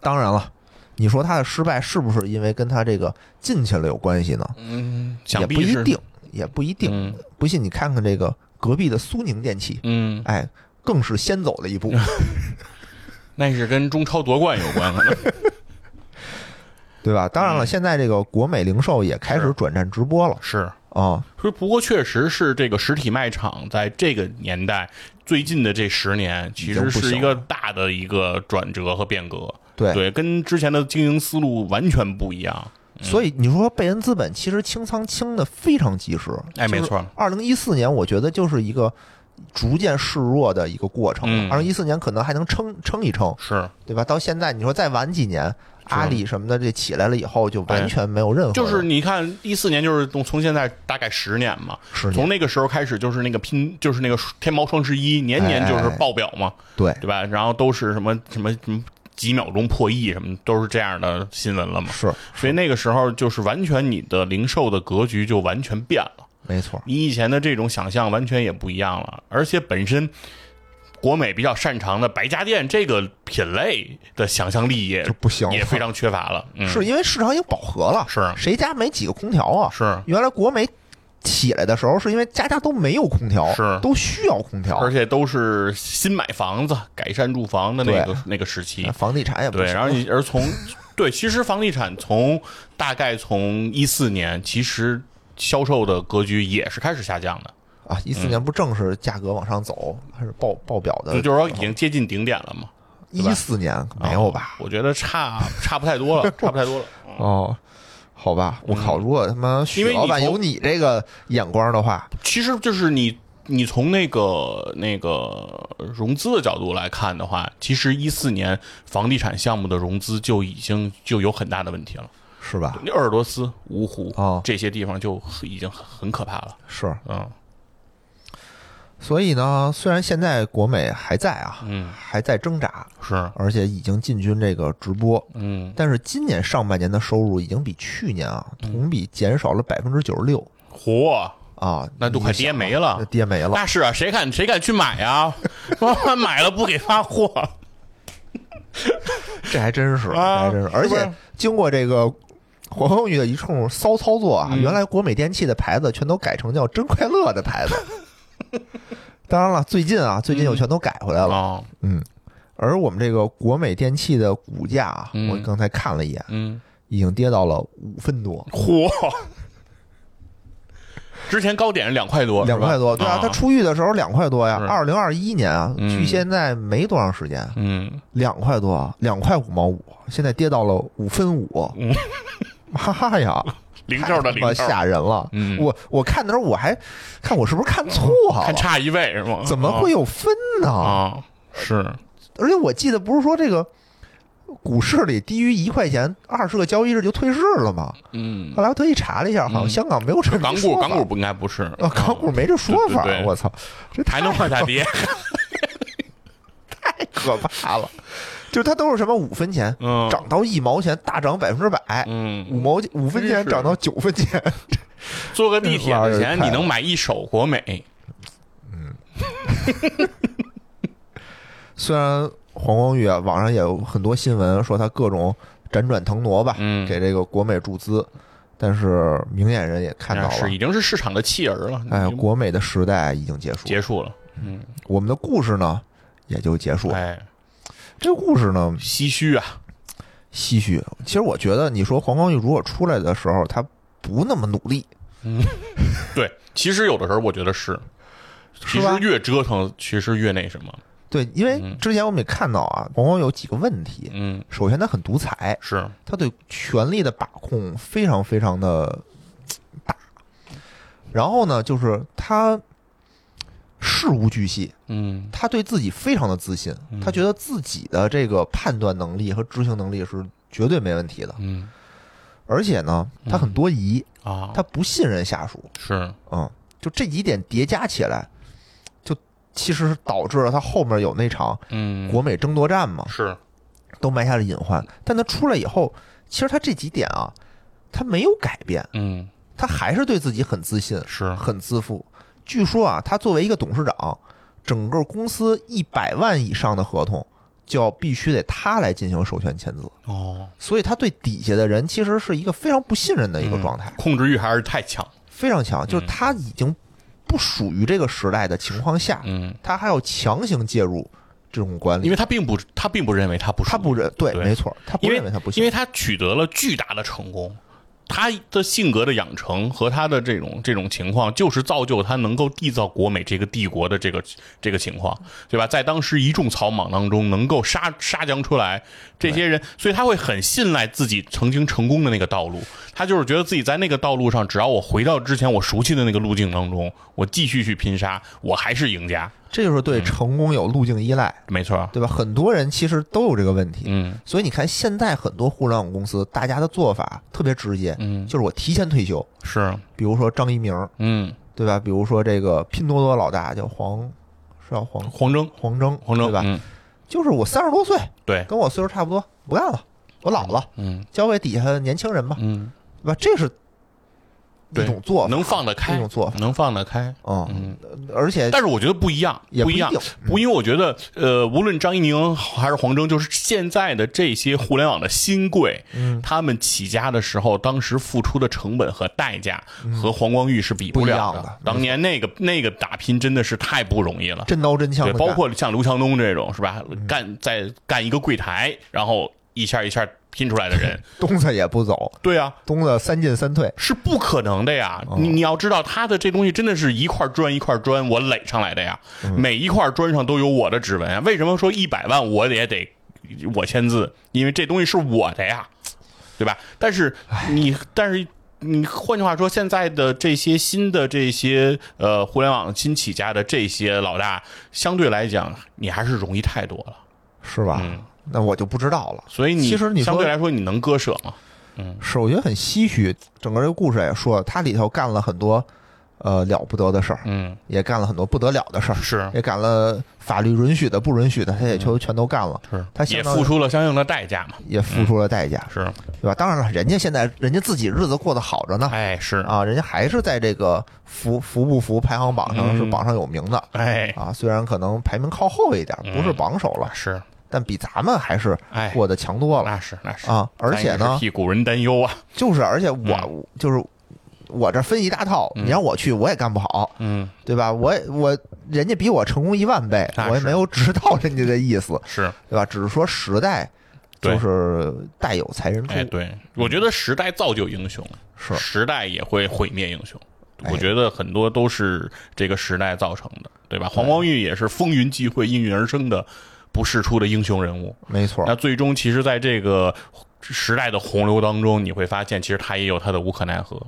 Speaker 2: 当然了。你说他的失败是不是因为跟他这个进去了有关系呢？
Speaker 3: 嗯，
Speaker 2: 也
Speaker 3: 想
Speaker 2: 不
Speaker 3: 必
Speaker 2: 一
Speaker 3: 是，
Speaker 2: 定，也不一定。
Speaker 3: 嗯
Speaker 2: 不信你看看这个隔壁的苏宁电器，
Speaker 3: 嗯，
Speaker 2: 哎，更是先走了一步。
Speaker 3: 那是跟中超夺冠有关了，
Speaker 2: 对吧？当然了，
Speaker 3: 嗯
Speaker 2: 现在这个国美零售也开始转战直播了
Speaker 3: 是。
Speaker 2: 啊、
Speaker 3: 说不过确实是这个实体卖场在这个年代最近的这十年，其实是一个大的一个转折和变革，
Speaker 2: 对
Speaker 3: 跟之前的经营思路完全不一样。
Speaker 2: 所以你说贝恩资本其实清仓清的非常及时，
Speaker 3: 哎没错
Speaker 2: 二零一四年我觉得就是一个逐渐示弱的一个过程
Speaker 3: 嗯
Speaker 2: 了。二零一四年可能还能撑撑一撑，
Speaker 3: 是，
Speaker 2: 对吧？到现在你说再晚几年，阿里什么的这起来了以后，就完全没有任何
Speaker 3: 就是你看一四年，就是从从现在大概十年嘛，
Speaker 2: 十年
Speaker 3: 从那个时候开始就是那个拼，就是那个天猫双十一，年年就是爆表嘛，
Speaker 2: 对
Speaker 3: 对吧？然后都是什么什么什么几秒钟破亿什么，都是这样的新闻了嘛。
Speaker 2: 是
Speaker 3: 所以那个时候就是完全你的零售的格局就完全变了，
Speaker 2: 没错，
Speaker 3: 你以前的这种想象完全也不一样了，而且本身。国美比较擅长的白家电这个品类的想象力也
Speaker 2: 就不行了
Speaker 3: 也非常缺乏了。嗯，
Speaker 2: 是因为市场已经饱和了，
Speaker 3: 是
Speaker 2: 谁家没几个空调啊？
Speaker 3: 是
Speaker 2: 原来国美起来的时候，是因为家家都没有空调，
Speaker 3: 是
Speaker 2: 都需要空调
Speaker 3: 而，且都是新买房子、改善住房的那个
Speaker 2: 对
Speaker 3: 那个时期。
Speaker 2: 哎房地产也不
Speaker 3: 对，
Speaker 2: 行
Speaker 3: 然后你而从对，其实房地产从大概从一四年，其实销售的格局也是开始下降的，
Speaker 2: 啊，一四年不正是价格往上走，还是爆爆表的？
Speaker 3: 嗯就就是说已经接近顶点了嘛。啊
Speaker 2: 一四年呃哦没有吧？
Speaker 3: 我觉得差差不太多了，差不太多了。
Speaker 2: 哦，好吧，我靠，如果他妈
Speaker 3: 嗯因
Speaker 2: 许
Speaker 3: 为你
Speaker 2: 老板
Speaker 3: 从
Speaker 2: 有你这个眼光的话，
Speaker 3: 其实就是你你从那个那个融资的角度来看的话，其实一四年房地产项目的融资就已经就有很大的问题了。
Speaker 2: 是吧？
Speaker 3: 鄂尔多斯、芜湖
Speaker 2: 哦
Speaker 3: 这些地方就已经很很可怕了。
Speaker 2: 是，
Speaker 3: 嗯，
Speaker 2: 所以呢，虽然现在国美还在啊，
Speaker 3: 嗯
Speaker 2: 还在挣扎，
Speaker 3: 是，
Speaker 2: 而且已经进军这个直播，
Speaker 3: 嗯，
Speaker 2: 但是今年上半年的收入已经比去年啊同比减少了百分之九十六
Speaker 3: 嚯，
Speaker 2: 啊，
Speaker 3: 那都快跌没
Speaker 2: 那
Speaker 3: 了。
Speaker 2: 跌没了。
Speaker 3: 那是啊，谁敢谁敢去买呀？ 妈妈买了不给发货，
Speaker 2: 这还真是，这
Speaker 3: 啊
Speaker 2: 还真是。而
Speaker 3: 是不是
Speaker 2: 且经过这个黄宏宇的一通骚操作
Speaker 3: 嗯
Speaker 2: 啊，原来国美电器的牌子全都改成叫“真快乐”的牌子。 当然了，最近啊，最近又全都改回来了。
Speaker 3: 啊，
Speaker 2: 而我们这个国美电器的股价啊，
Speaker 3: 嗯
Speaker 2: 我刚才看了一眼，
Speaker 3: 嗯，
Speaker 2: 已经跌到了五分多，
Speaker 3: 嚯，之前高点两块多，
Speaker 2: 两块多。
Speaker 3: 是吧
Speaker 2: 对啊，它，出狱的时候两块多呀
Speaker 3: 是。
Speaker 2: 二零二一年啊，
Speaker 3: 嗯
Speaker 2: 距现在没多长时间，
Speaker 3: 嗯，
Speaker 2: 两块多，啊，两块五毛五，现在跌到了五分五
Speaker 3: 嗯。
Speaker 2: 妈呀！
Speaker 3: 零
Speaker 2: 太
Speaker 3: 头
Speaker 2: 他
Speaker 3: 的零
Speaker 2: 妈
Speaker 3: 头，
Speaker 2: 吓人了！
Speaker 3: 嗯
Speaker 2: 我我看的时候我还看我是不是看错了，
Speaker 3: 看差一位是吗？
Speaker 2: 怎么会有分呢？
Speaker 3: 啊？是，
Speaker 2: 而且我记得不是说这个股市里低于一块钱二十个交易日就退市了吗？
Speaker 3: 嗯，
Speaker 2: 后来我特意查了一下，好像香港没有这
Speaker 3: 港
Speaker 2: 么一
Speaker 3: 股
Speaker 2: 说法
Speaker 3: 港股不应该不是嗯
Speaker 2: 啊，港股没这说法
Speaker 3: 对对，对
Speaker 2: 我操，这太
Speaker 3: 还能往下 跌，
Speaker 2: 可怕了！就它都是什么五分钱
Speaker 3: 嗯
Speaker 2: 涨到一毛钱，大涨百分之百，
Speaker 3: 嗯，
Speaker 2: 五毛五分
Speaker 3: 真
Speaker 2: 钱
Speaker 3: 是
Speaker 2: 涨到九分钱，
Speaker 3: 坐个地铁的
Speaker 2: 玩儿
Speaker 3: 钱，
Speaker 2: 太
Speaker 3: 你能买一手国美，
Speaker 2: 虽然黄光裕啊，网上也有很多新闻说他各种辗转腾挪吧，
Speaker 3: 嗯
Speaker 2: 给这个国美注资，但是明眼人也看到
Speaker 3: 那是
Speaker 2: 了，
Speaker 3: 已经是市场的弃儿了，
Speaker 2: 哎，
Speaker 3: 已经
Speaker 2: 国美的时代已经结束，
Speaker 3: 结束了。
Speaker 2: 我们的故事呢也就结束。
Speaker 3: 哎，
Speaker 2: 这个故事呢
Speaker 3: 唏嘘啊，
Speaker 2: 唏嘘，其实我觉得你说黄光裕如果出来的时候，他不那么努力，
Speaker 3: 对，其实有的时候我觉得是，
Speaker 2: 是
Speaker 3: 其
Speaker 2: 吧
Speaker 3: 实越折腾，其实越那什么，
Speaker 2: 对，因为
Speaker 3: 嗯
Speaker 2: 之前我们也看到啊，黄光裕有几个问题，
Speaker 3: 嗯，
Speaker 2: 首先他很独裁，
Speaker 3: 是，
Speaker 2: 他对权力的把控非常非常的大。然后呢，就是他事无巨细，
Speaker 3: 嗯，
Speaker 2: 他对自己非常的自信，他觉得自己的这个判断能力和执行能力是绝对没问题的。
Speaker 3: 嗯
Speaker 2: 而且呢，他很多疑，
Speaker 3: 啊，
Speaker 2: 他不信任下属，
Speaker 3: 是，
Speaker 2: 嗯，就这几点叠加起来，就其实是导致了他后面有那场
Speaker 3: 嗯，
Speaker 2: 国美争夺战嘛，
Speaker 3: 是，
Speaker 2: 都埋下了隐患。但他出来以后，其实他这几点啊，他没有改变，
Speaker 3: 嗯，
Speaker 2: 他还是对自己很自信，
Speaker 3: 是
Speaker 2: 很自负。据说啊，他作为一个董事长，整个公司一百万以上的合同就要必须得他来进行授权签字，
Speaker 3: 哦，
Speaker 2: 所以他对底下的人其实是一个非常不信任的
Speaker 3: 嗯
Speaker 2: 一个状态，
Speaker 3: 控制欲还是太强，嗯
Speaker 2: 非常强，就是他已经不属于这个时代的情况下，
Speaker 3: 嗯，
Speaker 2: 他还要强行介入这种管
Speaker 3: 因
Speaker 2: 理。
Speaker 3: 为他并不，他并不认为他不，
Speaker 2: 他不，认对，
Speaker 3: 对
Speaker 2: 没错，他不
Speaker 3: 因为
Speaker 2: 认为他不行，
Speaker 3: 因为他取得了巨大的成功，他的性格的养成和他的这种这种情况，就是造就他能够缔造国美这个帝国的这个这个情况，对吧？在当时一众草莽当中，能够杀杀将出来这些人，所以他会很信赖自己曾经成功的那个道路。他就是觉得自己在那个道路上，只要我回到之前我熟悉的那个路径当中，我继续去拼杀，我还是赢家。
Speaker 2: 这就是
Speaker 3: 嗯
Speaker 2: 对成功有路径依赖，
Speaker 3: 没错，
Speaker 2: 对吧？很多人其实都有这个问题，
Speaker 3: 嗯
Speaker 2: 所以你看现在很多互联网公司，大家的做法特别直接，
Speaker 3: 嗯，
Speaker 2: 就是我提前退休，
Speaker 3: 是，
Speaker 2: 比如说张一鸣，
Speaker 3: 嗯，
Speaker 2: 对吧？比如说这个拼多多老大叫黄，是叫黄
Speaker 3: 黄峥，
Speaker 2: 黄峥，
Speaker 3: 黄峥，
Speaker 2: 对吧？
Speaker 3: 嗯，
Speaker 2: 就是我三十多岁，
Speaker 3: 对，
Speaker 2: 跟我岁数差不多，不干了，我老了，
Speaker 3: 嗯
Speaker 2: 交给底下的年轻人吧，
Speaker 3: 嗯，
Speaker 2: 对吧？这是一
Speaker 3: 对
Speaker 2: 种做法，
Speaker 3: 能放得
Speaker 2: 一
Speaker 3: 开
Speaker 2: 种，做法，
Speaker 3: 能放得开。
Speaker 2: 嗯，
Speaker 3: 嗯，
Speaker 2: 而且
Speaker 3: 但是我觉得不一样，
Speaker 2: 也
Speaker 3: 不一
Speaker 2: 一
Speaker 3: 样
Speaker 2: 定，，嗯
Speaker 3: 不，因为我觉得，呃，无论张一宁还是黄峥，就是现在的这些互联网的新贵，
Speaker 2: 嗯，
Speaker 3: 他们起家的时候，当时付出的成本和代价和黄光裕是比
Speaker 2: 嗯不一
Speaker 3: 了
Speaker 2: 样的
Speaker 3: 当年那个那个打拼真的是太不容易了。
Speaker 2: 真刀真枪
Speaker 3: 对，
Speaker 2: 的
Speaker 3: 包
Speaker 2: 干
Speaker 3: 括像刘强东这种是吧？
Speaker 2: 嗯
Speaker 3: 干在干一个柜台，然后一下一下拼出来 的人，
Speaker 2: 东子也不走，
Speaker 3: 对啊，
Speaker 2: 东子三进三退，
Speaker 3: 是不可能的呀！
Speaker 2: 哦
Speaker 3: 你你要知道，他的这东西真的是一块砖一块砖我垒上来的呀，
Speaker 2: 嗯
Speaker 3: 每一块砖上都有我的指纹啊。为什么说一百万我也得我签字？因为这东西是我的呀，对吧？但是你，但是你，换句话说，现在的这些新的这些呃互联网新起家的这些老大，相对来讲，你还是容易太多了。
Speaker 2: 是吧？
Speaker 3: 嗯
Speaker 2: 那我就不知道了。
Speaker 3: 所以你
Speaker 2: 其实你说
Speaker 3: 相对来说你能割舍吗？
Speaker 2: 是，我觉得很唏嘘。整个这个故事也说了，他里头干了很多呃了不得的事儿，
Speaker 3: 嗯，
Speaker 2: 也干了很多不得了的事儿，
Speaker 3: 是
Speaker 2: 也干了法律允许的、不允许的，他也就全都干了，
Speaker 3: 是，
Speaker 2: 他相
Speaker 3: 也
Speaker 2: 当于啊
Speaker 3: 付出了相应的代价嘛。
Speaker 2: 也付出了代价，
Speaker 3: 是，
Speaker 2: 对吧？当然了，人家现在人家自己日子过得好着呢，
Speaker 3: 哎，是，
Speaker 2: 啊，人家还是在这个服服不服排行榜上
Speaker 3: 嗯
Speaker 2: 是榜上有名的。
Speaker 3: 哎，
Speaker 2: 啊，虽然可能排名靠后一点，不是榜首了，
Speaker 3: 啊是，
Speaker 2: 但比咱们还是
Speaker 3: 哎，
Speaker 2: 过得强多了
Speaker 3: 那是那是，
Speaker 2: 啊！而
Speaker 3: 咱
Speaker 2: 且
Speaker 3: 也
Speaker 2: 呢
Speaker 3: 是，替古人担忧啊。
Speaker 2: 就是，而且
Speaker 3: 嗯
Speaker 2: 我就是我这分一大套，
Speaker 3: 嗯
Speaker 2: 你让我去我也干不好，
Speaker 3: 嗯，
Speaker 2: 对吧？我也我人家比我成功一万倍，
Speaker 3: 那
Speaker 2: 我也
Speaker 3: 是
Speaker 2: 没 有指导人家的意思，
Speaker 3: 是，
Speaker 2: 对吧？只是说时代
Speaker 3: 对
Speaker 2: 就是代有才人出，
Speaker 3: 哎，对，我觉得时代造就英雄，
Speaker 2: 是
Speaker 3: 时代也会毁灭英雄。
Speaker 2: 哎
Speaker 3: 我觉得很多都是这个时代造成的，对吧？黄光裕也是风云际会、应运而生的不世出的英雄人物。
Speaker 2: 没错
Speaker 3: 那，最终，其实在这个时代的洪流当中，你会发现，其实他也有他的无可奈何。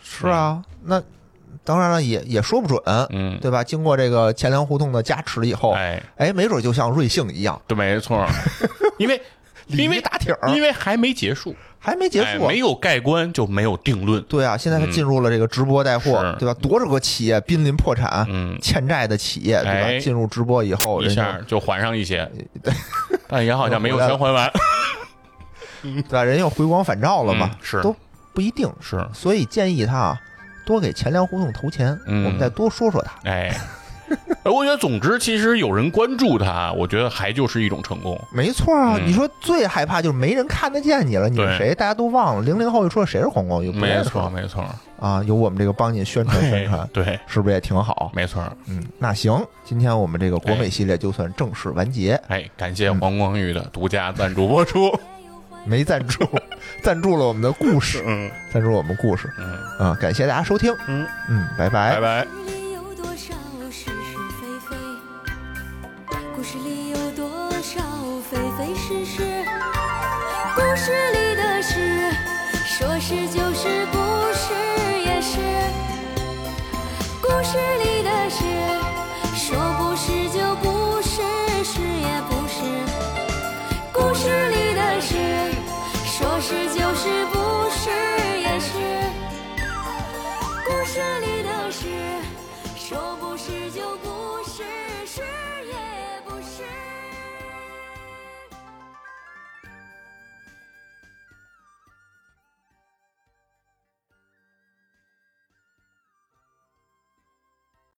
Speaker 2: 是啊。那当然了，也也说不准，
Speaker 3: 嗯，
Speaker 2: 对吧？经过这个钱粮胡同的加持以后，
Speaker 3: 哎，
Speaker 2: 哎，没准就像瑞幸一样，
Speaker 3: 对，没错，因为因为
Speaker 2: 打挺儿
Speaker 3: 因为还没结束，
Speaker 2: 还没结
Speaker 3: 哎
Speaker 2: 束啊
Speaker 3: 没。有盖棺就没有定论。
Speaker 2: 对啊，现在他进入了这个直播带货，
Speaker 3: 是
Speaker 2: 对吧？多少个企业濒临破产，
Speaker 3: 嗯，
Speaker 2: 欠债的企业，对
Speaker 3: 哎
Speaker 2: 吧？进入直播以后，
Speaker 3: 一
Speaker 2: 人家
Speaker 3: 下就还上一些，但也好像没有全 还完。
Speaker 2: 对吧？人又回光返照了嘛，
Speaker 3: 嗯是
Speaker 2: 都不一定。
Speaker 3: 是，
Speaker 2: 所以建议他啊，多给钱粮胡同投钱，
Speaker 3: 嗯
Speaker 2: 我们再多说说他。
Speaker 3: 哎，哎我觉得总之，其实有人关注他，我觉得还就是一种成功。
Speaker 2: 没错啊，
Speaker 3: 嗯
Speaker 2: 你说最害怕就是没人看得见你了，你
Speaker 3: 对
Speaker 2: 是谁？大家都忘了。零零后就说谁是黄光裕，不
Speaker 3: 没
Speaker 2: 认识
Speaker 3: 错，
Speaker 2: 了
Speaker 3: 没错，
Speaker 2: 啊，有我们这个帮你宣传宣传
Speaker 3: 哎，对，
Speaker 2: 是不是也挺好？
Speaker 3: 没错。
Speaker 2: 嗯，那行，今天我们这个国美系列就算正式完结，
Speaker 3: 哎，感谢
Speaker 2: 嗯
Speaker 3: 黄光裕的独家赞助播出。
Speaker 2: 没赞助， 赞助了我们的故事，
Speaker 3: 嗯
Speaker 2: 赞助了我们故事
Speaker 3: 嗯，
Speaker 2: 啊、感谢大家收听，
Speaker 3: 嗯
Speaker 2: 嗯，拜拜
Speaker 3: 拜拜。
Speaker 1: 故事里有多少是是非非？故事里有多少非非是是？故事里的事，说是就是，不是也是。故事里的事，说不是就不是，是也不是。故事里的事，说是就是，不是也是。故事里的事，说不是就不是，是